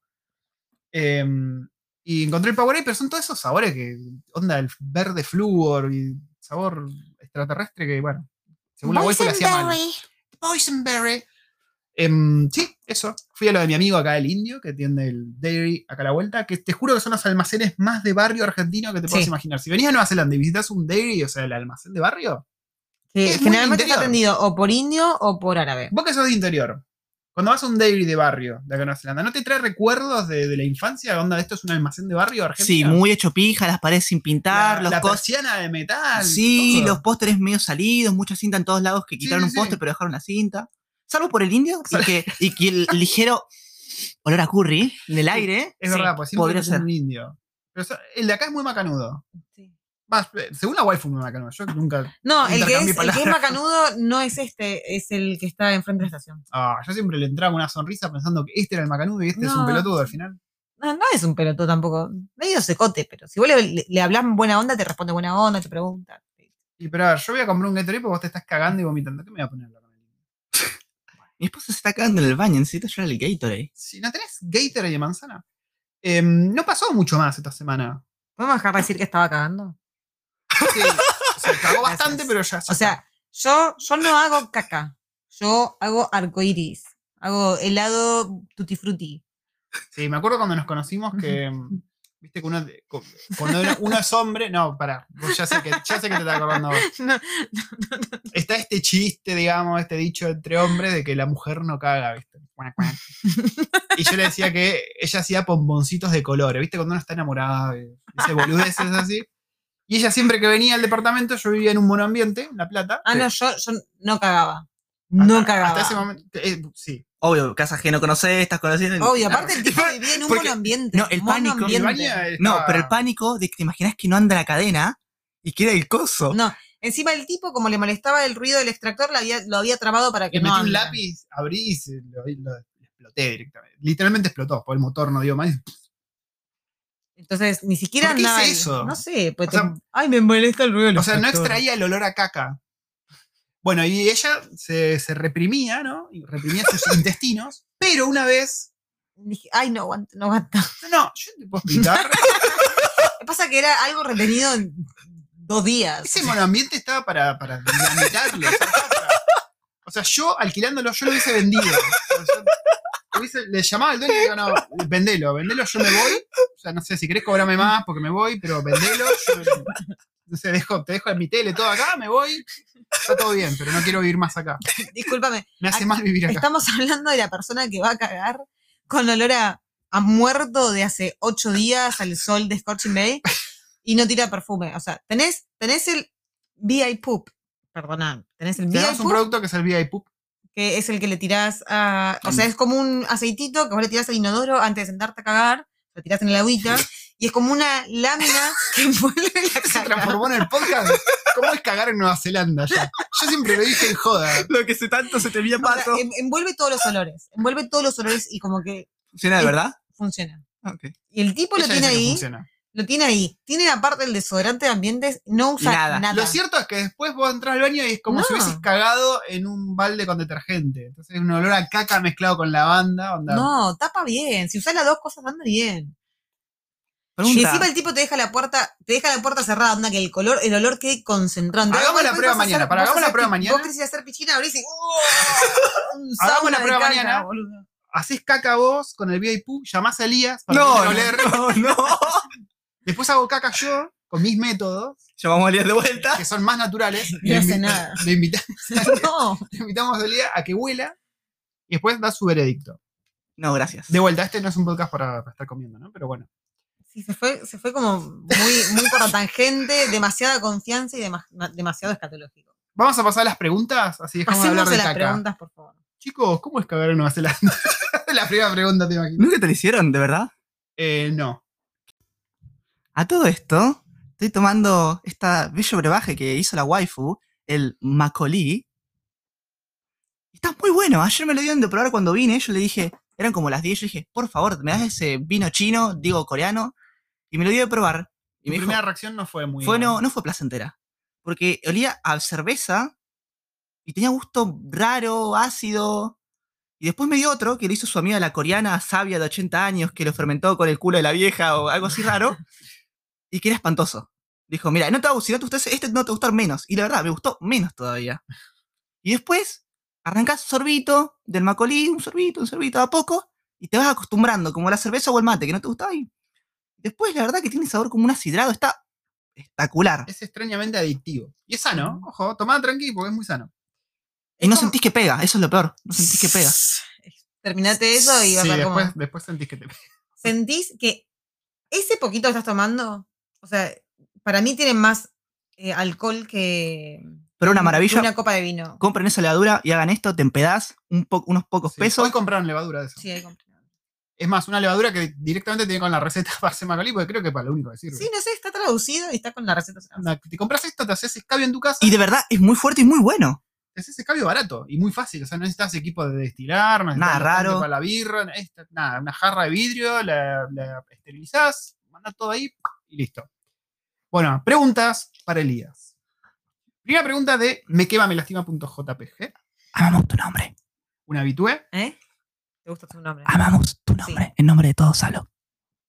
Em, y encontré el Powerade, pero son todos esos sabores que. Onda, el verde flúor y sabor extraterrestre que, bueno. Según la waifu le hacía mal.
Boysenberry.
Boysenberry. Em, sí, eso. Fui a lo de mi amigo acá, el indio, que tiene el dairy acá a la vuelta, que te juro que son los almacenes más de barrio argentino que te puedes
Sí.
imaginar. Si venís a Nueva Zelanda y visitas un dairy, o sea, el almacén de barrio,
Que
Es muy
generalmente está
interior.
atendido o por indio o por árabe.
Vos que sos de interior, cuando vas a un dairy de barrio de acá en Nueva Zelanda, ¿no te trae recuerdos de, de la infancia? Onda, esto es un almacén de barrio
Sí,
argentino.
muy hecho pija, las paredes sin pintar,
La,
los
la
cos-
persiana de metal.
Sí,
todo.
los pósteres medio salidos, mucha cinta en todos lados que quitaron
sí,
un
sí.
póster pero dejaron la cinta. Salvo por el indio y que, y que el ligero olor a curry en el aire.
Es
sí,
verdad, pues siempre
podría
podría
ser.
un indio. Pero so- el de acá es muy macanudo. Más, eh, según la waifu muy macanudo. Yo nunca.
No, el que,
Intercambié
es, el que es
palabras.
macanudo no es este, es el que está enfrente de la estación.
Ah, yo siempre le entraba una sonrisa pensando que este era el macanudo y este es un
No.
pelotudo al final.
No, no es un pelotudo tampoco. Medio secote, pero si vos le, le, le hablás buena onda, te responde buena onda, te pregunta.
Y pero a ver, yo voy a comprar un Gatorade porque vos te estás cagando y vomitando. ¿Qué me voy a poner?
Mi esposa se está cagando en el baño, necesito llevar el Gatorade.
Si no tenés Gatorade de manzana. Em, no pasó mucho más esta semana.
¿Podemos dejar de decir que estaba cagando?
Sí, se cagó bastante,
Gracias.
pero ya se
O sea, yo, yo no hago caca. Yo hago arcoiris. Hago helado tutti frutti.
Sí, me acuerdo cuando nos conocimos que. mm, Viste que uno. de- co- Cuando uno- uno es hombre. No, pará. vos Ya sé que, ya sé que te está acordando. vos.
No,
Está este chiste, digamos, este dicho entre hombres de que la mujer no caga, ¿viste? Cuac, cuac. Y yo le decía que ella hacía pomponcitos de colores, ¿viste? Cuando uno está enamorada, eh, dice boludeces así. Y ella siempre que venía al departamento, yo vivía en un monoambiente, en La Plata.
Ah, no, yo, yo no cagaba.
Hasta-
No cagaba.
Hasta ese momento. eh, sí.
Obvio, casa que no conoces, estás conociendo.
Obvio, aparte el tipo vivía en un
Porque-
monoambiente.
no, el pánico, el
El
monoambiente.
baño eh.
No,
estaba-
pero el pánico de que te imaginas que no anda la cadena y queda el coso.
No, Encima el tipo, como le molestaba el ruido del extractor, lo había, lo había trabado para que
Le
no
metí un
ande.
lápiz, abrí y se pues lo, lo exploté directamente. Literalmente explotó, porque el motor no dio más.
Entonces, ni siquiera
¿Por qué hice
andaba. en-
eso?
No sé, pues
O
te-
sea-
ay, me molesta el ruido. de
O
los
sea, no
tractores.
extraía el olor a caca. Bueno, y ella se, se reprimía, ¿no? Y reprimía sus intestinos. Pero una vez.
Dije, ay, no aguanto, no aguanto.
No, no, yo te puedo explicar.
Lo que pasa es que era algo retenido en dos días.
Ese monoambiente estaba para, para dinamitarlo. o sea, estaba para- o sea, yo alquilándolo, yo lo hubiese vendido. O sea, yo hubiese- le llamaba al dueño y le digo, no, vendelo, vendelo, yo me voy. O sea, no sé, si querés cobrarme más porque me voy, pero vendelo. yo me- no sé, dejo, te dejo en mi tele todo acá, me voy. Está todo bien, pero no quiero vivir más acá.
Discúlpame,
Me hace
Aquí-
mal vivir acá.
estamos hablando de la persona que va a cagar con olor a, a muerto de hace ocho días al sol de Scorching Bay y no tira perfume. O sea, tenés, tenés el VI Poop. Perdona, tenés el VI
Tenemos un
Poop,
producto que es el VI Poop.
que es el que le tirás a. O sea,
Mm.
es como un aceitito que vos le tirás al inodoro antes de sentarte a cagar, lo tirás en la agüita y es como una lámina que envuelve
Se
la caca.
transformó en el podcast. ¿Cómo es cagar en Nueva Zelanda? ya? Yo siempre lo dije en joda.
Lo que se tanto se te vía
O sea, en- envuelve todos los olores, envuelve todos los olores y como que
eh,
Funciona de verdad. Ah,
funciona.
Ok.
Y el tipo lo
Ella
tiene
dice que
ahí,
funciona.
lo tiene ahí. Tiene aparte el desodorante de ambientes, no usa nada.
Nada.
Lo cierto es que después vos entras al baño y es como si
No.
hubieses cagado en un balde con detergente. Entonces un olor a caca mezclado con lavanda. Onda.
no, tapa bien. Si usas las dos cosas, anda bien. Y
Pregunta.
encima el tipo te deja la puerta, te deja la puerta cerrada, onda que el color, el olor quede concentrado. Entonces,
Hagamos la
vos
prueba
vas a hacer-
mañana, para,
vos
hagamos la
hacer
prueba
pi-
mañana.
Vos querés ir a hacer piscina, abrís y. ¡oh! un
Hagamos
sauna
la
de
prueba
caca,
mañana.
boludo.
Haces caca vos con el VIP, llamás a Elías para que
No,
empiece a oler.
no, no.
Después hago caca yo con mis métodos,
Llamamos a Elías de vuelta.
que son más naturales.
No
Le
hace
invi-
nada.
Le, invita-
No,
le invitamos a Elías a que huela y después da su veredicto.
No, gracias.
De vuelta, este no es un podcast para, para estar comiendo, ¿no? Pero bueno.
sí, se fue, se fue como muy, muy por la tangente, demasiada confianza y dema- demasiado escatológico.
Vamos a pasar a las preguntas, así dejamos de hablar
Pasemos a
de
las
caca.
preguntas, por favor.
Chicos, ¿cómo es cagar en Nueva Zelanda? La primera pregunta, te imagino.
¿Nunca te lo hicieron, de verdad?
Eh, no.
A todo esto, estoy tomando esta bello brebaje que hizo la waifu, el Macolí. Está muy bueno. Ayer me lo dieron de probar cuando vine. Yo le dije, eran como las 10. Yo dije, por favor, ¿me das ese vino chino? Digo, coreano. Y me lo dio de probar.
Mi
Y me dijo,
primera reacción no fue muy.
fue, no, no fue placentera. Porque olía a cerveza y tenía gusto raro, ácido. Y después me dio otro que le hizo su amiga la coreana sabia de 80 años que lo fermentó con el culo de la vieja o algo así raro. y que era espantoso. Dijo, mira, no te va a gust- si no te gustó ese, este no te va a gustar menos. Y la verdad, me gustó menos todavía. Y después arrancás sorbito del macolí, un sorbito, un sorbito, a poco. Y te vas acostumbrando, como la cerveza o el mate, que no te gustaba. Y después, la verdad que tiene sabor como un acidrado. Está espectacular.
Es extrañamente adictivo. Y es sano, ojo, tomá tranqui porque es muy sano.
Y no
Es como-
sentís que pega, eso es lo peor. No sentís que pega.
Terminate eso y vas
sí,
a ver cómo-
después, después sentís que te.
¿Sentís que ese poquito que estás tomando, o sea, para mí tiene más eh, alcohol que
Pero una maravilla.
una copa de vino?
Compren esa levadura y hagan esto, te empedás un po- unos pocos
Sí.
pesos.
Hoy compraron levadura de eso.
Sí, ahí compré.
Es más, una levadura que directamente tiene con la receta para hacer macolí, porque creo que es para lo único que sirve.
Sí, no sé, está traducido y está con la receta.
Anda, Te compras esto, te haces escabio en tu casa,
Y de verdad es muy fuerte y muy bueno.
te haces escabio barato y muy fácil. O sea, no necesitas equipo de destilar, no necesitas
Nada
bastante
raro.
para la birra, no necesitas nada, una jarra de vidrio, la, la esterilizás, mandás todo ahí y listo. Bueno, preguntas para Elías. Primera pregunta de me quema, me lastima.jpg,
Amamos tu nombre.
un habitué.
¿Eh? ¿Te gusta tu nombre?
Amamos tu nombre. En nombre de todos, Salo.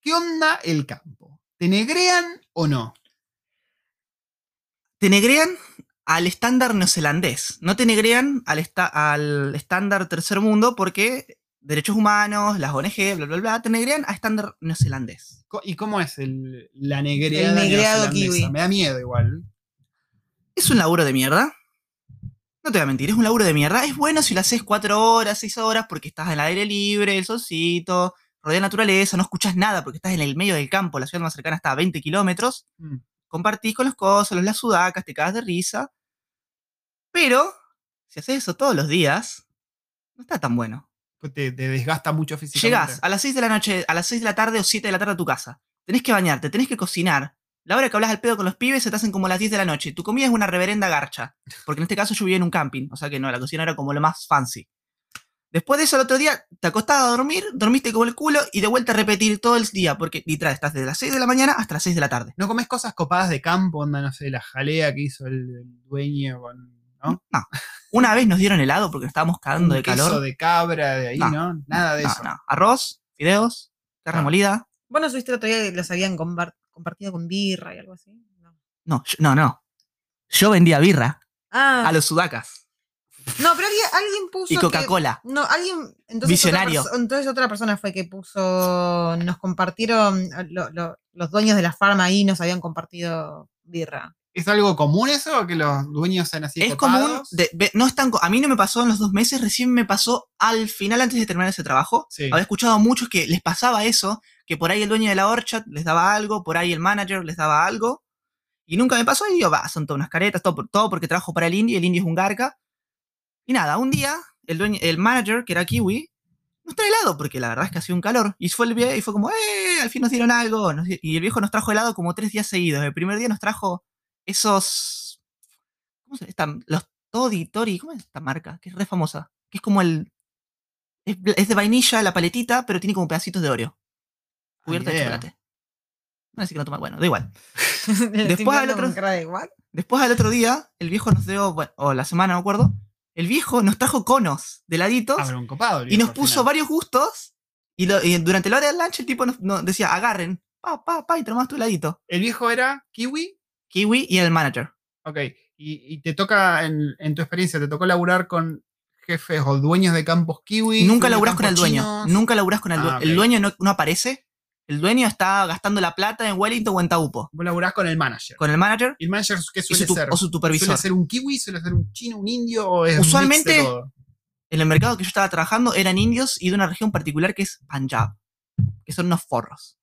¿Qué onda el campo? ¿Te negrean o no?
Te negrean al estándar neozelandés. No te negrean al, esta- al estándar tercer mundo porque derechos humanos, las ONG, bla, bla, bla, te negrean a estándar neozelandés.
Co- ¿Y cómo es el, la negreada
El negreado
neozelandesa?
kiwi.
Me da miedo igual.
Es un laburo de mierda. No te voy a mentir, es un laburo de mierda. Es bueno si lo haces cuatro horas, seis horas, porque estás al aire libre, el solcito, rodea naturaleza, no escuchas nada porque estás en el medio del campo, la ciudad más cercana está a 20 kilómetros.
Mm.
Compartís con los cosos, las sudacas, te cagas de risa. Pero, si haces eso todos los días, no está tan bueno.
Pues Te, te desgasta mucho físicamente.
Llegás a las 6 de la noche, a las 6 de la tarde o 7 de la tarde a tu casa. Tenés que bañarte, tenés que cocinar. La hora que hablas al pedo con los pibes se te hacen como las 10 de la noche. Tu comida es una reverenda garcha. Porque en este caso yo vivía en un camping, o sea que no, la cocina era como lo más fancy. Después de eso, el otro día te acostás a dormir, dormiste como el culo y de vuelta a repetir todo el día, porque literal estás desde las 6 de la mañana hasta las 6 de la tarde.
No comes cosas copadas de campo, onda, no sé, la jalea que hizo el, el dueño con. ¿No?
Una vez nos dieron helado porque nos estábamos cagando
un
de
queso
calor.
de cabra de ahí,
No.
¿no? Nada de
No,
eso.
no. Arroz, fideos, carne
Ah.
molida.
Vos no subiste el otro día que los habían combar- compartido con birra y algo así. No.
No, yo- no, no. Yo vendía birra
Ah,
a los sudacas
no, pero alguien, alguien puso.
y
que-
Coca-Cola.
No, alguien. Entonces
Visionario.
Otra perso- entonces otra persona fue que puso. Nos compartieron. ah, lo- lo- los dueños de la farma ahí nos habían compartido birra.
¿Es algo común eso? ¿Que los dueños sean así
Es común,
copados?
de- ve- no es tan, co- a mí no me pasó en los dos meses, recién me pasó al final antes de terminar ese trabajo,
Sí.
Había escuchado a muchos que les pasaba eso, que por ahí el dueño de la orchard les daba algo, por ahí el manager les daba algo. Y nunca me pasó y digo, va, son todas unas caretas, todo, por- todo porque trabajo para el indio y el indio es un garca. Y nada, un día el, dueño, el manager, que era kiwi, nos trae helado porque la verdad es que hacía un calor. Y fue el viejo y fue como, ¡eh! Al fin nos dieron algo. Nos di- y el viejo nos trajo helado como tres días seguidos. El primer día nos trajo esos... ¿Cómo se están Los Toddy, Tori, ¿cómo es esta marca? Que es re famosa. Que es como el... Es, bla- es de vainilla la paletita, pero tiene como pedacitos de Oreo.
Ah,
Cubierta de
idea.
chocolate. No sé qué no tomar. Bueno, da igual.
Estoy
al
mirando
otro-
con cara de, "What?".
Después al otro día, el viejo nos dio, bueno, o la semana, no me acuerdo, el viejo nos trajo conos de heladitos
Ah, pero un copado. el
y nos
viejo, al
puso
final.
varios gustos y, lo- y durante la hora del lunch el tipo nos, nos decía, agarren, pa, pa, pa, y tomás tu heladito.
El viejo era kiwi.
Kiwi y el manager.
Ok. Y, y te toca, en, en tu experiencia, te tocó laburar con jefes o dueños de campos kiwi.
nunca
dueños de
laburás con el
campos
dueño.
chinos.
Nunca laburás con el
Ah,
dueño.
ok.
El dueño no, no aparece. El dueño está gastando la plata en Wellington o en Taupo.
Vos laburás con el manager.
Con el manager
¿Y el manager qué
y su
suele
tu-
ser?
o su supervisor.
¿Suele ser un kiwi? ¿Suele ser un chino, un indio? O es un mix de
Usualmente-
todo?
En el mercado que yo estaba trabajando eran indios y de una región particular que es Punjab. Que son unos forros.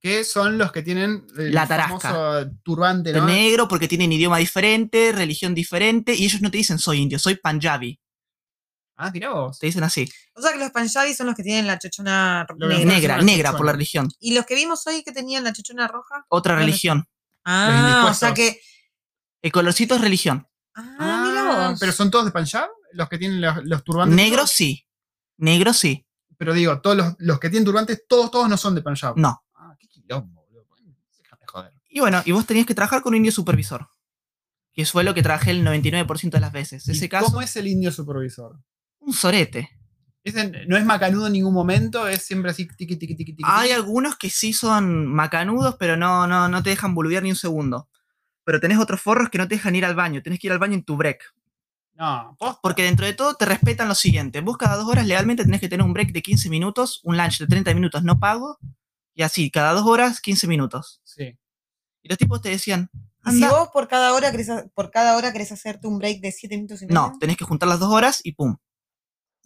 Que son los que tienen el
La tarasca.
famoso turbante, ¿no?
negro porque tienen idioma diferente, religión diferente, y ellos no te dicen soy indio, soy panjabi.
Ah, mirá vos.
Te dicen así.
O sea que los panjabis son los que tienen la chochona
Lo
negra.
que-
Negra,
una
negra por la
persona.
religión.
Y los que vimos hoy que tenían la chochona roja.
Otra
Bueno,
religión.
Ah, o sea que.
El colorcito es religión.
Ah, mira
Ah,
vos.
¿Pero son todos de Punjab? ¿Los que tienen los, los turbantes?
Negro sí. Negro sí.
Pero digo, todos los, los que tienen turbantes, todos, todos no son de Punjab.
No.
Ah, qué quilombo, boludo. Bueno, déjame joder.
Y bueno, y vos tenías que trabajar con un indio supervisor. Que fue lo que trabajé el 99% de las veces.
¿Y
Ese caso,
¿Cómo es el indio supervisor?
un sorete.
Ese no es macanudo en ningún momento, es siempre así tiqui tiqui tiqui tiqui.
Hay algunos que sí son macanudos, pero no, no, no te dejan boludear ni un segundo. Pero tenés otros forros que no te dejan ir al baño. Tenés que ir al baño en tu break.
No, posta.
Porque dentro de todo te respetan lo siguiente. Vos cada dos horas legalmente tenés que tener un break de 15 minutos, un lunch de 30 minutos no pago, y así, cada dos horas, 15 minutos.
Sí.
Y los tipos te decían,
Y si
anda.
vos por cada hora querés, ha- por cada hora querés hacerte un break de 7 minutos y medio.
No, tenés que juntar las dos horas y pum.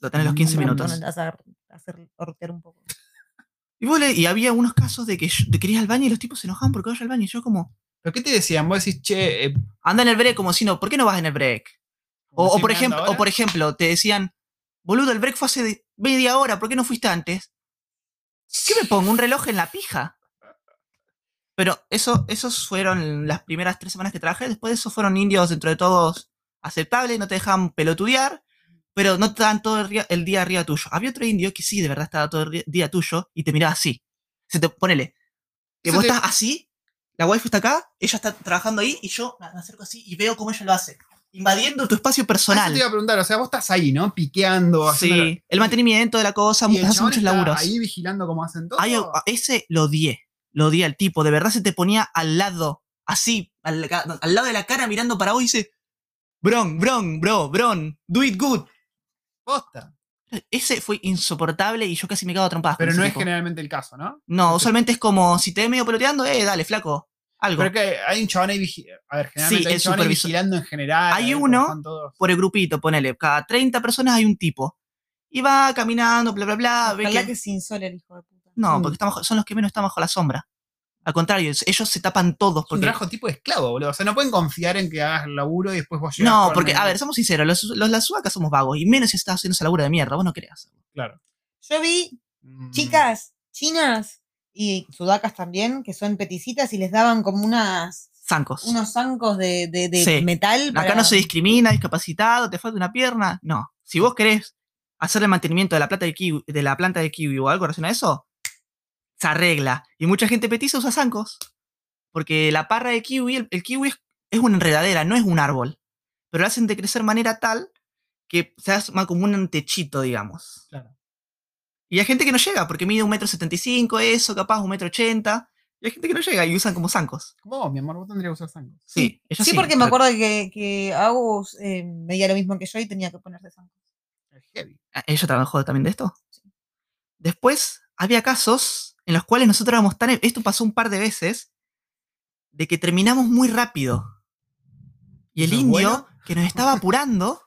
Lo tenés los 15
Mm,
minutos.
Bueno, te vas a hacer hortear un poco.
Y, vos le- y había unos casos de que yo- de que querías ir al baño y los tipos se enojaban porque vayas al baño. Y yo como,
¿Pero qué te decían? Vos decís, che, eh,
anda en el break como si no, ¿por qué no vas en el break? O, o
¿estoy
por
meando
ejemplo, o
ahora?
por ejemplo, te decían, boludo, el break fue hace de- media hora, ¿por qué no fuiste antes? ¿Qué me pongo? ¿Un reloj en la pija? Pero eso, esos fueron las primeras tres semanas que trabajé. Después de eso fueron indios dentro de todos aceptables, no te dejaban pelotudear, pero no te daban todo el, ría- el día arriba tuyo. Había otro indio que sí, de verdad estaba todo el ri- día tuyo y te miraba así. Se te, ponele, que
Eso
vos
te-
estás así, la wife está acá, ella está trabajando ahí y yo me acerco así y veo cómo ella lo hace. Invadiendo tu espacio
Ah,
personal.
Eso te iba a preguntar, o sea, vos estás ahí, ¿no? Piqueando, haciendo la-
Sí, el mantenimiento de la cosa,
Y el
hace
chabón
muchos
está
laburos.
Ahí vigilando cómo hacen todo.
Hay- a- ese lo odié, lo odié al tipo, de verdad se te ponía al lado, así, al, ca- al lado de la cara mirando para vos y dice, bron, bron, bro, bron, do it good.
Posta.
Ese fue insoportable y yo casi me cago a trompadas. con
Pero
ese
no es
tipo.
generalmente el caso, ¿no?
No, usualmente es como, si te ve medio peloteando, eh, dale, flaco, algo.
Pero que hay un chabón ahí vigilando. A ver, generalmente
Sí,
hay
el
un chabón ahí
supervisor.
vigilando en general. a
Hay
ver cómo
uno-
están todos.
Por el grupito, ponele, cada 30 personas hay un tipo. Y va caminando, bla, bla, bla. Ah, ve
Ojalá
que-
que sin sol el hijo de puta.
Mm.
No, porque está bajo- son los que menos están bajo la sombra. Al contrario, ellos se tapan todos.
Es un
Porque
trabajo tipo de esclavo, boludo. O sea, no pueden confiar en que hagas el laburo y después vos llegas.
No,
con
porque,
el-
a ver, somos sinceros, los, los lazuacas somos vagos, y menos si estás haciendo esa labura de mierda, vos no querés.
Claro.
Yo vi
Mm.
chicas chinas y sudacas también, que son peticitas y les daban como unas,
Zancos.
unos zancos de, de- de
Sí.
metal.
Acá
para-
no se discrimina, discapacitado, te falta una pierna. No. Si vos querés hacer el mantenimiento de la, plata de, kiwi- de la planta de kiwi o algo relacionado a eso, se arregla. Y mucha gente petiza usa zancos. Porque la parra de kiwi, el, el kiwi es, es una enredadera, no es un árbol. Pero lo hacen de crecer manera tal que se asma como un techito, digamos.
Claro.
Y hay gente que no llega, porque mide un metro setenta y cinco, eso, capaz un metro ochenta. Y hay gente que no llega y usan como zancos.
¿Cómo vos, mi amor? Vos tendrías que usar sangre.
Sí, ellos
sí, porque me
pero-
acuerdo que, que Agus eh, veía lo mismo que yo y tenía que ponerse zancos.
Es heavy.
Ah, ¿Ella trabajó también de esto? Después había casos en los cuales nosotros éramos tan... e, Esto pasó un par de veces, de que terminamos muy rápido. Y el
¿Eso es
indio,
bueno?
que nos estaba apurando,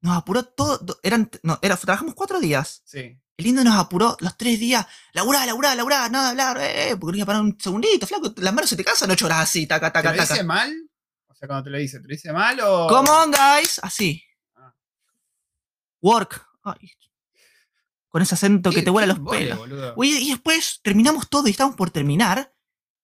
nos apuró todo... do- Eran, no, era, trabajamos cuatro días.
Sí.
El indio nos apuró los tres días. Laburá, laburá, laburá, nada de hablar, eh, eh, porque no iba a parar un segundito, flaco. Las manos se te cansan, no lloras así, taca,
¿Te
taca,
lo dice
taca.
mal? O sea, cuando te lo dice, ¿te lo dice mal o.?
Come on, guys. Así.
Ah.
Work. Ay. Con ese acento
Qué-
que te vuela
qué
los
embole,
pelos.
boludo.
Oye, y después terminamos todo y estamos por terminar.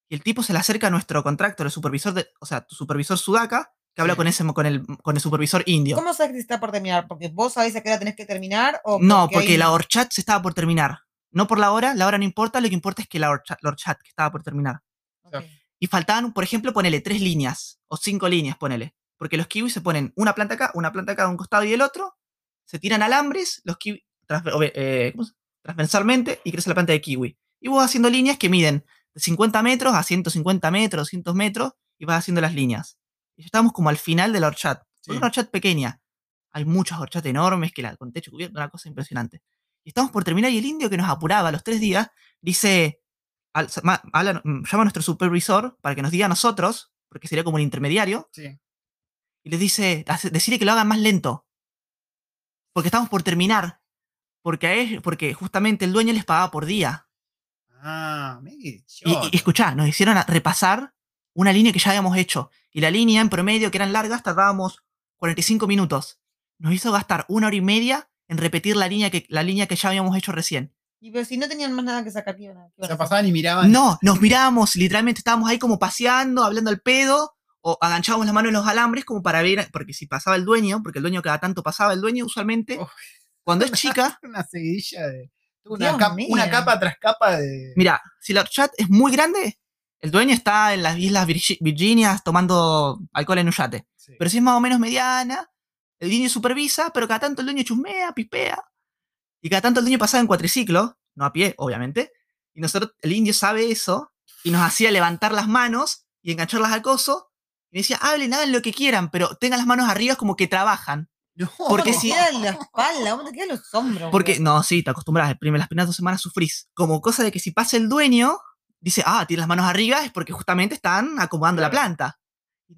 Y el tipo se le acerca a nuestro contractor, el supervisor, de, o sea, tu supervisor sudaca, que habla
Sí.
con, ese, con, el, con el supervisor indio.
¿Cómo sabes que se está por terminar? ¿Porque vos sabés a qué hora tenés que terminar? O
no,
hay
porque
un-
la horchat se estaba por terminar. No por la hora, la hora no importa, lo que importa es que la horchat, la horchat que estaba por terminar.
Ok.
Y faltaban, por ejemplo, ponele tres líneas, o cinco líneas, ponele. Porque los kiwis se ponen una planta acá, una planta acá de un costado y del otro, se tiran alambres, los kiwi, transver- obvi- eh, ¿cómo se- transversalmente, y crece la planta de kiwi. Y vos vas haciendo líneas que miden de 50 metros a 150 metros, 200 metros, y vas haciendo las líneas. Y ya estamos como al final de la horchat.
Sí.
Porque Es una horchat pequeña. Hay muchas horchats enormes que la, con techo cubierto, una cosa impresionante. Y estamos por terminar y el indio que nos apuraba a los tres días dice, al- sa- ma- habla- mm, llama a nuestro supervisor para que nos diga a nosotros, porque sería como un intermediario,
Sí.
y les dice, "Hace- decirle que lo hagan más lento. Porque estamos por terminar. Porque, a ellos- porque justamente el dueño les pagaba por día.
Ah, me y,
Y, y- y escuchá, nos hicieron a- repasar una línea que ya habíamos hecho. Y la línea en promedio, que eran largas, tardábamos 45 minutos. Nos hizo gastar una hora y media en repetir la línea que, la línea que ya habíamos hecho recién.
Y pero si no tenían más nada que sacar, ¿qué iban a- qué
O
iban a
sea,
hacer?
pasaban y miraban.
No, nos mirábamos, literalmente estábamos ahí como paseando, hablando al pedo, o aganchábamos la mano en los alambres como para ver, porque si pasaba el dueño, porque el dueño cada tanto pasaba, el dueño usualmente,
Uy.
cuando es chica,
Una seguidilla de. Una,
Dios
capa-
mío.
una capa tras capa de.
mira, si la chat es muy grande, el dueño está en las islas Virgi- Virginias tomando alcohol en un yate.
Sí.
Pero si es más o menos mediana, el dueño supervisa, pero cada tanto el dueño chusmea, pispea. Y cada tanto el dueño pasaba en cuatriciclo, no a pie, obviamente. Y nosotros, el indio sabe eso, y nos hacía levantar las manos y engancharlas al coso. Y me decía, hablen, hagan lo que quieran, pero tengan las manos arriba como que trabajan.
No.
porque
¿Cómo te
si-
queda la espalda? ¿Cómo te quedan los hombros?
Porque,
boludo?
no, sí, te acostumbras, el primer- las primeras dos semanas sufrís. Como cosa de que si pasa el dueño, dice, ah, tiene las manos arriba, es porque justamente están acomodando la
Claro.
planta.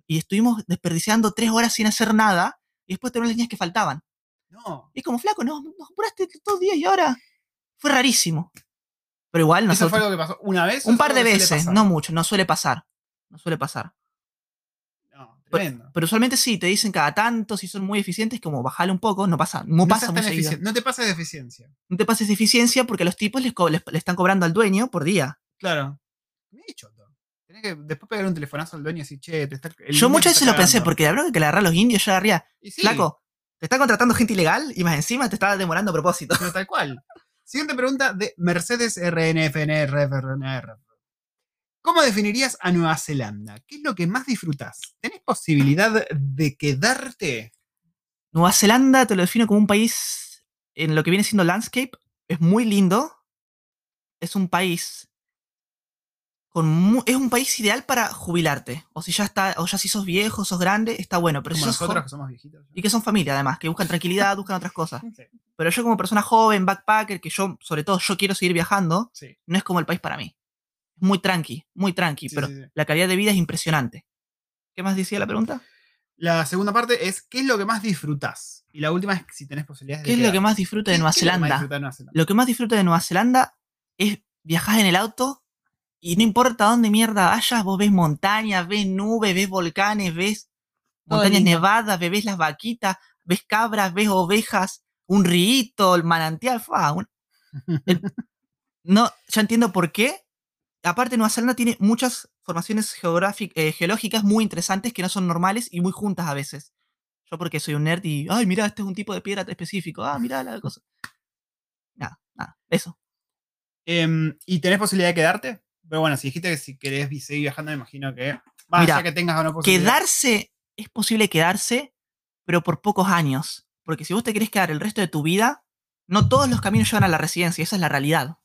Y estuvimos desperdiciando tres horas sin hacer nada, y después tenemos las líneas que faltaban.
No.
Y es como, flaco, no, nos apuraste todos días y ahora. Fue rarísimo. Pero igual,
Eso fue
nosotros.
lo que pasó. ¿Una vez? o
Un
es
par
algo
de
que suele
veces,
pasar?
no mucho, no suele pasar. No suele pasar.
No, tremendo.
Pero usualmente sí, te dicen cada tanto, si son muy eficientes, como bajale un poco, no pasa, no, pasa
seas
muy
tan
seguido.
eficien- no te pases de eficiencia.
No te pases de eficiencia porque a los tipos les co- les- le están cobrando al dueño por día.
Claro. Me he choto. Tenés que después pegar un telefonazo al dueño y decir, che, te está. el
Yo
indio te
muchas
está
veces lo pensé,
cagando".
porque la verdad que le agarrar a los indios yo agarría,
Y sí,
flaco, te está contratando gente ilegal y más encima te está demorando a propósito.
Pero tal cual. Siguiente pregunta de Mercedes RNFNR. RNR. ¿Cómo definirías a Nueva Zelanda? ¿Qué es lo que más disfrutás? ¿Tenés posibilidad de quedarte?
Nueva Zelanda te lo defino como un país en lo que viene siendo landscape. Es muy lindo. Es un país. Con mu- es un país ideal para jubilarte. O si ya está, o ya si sos viejo, sos grande, está bueno. Pero si
Como
sos
nosotros
jo-
que somos viejitos. ¿no?
y que son familia además, que buscan tranquilidad, buscan otras cosas.
Sí,
Pero yo como persona joven, backpacker, que yo, sobre todo, yo quiero seguir viajando,
sí,
no es como el país para mí. Es muy tranqui, muy tranqui,
sí,
pero
sí, sí.
la calidad de vida es impresionante. ¿Qué más decía la pregunta?
La segunda parte es ¿qué es lo que más disfrutás? Y la última es si tenés posibilidades
¿Qué
de
es lo
quedarte.
que más disfruta
¿Qué-
de Nueva
qué es lo que más
Zelanda?
disfrutás de Nueva Zelanda?
lo que más disfruto de Nueva Zelanda es viajar en el auto y no importa dónde mierda vayas, vos ves montañas, ves nubes, ves volcanes, ves
Todo
montañas
lindo.
nevadas, ve- ves las vaquitas, ves cabras, ves ovejas, un río, el manantial, fa, un- el- no, ya entiendo por qué. Aparte, Nueva Zelanda tiene muchas formaciones geográfic- eh, geológicas muy interesantes que no son normales y muy juntas a veces. Yo porque soy un nerd y, ay, mirá, este es un tipo de piedra específico. Ah, mirá la cosa. Nada, nada. Eso.
Em, ¿Y tenés posibilidad de quedarte? Pero bueno, si dijiste que si querés vi- seguir viajando, me imagino que. Más
Mirá,
allá que tengas o no posibilidad.
Quedarse, es posible quedarse, pero por pocos años. Porque si vos te querés quedar el resto de tu vida, no todos los caminos llevan a la residencia. Esa es la realidad.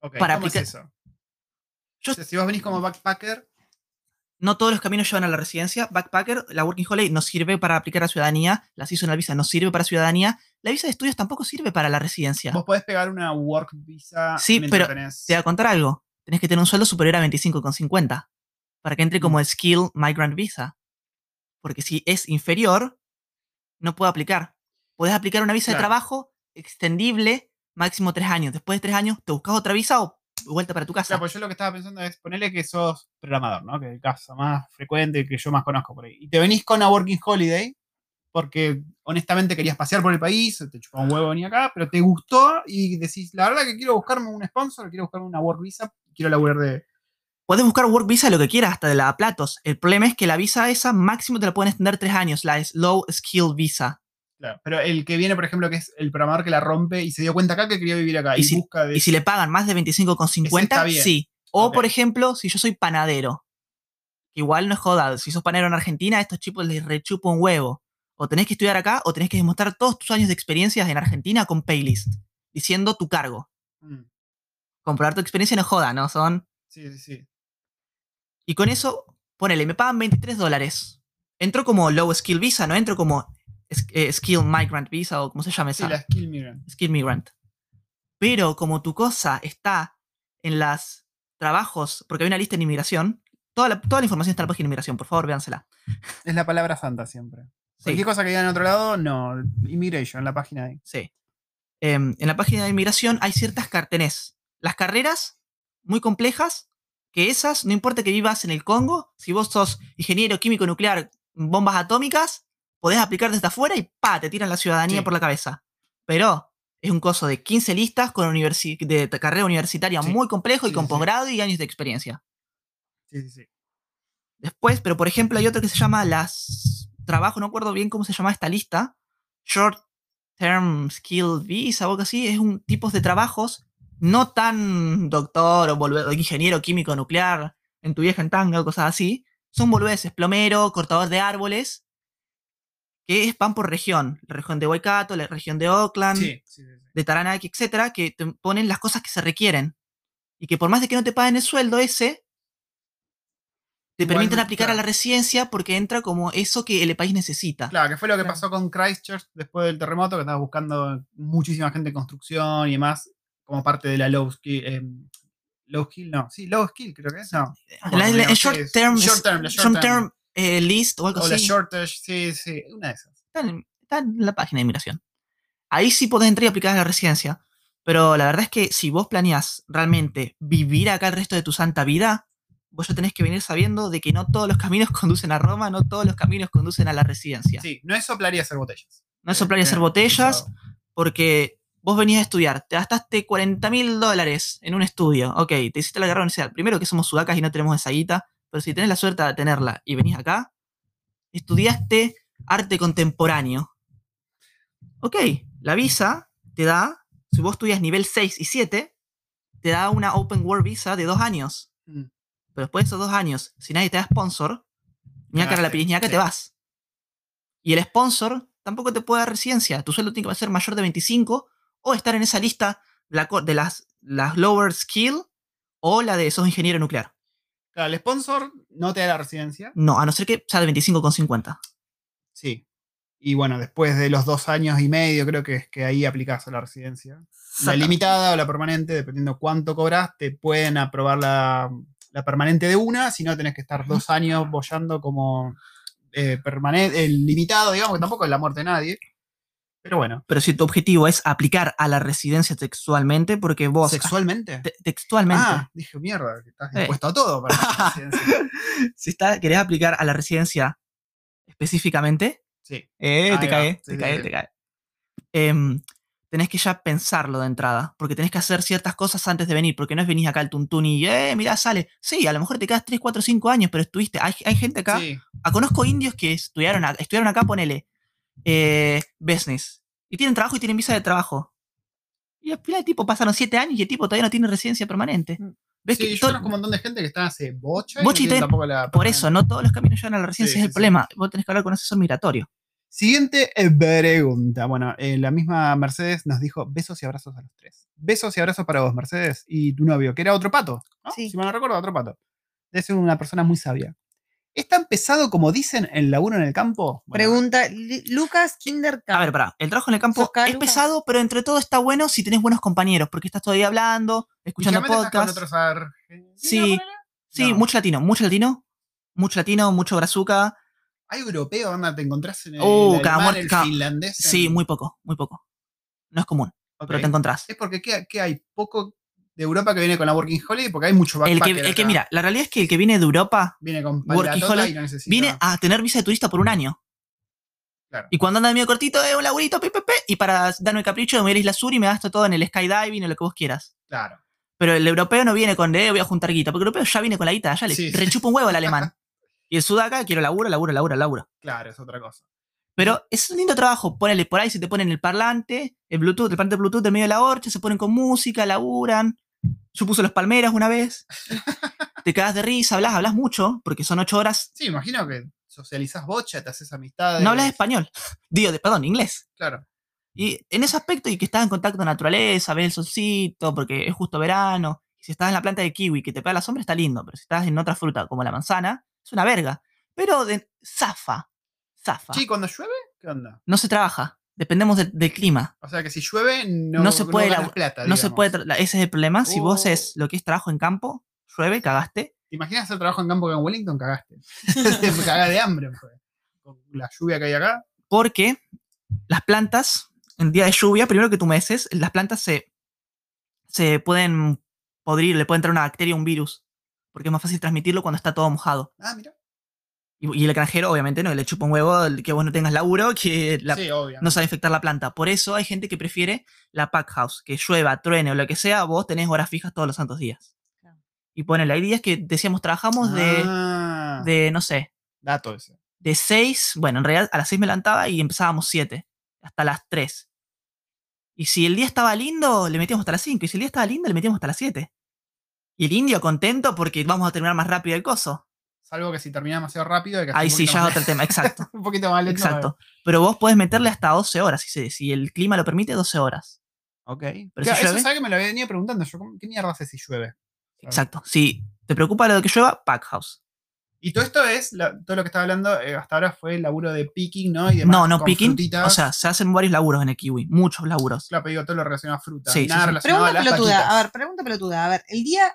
Ok,
para
¿cómo es
aplicar-
eso?
Yo-
O sea, si vos venís como backpacker,
No todos los caminos llevan a la residencia. Backpacker, la Working Holiday no sirve para aplicar a ciudadanía. La seasonal visa no sirve para ciudadanía. La visa de estudios tampoco sirve para la residencia.
vos podés pegar una work visa.
Sí,
mientras
pero
tenés-
Te voy a contar algo. Tenés que tener un sueldo superior a 25,50 para que entre como
Mm.
Skill Migrant Visa. Porque si es inferior, no puedo aplicar. Podés aplicar una visa de
Claro.
trabajo extendible máximo tres años. Después de tres años, te buscas otra visa o vuelta para tu casa.
Claro, pues yo lo que estaba pensando es ponerle que sos programador, ¿no? Que el caso más frecuente que yo más conozco por ahí. Y te venís con una working holiday porque honestamente querías pasear por el país, te chupaba un huevo venir acá, pero te gustó y decís, la verdad que quiero buscarme un sponsor, quiero buscarme una work visa, quiero laburar de...
Puedes buscar Work Visa lo que quieras, hasta de la Platos. El problema es que la visa esa máximo te la pueden extender tres años, la Slow Skill Visa.
Claro, pero el que viene, por ejemplo, que es el programador que la rompe y se dio cuenta acá que quería vivir acá
Y
y,
si-
busca de...
Y si le pagan más de
está
25,50,
bien.
sí. O,
Ok.
por ejemplo, si yo soy panadero. que Igual no es joda. Si sos panadero en Argentina, a estos chicos les rechupa un huevo. O tenés que estudiar acá o tenés que demostrar todos tus años de experiencias en Argentina con Paylist. Diciendo tu cargo.
Mm,
Comprobar tu experiencia no es joda, ¿no? Son...
sí, sí, sí.
Y con eso, ponele, me pagan 23 dólares. Entro como Low Skill Visa, no entro como es- eh, Skill Migrant Visa o como se llama
Sí,
esa.
la skill migrant.
Skill Migrant. Pero como tu cosa está en las trabajos, porque hay una lista en inmigración, toda la, toda la información está en la página de inmigración, por favor, véansela.
Es la palabra santa siempre.
Sí,
Cualquier cosa que digan en otro lado, no. Immigration, la página ahí.
sí. Em, en la página de inmigración hay ciertas cartenes. Las carreras, muy complejas, que esas, no importa que vivas en el Congo, si vos sos ingeniero químico nuclear, bombas atómicas, podés aplicar desde afuera y pa, te tiran la ciudadanía
Sí.
por la cabeza. Pero es un coso de 15 listas con universi- de t- carrera universitaria
Sí.
muy complejo y
Sí,
con
sí, sí.
posgrado y años de experiencia.
Sí, sí, sí.
Después, pero por ejemplo, hay otro que se llama las. Trabajo, no acuerdo bien cómo se llama esta lista. Short Term Skill Visa o algo así. Es un tipo de trabajos no tan doctor o volve- o ingeniero químico nuclear en tu vieja en tanga o cosas así. Son boludeces, plomero, cortador de árboles, que es pan por región. La región de Waikato, la región de Oakland
Sí, sí, sí, sí.
de Taranaki, etcétera, que te ponen las cosas que se requieren. Y que por más de que no te paguen el sueldo ese, te
Igual,
permiten aplicar a
claro.
la residencia porque entra como eso que el país necesita.
Claro, que fue lo que
Claro.
pasó con Christchurch después del terremoto, que estaba buscando muchísima gente en construcción y demás, como parte de la low skill. em, low skill, no. Sí, low skill, creo que es. No.
La- la-
Bueno,
el
digamos,
short
sí, es-
term,
Short term, la short term.
eh, list o algo
O la
así.
shortage, sí, sí, una de esas.
Está en, está en la página de inmigración. Ahí sí podés entrar y aplicar a la residencia. Pero la verdad es que si vos planeás realmente vivir acá el resto de tu santa vida, vos ya tenés que venir sabiendo de que no todos los caminos conducen a Roma, no todos los caminos conducen a la residencia.
Sí, no es soplar y hacer botellas.
No es soplar y
Eh,
hacer
eh,
botellas,
eso-
porque vos venís a estudiar, te gastaste 40 mil dólares en un estudio, ok, te hiciste la carrera universidad. Primero que somos sudacas y no tenemos esa guita, pero si tenés la suerte de tenerla y venís acá, estudiaste arte contemporáneo. Ok, la visa te da, si vos estudias nivel 6 y 7, te da una Open World Visa de dos años.
Mm.
Pero después de esos dos años, si nadie te da sponsor, ni acá la
Cagaste,
piris, ni acá
sí.
te vas. Y el sponsor tampoco te puede dar residencia. Tu sueldo tiene que ser mayor de 25 o estar en esa lista de, la co- de las, las lower skill o la de sos ingeniero nuclear.
Claro, el sponsor no te da la residencia.
No, a no ser que sea de 25,50.
Sí. Y bueno, después de los dos años y medio, creo que es que ahí aplicás a la residencia. La limitada o la permanente, dependiendo cuánto cobras, te pueden aprobar la, la permanente de una, si no tenés que estar dos años bollando como permanente, el limitado, digamos, que tampoco es la muerte de nadie. Pero bueno,
Pero si tu objetivo es aplicar a la residencia sexualmente, porque vos... ah,
¿sexualmente?
te- textualmente.
Ah, dije, mierda, que estás
Eh.
dispuesto a todo para la residencia.
Si está, querés aplicar a la residencia específicamente,
Sí,
Eh,
Ahí
te
va,
cae,
sí,
te
sí,
cae,
sí.
te cae. Em, tenés que ya pensarlo de entrada, porque tenés que hacer ciertas cosas antes de venir, porque no es venís acá al tuntún y, eh, mirá, sale. Sí, a lo mejor te quedas 3, 4, 5 años, pero estuviste. Hay, hay gente acá.
Sí.
ah, conozco indios que estudiaron, a- estudiaron acá, ponele, eh, business. Y tienen trabajo y tienen visa de trabajo. Y al final el tipo pasaron 7 años y el tipo todavía no tiene residencia permanente.
Mm.
¿Ves
Sí,
que
yo
to-
conozco un montón de gente que está hace bocha.
Bocha y
tiene
ten-
tampoco la
Por eso, no todos los caminos llevan a la residencia,
Sí,
es
sí, sí.
el problema. Vos tenés que hablar con un asesor migratorio.
Siguiente eh, pregunta. Bueno, eh, la misma Mercedes nos dijo besos y abrazos a los tres. Besos y abrazos para vos, Mercedes, y tu novio, que era otro pato, ¿no?
Sí.
Si mal no recuerdo, otro pato. Debe ser una persona muy sabia. ¿Es tan pesado como dicen el laburo en el campo? Bueno,
Pregunta Li- Lucas Kinderkamp.
A ver, pará, el trabajo en el campo
Sos cada
es
lugar.
pesado, pero entre todo está bueno si tenés buenos compañeros, porque estás todavía hablando, escuchando
ligeramente estás
podcasts.
con otros argentinos,
Sí.
ponele.
Sí,
No.
mucho latino, mucho latino, mucho latino, mucho brazuca.
Hay europeo, anda, te encontrás en el,
Oh,
alemán,
cada muerte-
el
cada-
finlandés.
Sí,
en-
muy poco, muy poco. No es común,
Ok.
pero te encontrás.
Es porque ¿qué, qué hay poco de Europa que viene con la Working Holiday porque hay mucho
El que,
backpacker
el que,
acá.
mira, la realidad es que el que viene de Europa
viene con
Working
patatota
Holiday,
y no necesita.
viene a tener visa de turista por un año.
Claro.
Y cuando anda de medio cortito, es un laburito, pe, pe, pe, y para darme el capricho me voy a la Isla Sur y me gasto todo en el skydiving o lo que vos quieras.
Claro.
Pero el europeo no viene con, eh, voy a juntar guita, porque el europeo ya viene con la guita, ya le
Sí.
rechupa un huevo al alemán. Y el sudaca, quiero laburo, laburo, laburo, laburo.
Claro, es otra cosa.
Pero es un lindo trabajo, ponele por ahí, se te ponen el parlante, el Bluetooth, el parlante Bluetooth del medio de la horcha, se ponen con música, laburan. Yo puse los palmeras una vez. te cagas de risa, hablas, hablas mucho, porque son ocho horas.
Sí, imagino que socializás bocha, te haces amistades.
No hablas español. Digo, de, perdón, inglés.
Claro.
Y en ese aspecto, y que estás en contacto con la naturaleza, ves el solcito, porque es justo verano. Y si estás en la planta de kiwi que te pega la sombra, está lindo. Pero si estás en otra fruta, como la manzana, es una verga. Pero de, zafa, zafa.
Sí, cuando llueve, ¿qué onda?
No se trabaja. Dependemos del- del clima.
O sea que si llueve, no,
No se puede
ganas
labu-
plata.
No se
digamos.
puede. tra- la- Ese es el problema. Si vos
Oh.
haces lo que es trabajo en campo, llueve, cagaste.
¿Te imaginas hacer trabajo en campo acá en Wellington? Cagaste. te cagás de hambre, mujer. Con la lluvia que hay acá.
Porque las plantas, en día de lluvia, primero que tú meses, las plantas se, se pueden podrir, le puede entrar una bacteria, un virus. Porque es más fácil transmitirlo cuando está todo mojado.
Ah, mira.
Y, y el granjero, obviamente, no, le chupa un huevo el que vos no tengas laburo, que la-
sí, obvio.
no sabe infectar la planta. Por eso hay gente que prefiere la pack house, que llueva, truene o lo que sea, vos tenés horas fijas todos los santos días.
Claro.
Y ponele, hay días que decíamos, trabajamos de,
Ah,
de, no sé,
Dato ese.
de 6, bueno, en realidad a las 6 me levantaba y empezábamos 7, hasta las 3. Y si el día estaba lindo, le metíamos hasta las 5, y si el día estaba lindo, le metíamos hasta las 7. Y el indio contento porque vamos a terminar más rápido el coso.
Salvo que si terminás demasiado rápido, hay que hacer
Ahí
un
sí
poquito
ya
más-
es otro tema, exacto.
un poquito más lento.
Exacto. Pero vos podés meterle hasta 12 horas, si, se- si el clima lo permite, 12 horas.
Ok.
Pero
Claro,
si
eso
llueve-
es algo que me lo había venido preguntando. Yo, ¿cómo- ¿Qué mierda hace si llueve? Claro.
Exacto. Si te preocupa lo de que llueva, pack house.
Y todo esto es, la- todo lo que estaba hablando eh, hasta ahora fue el laburo de picking, ¿no? Y demás,
No, no
con
picking.
frutitas.
O sea, se hacen varios laburos en el kiwi, muchos laburos.
Claro, pero digo, todo lo relacionado a fruta.
Sí, sí,
nada
sí.
relacionado
Pregunta
a las
pelotuda,
paquitas.
a ver, pregunta pelotuda. A ver, el día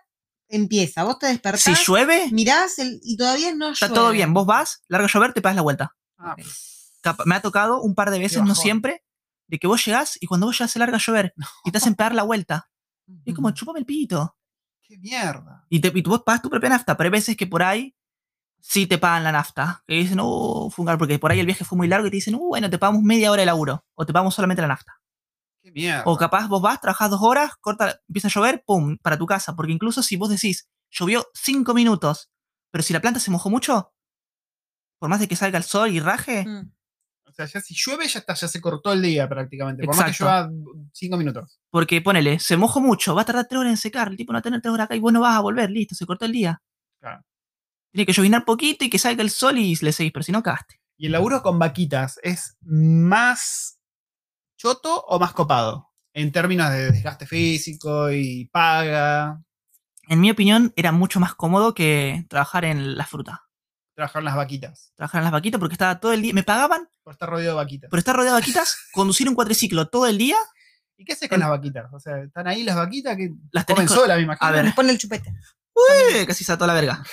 empieza, vos te despertás,
Si llueve,
mirás el- y todavía no
está
llueve.
todo bien. Vos vas, larga a llover, te pegas la vuelta.
Ah,
Ok.
Capa- Me ha tocado un par de veces, no
bajón.
siempre, de que vos llegás y cuando vos llegás se larga a llover y te hacen pegar la vuelta. Y es como, chúpame el pito.
¡Qué mierda!
Y, te, y vos pagas tu propia nafta, pero hay veces que por ahí sí te pagan la nafta. Que dicen, uh, fungar, porque por ahí el viaje fue muy largo y te dicen, uh, bueno, te pagamos media hora de laburo. O te pagamos solamente la nafta.
¡Qué mierda!
O capaz vos vas, trabajás dos horas, corta, empieza a llover, pum, para tu casa. Porque incluso si vos decís, llovió cinco minutos, pero si la planta se mojó mucho, por más de que salga el sol y raje,
Mm.
O sea, ya si llueve, ya está, ya se cortó el día prácticamente. Por
Exacto.
más que llueva cinco minutos.
porque ponele, se mojó mucho, va a tardar tres horas en secar, el tipo no va a tener tres horas acá y vos no vas a volver, listo, se cortó el día.
Claro.
Tiene que llovinar poquito y que salga el sol y le seguís, pero si no, cagaste.
¿Y el laburo con vaquitas es más choto o más copado? En términos de desgaste físico y paga,
en mi opinión, era mucho más cómodo que trabajar en la fruta.
trabajar en las vaquitas.
Trabajar en las vaquitas porque estaba todo el día. Me pagaban
Por estar rodeado de vaquitas.
por estar rodeado de vaquitas, conducir un cuatriciclo todo el día.
¿Y qué haces con las vaquitas? O sea, están ahí las vaquitas que
Las
comen
tenés con-
solas, me imagino.
A ver,
Les pone el chupete.
¡uy! casi se toda la verga.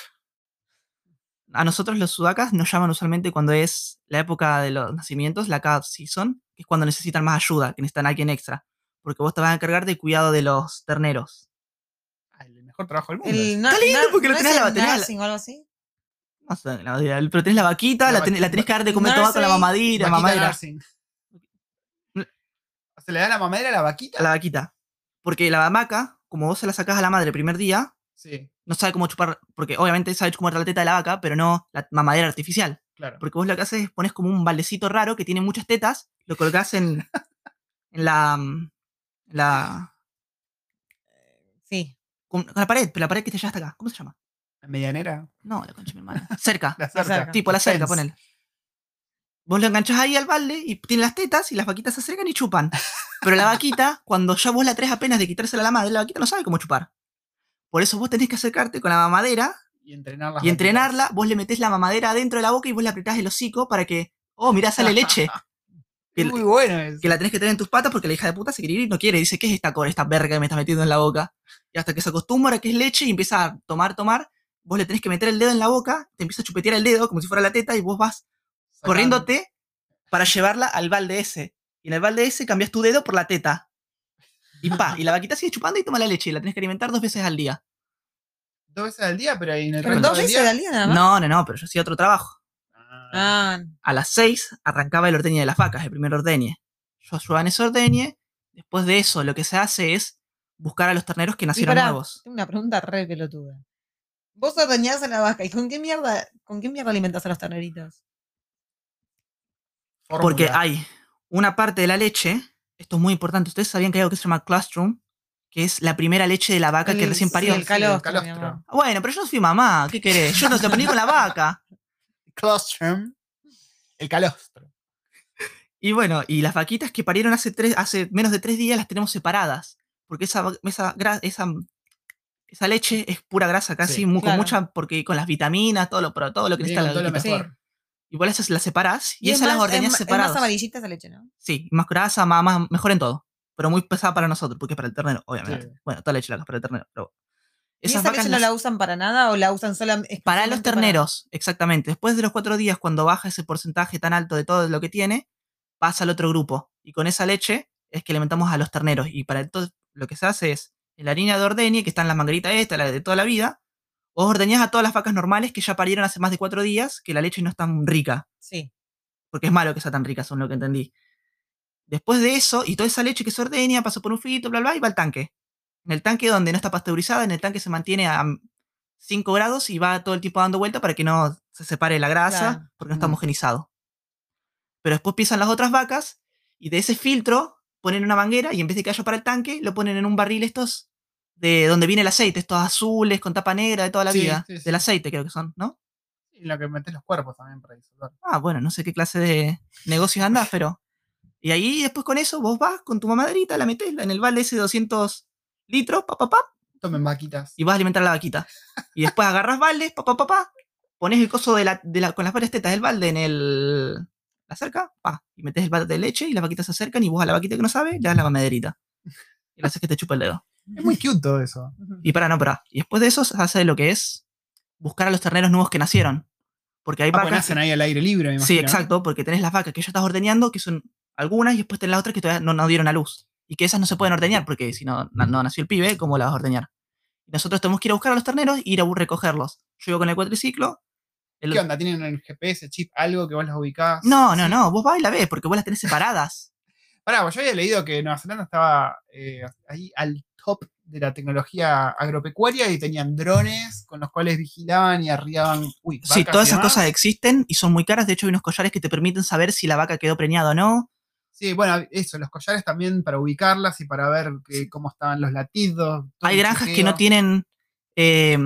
A nosotros los sudacas nos llaman usualmente cuando es la época de los nacimientos, la calf season, que es cuando necesitan más ayuda, que necesitan a alguien extra. Porque vos te vas a encargar del cuidado de los terneros.
Ah, el mejor trabajo del mundo.
El, no,
Está lindo
no-
porque lo
no es
tenés a la
el
tenés a la-
nursing o algo así.
No sé, la- la- pero tenés la vaquita,
La
la, ten- la tenés que dar de comer
va-
todo con la
nursery,
mamadera,
Vaquita
mamadera.
nursing.
N-
O ¿Se le da la mamadera a la vaquita?
a la vaquita. Porque la hamaca, como vos se la sacás a la madre el primer día,
Sí,
no sabe cómo chupar, porque obviamente sabe chupar la teta de la vaca, pero no la mamadera artificial.
claro.
Porque vos lo que haces es pones como un baldecito raro que tiene muchas tetas, lo colocas en, en la. mm, la.
Sí.
con- con la pared, pero la pared que ya hasta acá. ¿Cómo se llama?
¿La medianera?
No, la concha de mi hermana. Cerca.
La cerca.
cerca.
tipo la cerca,
Fence.
ponele. Vos lo enganchás ahí al balde y tiene las tetas y las vaquitas se acercan y chupan. Pero la vaquita, cuando ya vos la traes apenas de quitársela a la madre, la vaquita no sabe cómo chupar. Por eso vos tenés que acercarte con la mamadera
Y entrenar las
y entrenarla, vos le metés la mamadera adentro de la boca y vos le apretás el hocico para que, oh, mirá, sale leche.
vaquitas.
Que,
Es muy bueno eso.
que la tenés que tener en tus patas porque la hija de puta se quiere ir y no quiere. Dice, ¿qué es esta, cor- esta verga que me estás metiendo en la boca? Y hasta que se acostumbra que es leche y empieza a tomar, tomar, vos le tenés que meter el dedo en la boca, te empieza a chupetear el dedo como si fuera la teta y vos vas
Sacando.
corriéndote para llevarla al balde ese. Y en el balde ese cambias tu dedo por la teta. Y pa, y la vaquita sigue chupando y toma la leche y la tenés que alimentar dos veces al día.
Dos veces al día, pero en el
Pero
resto
dos
del
veces
día-
al día nada más.
No, no, no, pero yo hacía otro trabajo.
Ah,
Ah,
a las 6 arrancaba el ordeñe de las vacas, el primer ordeñe. Yo ayudaba en ese ordeñe. Después de eso, lo que se hace es buscar a los terneros que nacieron
pará.
nuevos.
tengo una pregunta re pelotuda. Vos ordeñás a la vaca y con qué mierda, con qué mierda alimentás a los terneritos?
fórmula.
Porque hay una parte de la leche, esto es muy importante, ustedes sabían que hay algo que se llama classroom, que es la primera leche de la vaca que
El-
recién
sí,
parió.
el calostro,
calostro.
mi amor.
Bueno, pero yo no fui mamá, ¿qué querés? Yo no te aprendí con la vaca.
Colostrum. El calostro.
Y bueno, y las vaquitas que parieron hace, tres, hace menos de tres días las tenemos separadas. Porque esa, va- esa, gra- esa, esa leche es pura grasa casi,
Sí,
mu-
claro.
con mucha, porque con las vitaminas, todo lo, pero todo lo que
Viene
necesita
con
la
todo lo
vaquita.
Sí.
mejor.
Igual esas las separás y,
es
esas las
más- es
ordeñás
ma- Es
separadas.
más amarillita esa leche, ¿no?
sí, más grasa, más, más- mejor en todo. Pero muy pesada para nosotros, porque es para el ternero, obviamente.
Sí.
Bueno, toda la leche la es para el ternero. Pero bueno.
¿Y
Esas
esa leche
vacas
no
las-
la usan para nada o la usan sola
para los
exclusivamente
terneros, exactamente. Después de los cuatro días, cuando baja ese porcentaje tan alto de todo lo que tiene, pasa al otro grupo. Y con esa leche es que alimentamos a los terneros. Y para entonces lo que se hace es, en la harina de ordeñe, que está en la manguerita esta, la de toda la vida, vos ordeñás a todas las vacas normales que ya parieron hace más de cuatro días, que la leche no es tan rica
Sí.
porque es malo que sea tan rica, según lo que entendí. Después de eso, y toda esa leche que se ordeña, pasa por un filtro, bla, bla, y va al tanque. En el tanque donde no está pasteurizada, en el tanque se mantiene a 5 grados y va todo el tiempo dando vuelta para que no se separe la grasa,
Claro.
porque no está
Mm.
homogenizado. Pero después pisan las otras vacas y de ese filtro ponen una manguera y en vez de que haya para el tanque, lo ponen en un barril estos de donde viene el aceite, estos azules con tapa negra de toda la
Sí,
vida,
sí, sí.
del aceite creo que son, ¿no?
Y lo que metes los cuerpos también para disolver.
ah, bueno, no sé qué clase de negocios andás, pero. Y ahí después con eso vos vas con tu mamaderita, la metés en el balde ese de 200 litros, pa, pa, pa,
Tomen vaquitas.
y vas a alimentar a la vaquita. Y después agarras baldes, pa, pa, pa, pa, pones el coso de la, de la- con las varias tetas del balde en el. La cerca, pa, y metes el balde de leche y las vaquitas se acercan y vos a la vaquita que no sabe le das la mamaderita. Y le haces que te chupa el dedo.
Es muy cute todo eso.
Y para, no, para. Y después de eso se hace lo que es buscar a los terneros nuevos que nacieron. Porque hay
Ah, pues
vacas.
nacen ahí al aire libre, me imagino.
Sí,
¿no?
exacto, porque tenés las vacas que ya estás ordeñando, que son algunas, y después tenés las otras que todavía no, no dieron a luz. Y que esas no se pueden ordeñar, porque si no, na- no nació el pibe, ¿cómo las vas a ordeñar? Nosotros tenemos que ir a buscar a los terneros e ir a bu- recogerlos. Yo iba con el cuatriciclo. el-
¿Qué onda? ¿Tienen el GPS, chip, algo que vos las ubicás?
No, no,
Sí.
no, vos vas y la ves, porque vos las tenés separadas.
Pará, pues yo había leído que Nueva Zelanda estaba eh, ahí al top de la tecnología agropecuaria y tenían drones con los cuales vigilaban y arriaban. Uy,
sí,
vacas
todas
y
esas
demás.
cosas existen y son muy caras. De hecho, hay unos collares que te permiten saber si la vaca quedó preñada o no.
Sí, bueno, eso, los collares también para ubicarlas y para ver que- cómo estaban los latidos. todo
Hay
el
granjas que
chequeo.
no tienen. eh,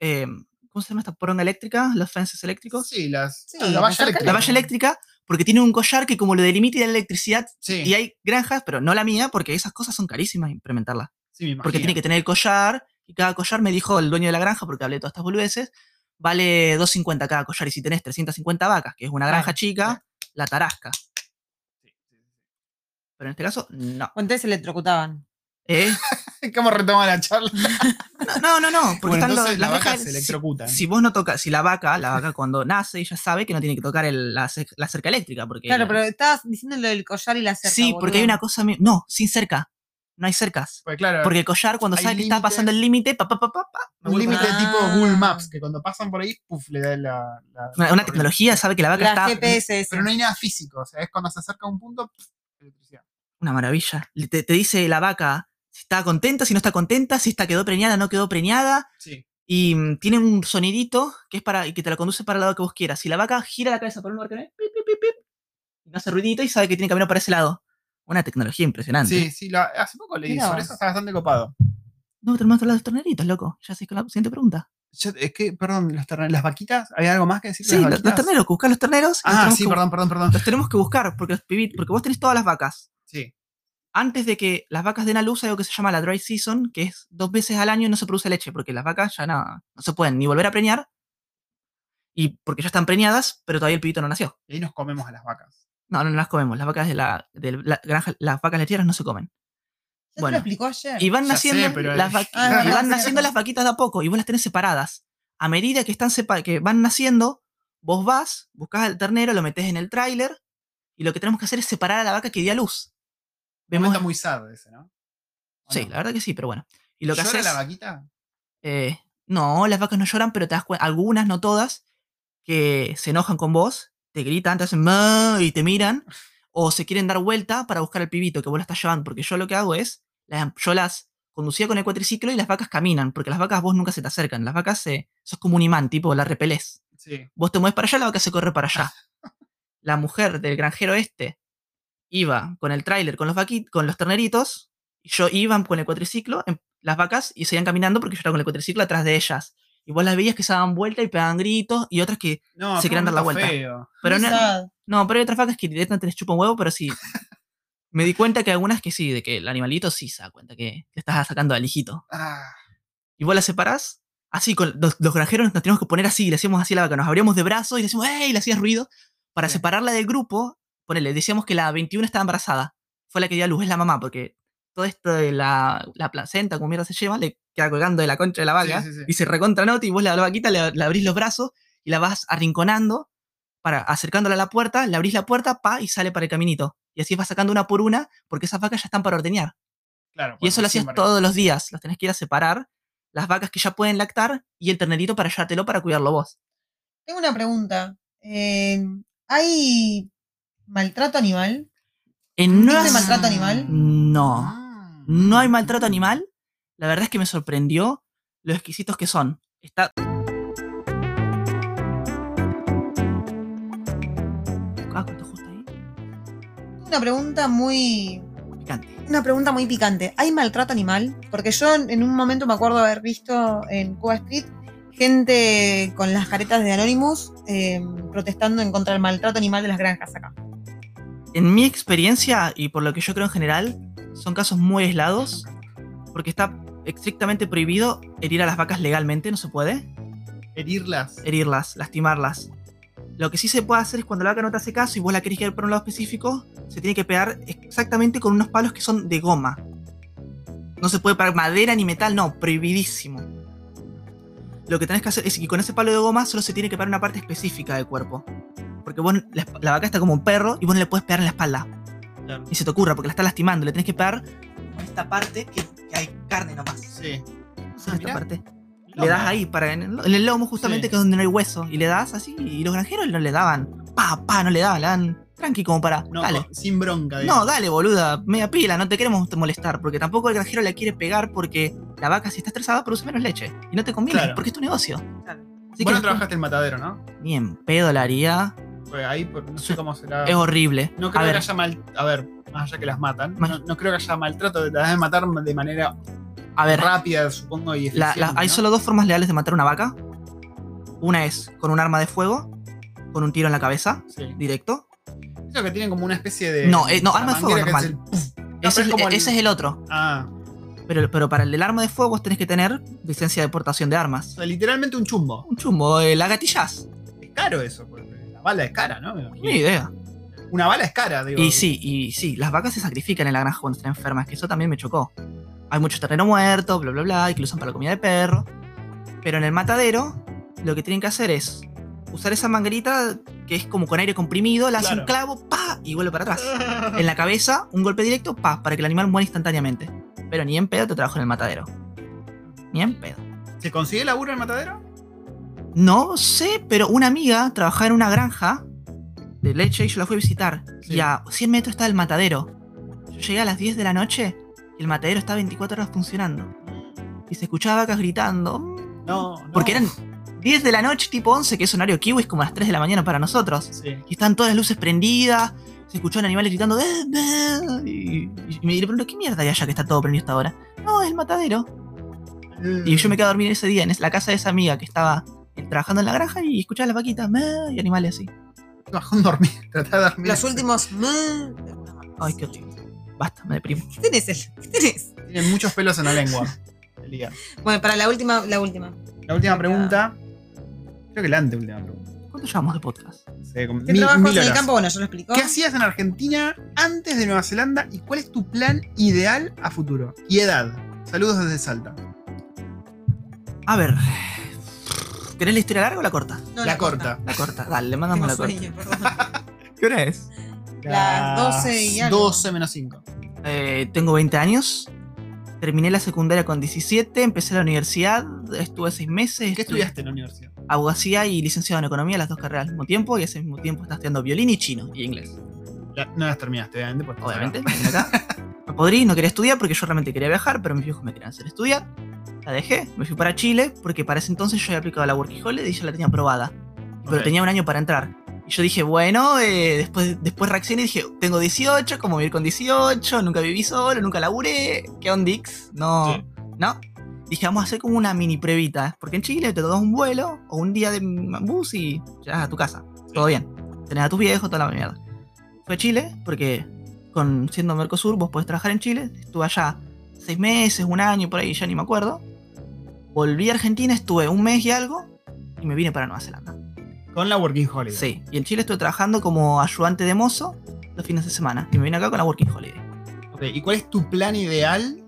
eh, ¿Cómo se llama esta poronga eléctrica? ¿Los fences eléctricos?
Sí, las,
Sí,
ah, la
me
valla
acercan-
eléctrica.
La valla eléctrica, porque tiene un collar que, como lo delimita la electricidad,
Sí,
Y hay granjas, pero no la mía, porque esas cosas son carísimas implementarlas.
sí, me imagino.
Porque tiene que tener el collar, y cada collar me dijo el dueño de la granja, porque hablé de todas estas boludeces, vale 2.50 cada collar, y si tenés 350 vacas, que es una granja
Claro,
chica, la tarasca.
Sí, sí,
Pero en este caso, no.
O entonces se electrocutaban.
Eh,
sí. ¿Cómo retoma la charla?
No, no, no, porque
bueno,
están los-
entonces
las
las vacas
vacas...
se ¿eh?
si-
electrocutan.
Si vos no tocas, si la vaca, la vaca cuando nace, ella sabe que no tiene que tocar el- la, cer- la cerca eléctrica, porque...
Claro, pero estabas diciendo lo del collar y la cerca.
sí, porque hay
boludo.
una cosa... mi- No, sin cerca. No hay cercas.
Pues claro,
Porque el collar, cuando
Hay
sabe que está pasando el límite, pa, pa, pa, pa, pa, me
un
vuelvo
límite
Ah.
tipo Google Maps, que cuando pasan por ahí, puf, le da la... la-
Una, una tecnología sabe que la vaca
Las
está.
GPS.
Pero no hay nada físico, o sea, es cuando se acerca a un punto, pf, electricidad.
Una maravilla. Le- Te, te dice la vaca si está contenta, si no está contenta, si está quedó preñada, no quedó preñada.
Sí.
Y mm, tiene un sonidito que es para y que te lo conduce para el lado que vos quieras. Si la vaca gira la cabeza por un lugar que no es, pip, pip, pip, pip, y no hace ruidito y sabe que tiene que caminar para ese lado. Una tecnología impresionante.
Sí, sí, la- hace poco leí
Mirá
sobre
vos.
eso, está bastante copado.
No, tenemos que hablar de los terneritos, loco. Ya sé con la siguiente pregunta.
Yo- es que, perdón, los terne- las vaquitas, ¿había algo más que decir? de
Sí,
las
lo- los,
vaquitas?
terneros, que buscar los terneros. y los
Ah,
tenemos
sí,
que bu-
perdón, perdón, perdón.
Los tenemos que buscar, porque, los pibi- porque vos tenés todas las vacas.
Sí.
Antes de que las vacas den a luz, hay algo que se llama la dry season, que es dos veces al año no se produce leche, porque las vacas ya no, no se pueden ni volver a preñar, y porque ya están preñadas, pero todavía el pibito no nació.
Y ahí nos comemos a las vacas.
No, no, no las comemos. Las vacas de la, de la granja, las vacas lecheras no se comen.
te
Bueno,
lo explicó ayer.
Y van
Ya
naciendo,
sé, pero-
las, vaqui-
Ah,
y
ya
van
sé.
naciendo las vaquitas de a poco y vos las tenés separadas. A medida que, están sepa- que van naciendo, vos vas, buscás al ternero, lo metés en el tráiler y lo que tenemos que hacer es separar a la vaca que dio a luz. Vemos,
Momento muy sad ese, ¿no? ¿O
sí,
no?
la verdad que sí, pero bueno. Y lo que
¿Llora
haces,
la vaquita?
eh, no, las vacas no lloran, pero te das cuenta, algunas, no todas, que se enojan con vos, te gritan, te hacen "Ma", y te miran, o se quieren dar vuelta para buscar al pibito que vos la estás llevando, porque yo lo que hago es, las- yo las conducía con el cuatriciclo y las vacas caminan, porque las vacas vos nunca se te acercan, las vacas se, sos como un imán, tipo, la repelés.
Sí.
Vos te mueves para allá, la vaca se corre para allá. La mujer del granjero este iba con el tráiler, con los vaqui- con los terneritos, y yo iba con el cuatriciclo, em- las vacas, y seguían caminando porque yo estaba con el cuatriciclo atrás de ellas. Y vos las veías que se daban vuelta y pegaban gritos, y otras que...
No,
Se
qué
quieren dar la
momento
vuelta.
feo.
Pero no,
Sad.
no, pero hay otras vacas que directamente les chupa un huevo, pero sí... Me di cuenta que algunas que sí, de que el animalito sí se da cuenta que le estás sacando al hijito.
Ah,
Y vos las separás, así, con los, los granjeros nos teníamos que poner así, le hacíamos así a la vaca, nos abríamos de brazos y le decíamos, ¡ey! Y le hacías ruido. Para
Sí.
separarla del grupo, ponele, decíamos que la 21 estaba embarazada. Fue la que dio a luz, es la mamá, porque todo esto de la, la placenta, como mierda se lleva, le queda colgando de la concha de la vaca
sí, sí.
y se recontra nota y vos la, la vaquita le, le abrís los brazos y la vas arrinconando, para, acercándola a la puerta, le abrís la puerta, pa, y sale para el caminito. Y así vas sacando una por una, porque esas vacas ya están para ordeñar.
claro.
Y eso lo hacías
todo
todos los días. Los tenés que ir a separar. Las vacas que ya pueden lactar y el ternerito para llevártelo para cuidarlo vos.
Tengo una pregunta. Eh, ¿Hay maltrato animal?
En
¿Existe
Nueva
maltrato
Z-
animal?
No.
Ah.
No hay maltrato animal. La verdad es que me sorprendió lo exquisitos que son. Está. Ah, cortó justo ahí. Mm.
Una pregunta muy.
Picante.
Una pregunta muy picante. ¿Hay maltrato animal? Porque yo en un momento me acuerdo haber visto en Cuba Street gente con las caretas de Anonymous eh, protestando en contra del maltrato animal de las granjas acá.
En mi experiencia y por lo que yo creo en general, son casos muy aislados. Porque está estrictamente prohibido herir a las vacas legalmente, no se puede.
Herirlas.
Eh, herirlas, lastimarlas. Lo que sí se puede hacer es cuando la vaca no te hace caso y vos la querés guiar por un lado específico, se tiene que pegar exactamente con unos palos que son de goma. No se puede pegar madera ni metal, no, prohibidísimo. Lo que tenés que hacer es que con ese palo de goma solo se tiene que pegar una parte específica del cuerpo. Porque vos, la, esp- la vaca está como un perro y vos no le puedes pegar en la espalda.
Claro.
Ni se te ocurra porque la estás lastimando, le tenés que pegar con esta parte que, que hay carne nomás.
Sí.
Solo Ah, esta
Mirá,
parte.
lomo.
Le das ahí, para en el, en el lomo justamente,
Sí.
que es donde no hay hueso. Y le das así, y los granjeros no le daban. Pa, pa, no le daban, le dan tranqui como para.
No,
dale.
con- sin bronca.
No,
digamos.
dale, boluda, media pila, no te queremos molestar, porque tampoco el granjero le quiere pegar porque la vaca si está estresada produce menos leche. Y no te conviene,
Claro.
porque es tu negocio. Así
Vos no
que
trabajaste en matadero, ¿no?
ni en pedo la haría.
Pues ahí pues, no sé cómo será.
Es horrible.
No
A
creo
ver,
que haya mal. A ver, más allá que las matan.
Más-
No, no creo que haya maltrato. Las deben matar de manera
a ver.
rápida, supongo, y
La-
eficiente.
la- hay
¿no?
solo dos formas leales de matar una vaca. Una es con un arma de fuego, con un tiro en la cabeza,
Sí.
directo.
Eso que tienen como una especie de.
No, eh, no, arma de fuego
manguera que es
normal.
el- pero
ese,
es
es, e,
como el-
ese es el otro.
Ah,
Pero, pero para el del arma de fuego vos tenés que tener licencia de portación de
o
armas.
sea, literalmente un chumbo.
Un chumbo, eh, la gatillas.
Es caro eso, porque la bala es cara, ¿no? Me imagino.
Ni idea.
Una bala es cara, digo.
Y sí, y sí, las vacas se sacrifican en la granja cuando están enfermas, que eso también me chocó. Hay mucho terreno muerto, bla, bla, bla, y que lo usan para la comida de perro. Pero en el matadero, lo que tienen que hacer es usar esa manguerita que es como con aire comprimido, le hace un clavo, pa, y vuelve para atrás. En la cabeza, un golpe directo, pa, para que el animal muera instantáneamente. Pero ni en pedo te trabajo en el matadero. Ni en pedo.
¿Se consigue laburo en el matadero?
No sé, pero una amiga trabajaba en una granja de leche y yo la fui a visitar.
Sí.
Y a 100 metros está el matadero. Yo llegué a las 10 de la noche y el matadero estaba 24 horas funcionando. Y se escuchaba vacas gritando.
No, no.
Porque eran 10 de la noche, tipo 11, que es horario kiwi, es como las 3 de la mañana para nosotros.
Sí.
Y estaban todas las luces prendidas. Se escuchaban animales gritando. "Eh, eh", Y, y me le pregunto, ¿qué mierda hay allá que está todo prendido hasta ahora? No, es el matadero. Y
Mm.
yo me quedé a dormir ese día en es- la casa de esa amiga que estaba eh, trabajando en la granja y escuchaba las vaquitas "Meh", y animales así.
Bajón dormir, tratá de dormir.
Los últimos. mm,
Ay, qué horrible. Basta, me deprimo.
¿Qué tenés? el- ¿Qué tenés?
Tienen muchos pelos en la lengua. Elías.
Bueno, para la última, la última.
La última pregunta. Creo que la anteúltima pregunta.
¿Cuánto llevamos de podcast?
Sí, como
¿Qué
mil-
trabajos
mil
en el
horas.
campo? Bueno, yo lo explico.
¿Qué hacías en Argentina antes de Nueva Zelanda y cuál es tu plan ideal a futuro? Y edad. Saludos desde Salta.
A ver. ¿Querés la historia larga o la corta?
No,
la corta.
La corta, dale, le
Tengo
mandamos la corta.
sueño, perdón.
¿Qué hora es?
Las 12 y algo.
12 menos 5.
Eh, tengo 20 años. Terminé la secundaria con 17, empecé la universidad, estuve 6 meses.
¿Qué estudiaste en la universidad?
Abogacía y licenciado en economía, las dos carreras al mismo tiempo, y ese mismo tiempo estás estudiando violín y chino y inglés.
La- no las terminaste, obviamente. pues, porque-
Obviamente, vine acá. No podría y no quería estudiar porque yo realmente quería viajar, pero mis viejos me querían hacer estudiar. La dejé, me fui para Chile porque para ese entonces yo había aplicado la Working Holiday y ya la tenía aprobada. Pero
Ok.
tenía un año para entrar. Y yo dije, bueno, eh, después, después reaccioné y dije, tengo 18, ¿cómo vivir con 18? Nunca viví solo, nunca laburé. ¿Qué ondix? No,
Sí.
¿no? Dije, vamos a hacer como una mini previta. Porque en Chile te tomas un vuelo o un día de bus y llegas a tu casa. Todo bien. Tenés a tus viejos, toda la mierda. Fui a Chile porque con, siendo Mercosur vos podés trabajar en Chile. Estuve allá seis meses, un año, por ahí, ya ni me acuerdo. Volví a Argentina, estuve un mes y algo y me vine para Nueva Zelanda.
Con la Working Holiday.
Sí, y en Chile estuve trabajando como ayudante de mozo los fines de semana. Y me vine acá con la Working Holiday.
Ok, ¿Y cuál es tu plan ideal?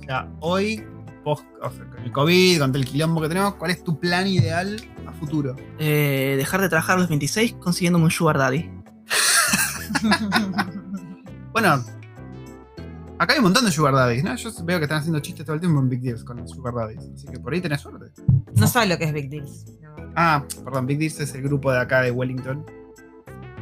O sea, hoy, post, o sea, con el COVID, con todo el quilombo que tenemos, ¿cuál es tu plan ideal a futuro?
Eh, dejar de trabajar a los 26 consiguiéndome un Sugar Daddy.
Bueno, acá hay un montón de Sugar Daddies, ¿no? Yo veo que están haciendo chistes todo el tiempo en Big Deals con los Sugar Daddies. Así que por ahí tenés suerte.
no sabe lo que es Big Deals.
Ah, perdón, Big Deals es el grupo de acá de Wellington.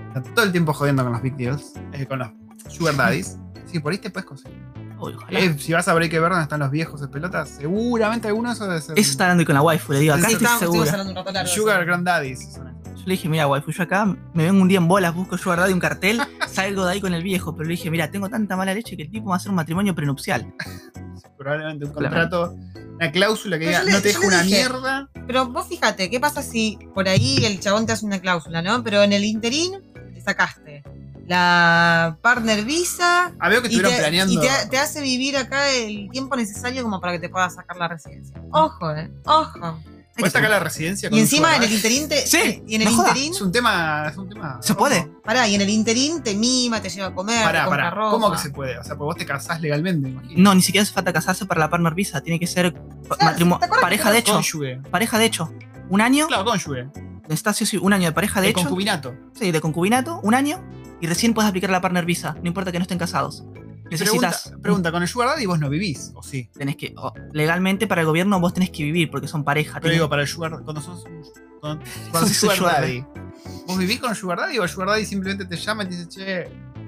Están todo el tiempo jodiendo con los Big Deals, eh, con los Sugar Daddies. Así que por ahí te puedes conseguir.
Uy, ojalá.
Eh, si vas a Break Ver donde están los viejos de pelotas, seguramente alguno de esos debe ser.
Eso está hablando con la waifu, le digo, acá
Sí,
estoy
estábamos- estuvimos
segura.
hablando un rato largo.
Sugar
sí.
Granddaddies. son esos.
Yo le dije, mira, waifu, yo acá me vengo un día en bolas, busco Sugar Daddy, un cartel, salgo de ahí con el viejo. Pero le dije, mira, tengo tanta mala leche que el tipo va a hacer un matrimonio prenupcial.
Probablemente un contrato, una cláusula que
Pero
diga,
yo le-
no te
yo
dejo
le
una
dije.
mierda.
Pero vos fíjate, ¿qué pasa si por ahí el chabón te hace una cláusula, no? Pero en el interín te sacaste la partner visa
Ah, veo que
y,
estuvieron
te,
planeando.
y te- te hace vivir acá el tiempo necesario como para que te puedas sacar la residencia. Ojo, eh, ojo.
¿Puedes sacar la residencia con ¿eh?
Y
un
encima
Sugar
en el
Daddy?
interín te.
Sí,
y en el
no jodas.
interín.
Es un tema. Es un tema
¿Se puede?
Pará, y en el interín te mima, te lleva a comer,
Pará,
te compra
pará.
ropa.
¿Cómo que se puede? O sea, porque vos te casás legalmente, me imagino.
No, ni siquiera hace falta casarse para la partner visa, tiene que ser pa-
Ah,
matrimo-
¿te acuerdas
pareja de hecho.
Cónyuge.
Pareja de hecho. Un año,
Claro, Eh, cónyuge.
necesitas sí o sí un año de pareja Ah, de
De
hecho.
concubinato.
Sí, de concubinato, un año, y recién puedes aplicar la partner visa, no importa que no estén casados.
Pregunta,
Necesitas.
pregunta, con el Sugar Daddy vos no vivís, ¿o sí?
Tenés que. o- legalmente para el gobierno vos tenés que vivir porque son pareja.
Pero
tenés-
digo, para el Sugar cuando sos, un- cuando, cuando
Sos
sos Sugar
sugar
Daddy. ¿Vos vivís con el Sugar Daddy o el Sugar Daddy simplemente te llama y te dice, che,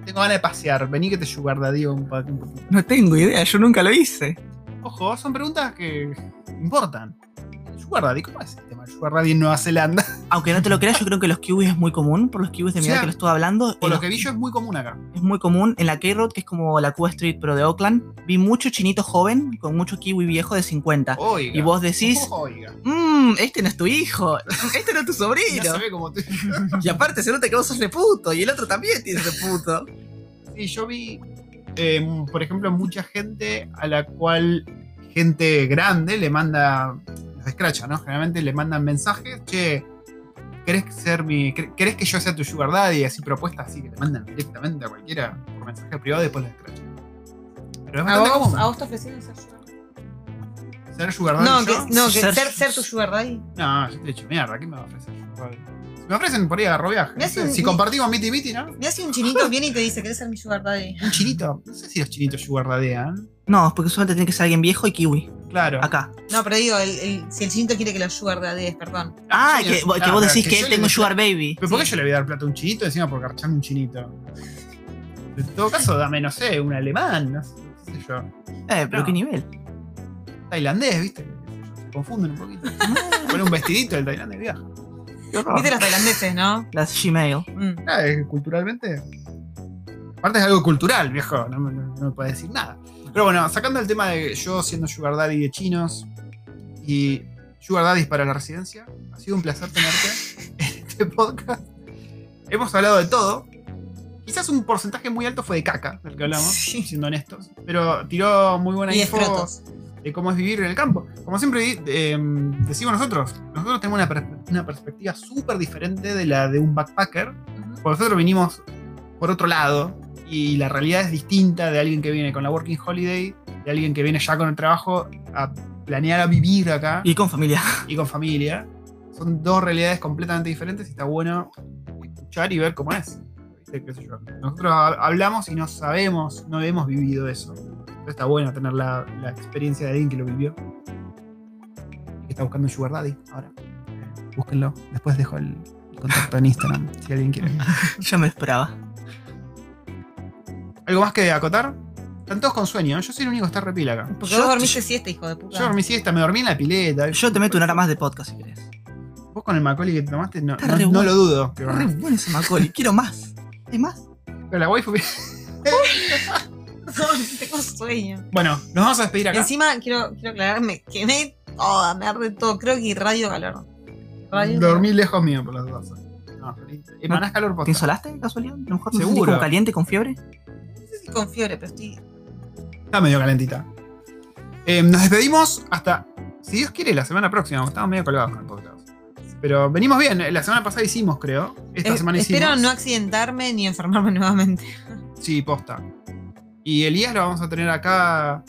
tengo ganas de pasear, vení que te Sugar Daddy un, pa- un poquito?
No tengo idea, yo nunca lo hice.
Ojo, son preguntas que importan. El Sugar Daddy, ¿cómo es el tema del Sugar Daddy en Nueva Zelanda?
Aunque no te lo creas, yo creo que los kiwis es muy común, por los kiwis de mi
Sí.
edad que lo estuve
Por
hablando. en
lo
los-
que vi yo es muy común acá.
Es muy común en la K-Road, que es como la Q Street, pero de Oakland. Vi mucho chinito joven con mucho kiwi viejo de 50.
Oiga.
Y vos decís,
Oiga.
mmm, este no es tu hijo, este no es tu
No
sobrino.
se ve como tú.
Y aparte se nota que vos sos de puto, y el otro también tiene de puto.
Sí, yo vi, eh, por ejemplo, mucha gente a la cual gente grande le manda, los escracha, ¿no? Generalmente le mandan mensajes, che, ¿querés ser mi, cre- querés que yo sea tu sugar daddy? Así propuestas así que le mandan directamente a cualquiera por mensaje privado y después los escrachan. Pero es
¿A
bastante
vos,
común.
¿A vos te ofrecieron ser sugar daddy?
¿Ser sugar daddy?
No, que,
yo?
no, que
Ser-
ser, ser tu sugar daddy.
No, yo te he dicho, mierda, ¿qué me va a ofrecer sugar daddy? Si me ofrecen por ahí agarro viaje.
Me
no
hace
sé,
un-
Si compartimos miti miti, ¿no?
Me hace un chinito viene y te dice, ¿querés ser mi sugar daddy?
Un chinito. No sé si los chinitos sugar daddean.
No, porque solamente tiene que ser alguien viejo y kiwi.
Claro.
Acá.
No, pero digo, el, el- si el chinito quiere que lo sugar daddy, perdón.
Ah, que,
yo-
vo- que
ah, pero
vos decís
que
que,
yo
él
le
tengo
decía-
Sugar Baby.
¿Pero por qué yo le voy a dar plata a un chinito encima por garcharme un chinito? En todo caso, dame, no sé, un alemán, no sé, qué sé yo.
Eh, pero
No.
qué nivel.
Tailandés, ¿viste? Se confunden un poquito. Pone un vestidito del tailandés, viaja.
Qué
Ah.
horror.
Viste los tailandeses, ¿no?
Las Gmail.
Mm.
Nada, Ah, es que culturalmente. Aparte es algo cultural, viejo. No, me- no- no me puede decir nada. Pero bueno, sacando el tema de yo siendo Sugar Daddy de chinos y Sugar Daddies para la residencia, ha sido un placer tenerte en este podcast. Hemos hablado de todo. Quizás un porcentaje muy alto fue de caca, del que hablamos,
Sí.
siendo honestos. Pero tiró muy buena
Y
info
escrotos.
de cómo es vivir en el campo. Como siempre eh, decimos nosotros, nosotros tenemos una, per- una perspectiva súper diferente de la de un backpacker. Porque nosotros vinimos por otro lado y la realidad es distinta de alguien que viene con la Working Holiday, de alguien que viene ya con el trabajo a planear a vivir acá y,
Y con familia.
con familia. Son dos realidades completamente diferentes y está bueno escuchar y ver cómo es. ¿Viste? Qué sé yo. Nosotros ha- hablamos y no sabemos, no hemos vivido eso. Entonces está bueno tener la, la experiencia de alguien que lo vivió. Que está buscando un Sugar Daddy ahora. Búsquenlo. Después dejo el el contacto en Instagram si alguien quiere.
Yo me lo esperaba.
¿Algo más que acotar? Están todos con sueño, ¿no? yo soy el único que está repila acá.
Porque
Yo-
vos dormiste siesta, hijo de puta.
Yo dormí siesta, me dormí en la pileta.
Yo te meto una hora más de podcast si querés.
Vos con el Macaulay que tomaste, no,
Está
no-
re
no
bueno.
lo dudo. que va.
Re bueno ese Macaulay. Quiero más. ¿Hay más?
Pero la waifu.
Tengo sueño.
Bueno, nos vamos a despedir acá.
Encima quiero, quiero aclararme, quemé toda, me arde todo. Creo que radio calor. Radio
Mm, Dormí lejos mío por las dos. No, pero- emanás calor
¿Te
posta.
insolaste en casualidad? A lo mejor te
Seguro.
sentís como caliente, con fiebre.
No sé si con fiebre, pero estoy.
Está medio calentita. Eh, nos despedimos hasta, si Dios quiere, la semana próxima. porque Estamos medio colgados con el podcast. Pero venimos bien. eh, La semana pasada hicimos, creo. Esta
Es-
semana hicimos.
eh, espero no accidentarme ni enfermarme nuevamente.
Sí, posta. Y Elías lo vamos a tener acá.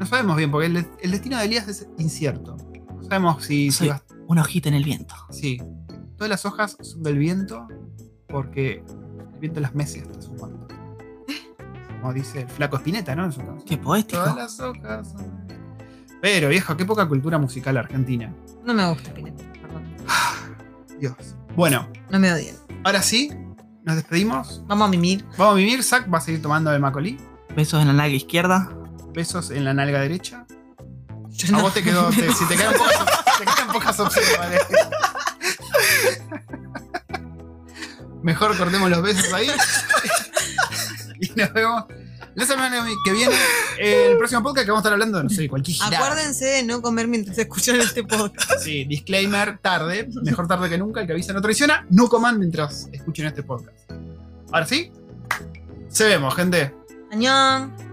No sabemos bien, porque el, de- el destino de Elías es incierto. No sabemos si, si
Sí.
va-
Una hojita en el viento.
sí. Todas las hojas son del viento, porque el viento las mece hasta su muerte. Como dice el flaco Spinetta, ¿no? En su canción.
Qué poético.
Todas las hojas son del viento. Pero, viejo, qué poca cultura musical argentina.
No me gusta, Spinetta, perdón.
Dios. Bueno,
No me odien.
ahora sí, nos despedimos.
Vamos a mimir.
Vamos a vivir. Zack va a seguir tomando el macolí.
Besos en la nalga izquierda.
Besos en la nalga derecha.
Yo
A
no.
vos te quedó. te- si te quedan pocas, op- te quedan pocas opciones, ¿vale? Mejor cortemos los besos ahí. y nos vemos la semana que viene. eh, el próximo podcast que vamos a estar hablando, no sé, de cualquier girada.
Acuérdense de no comer mientras escuchan este podcast.
Sí, disclaimer, tarde. Mejor tarde que nunca. El que avisa no traiciona. No coman mientras escuchen este podcast. Ahora sí. Se vemos, gente.
Añón.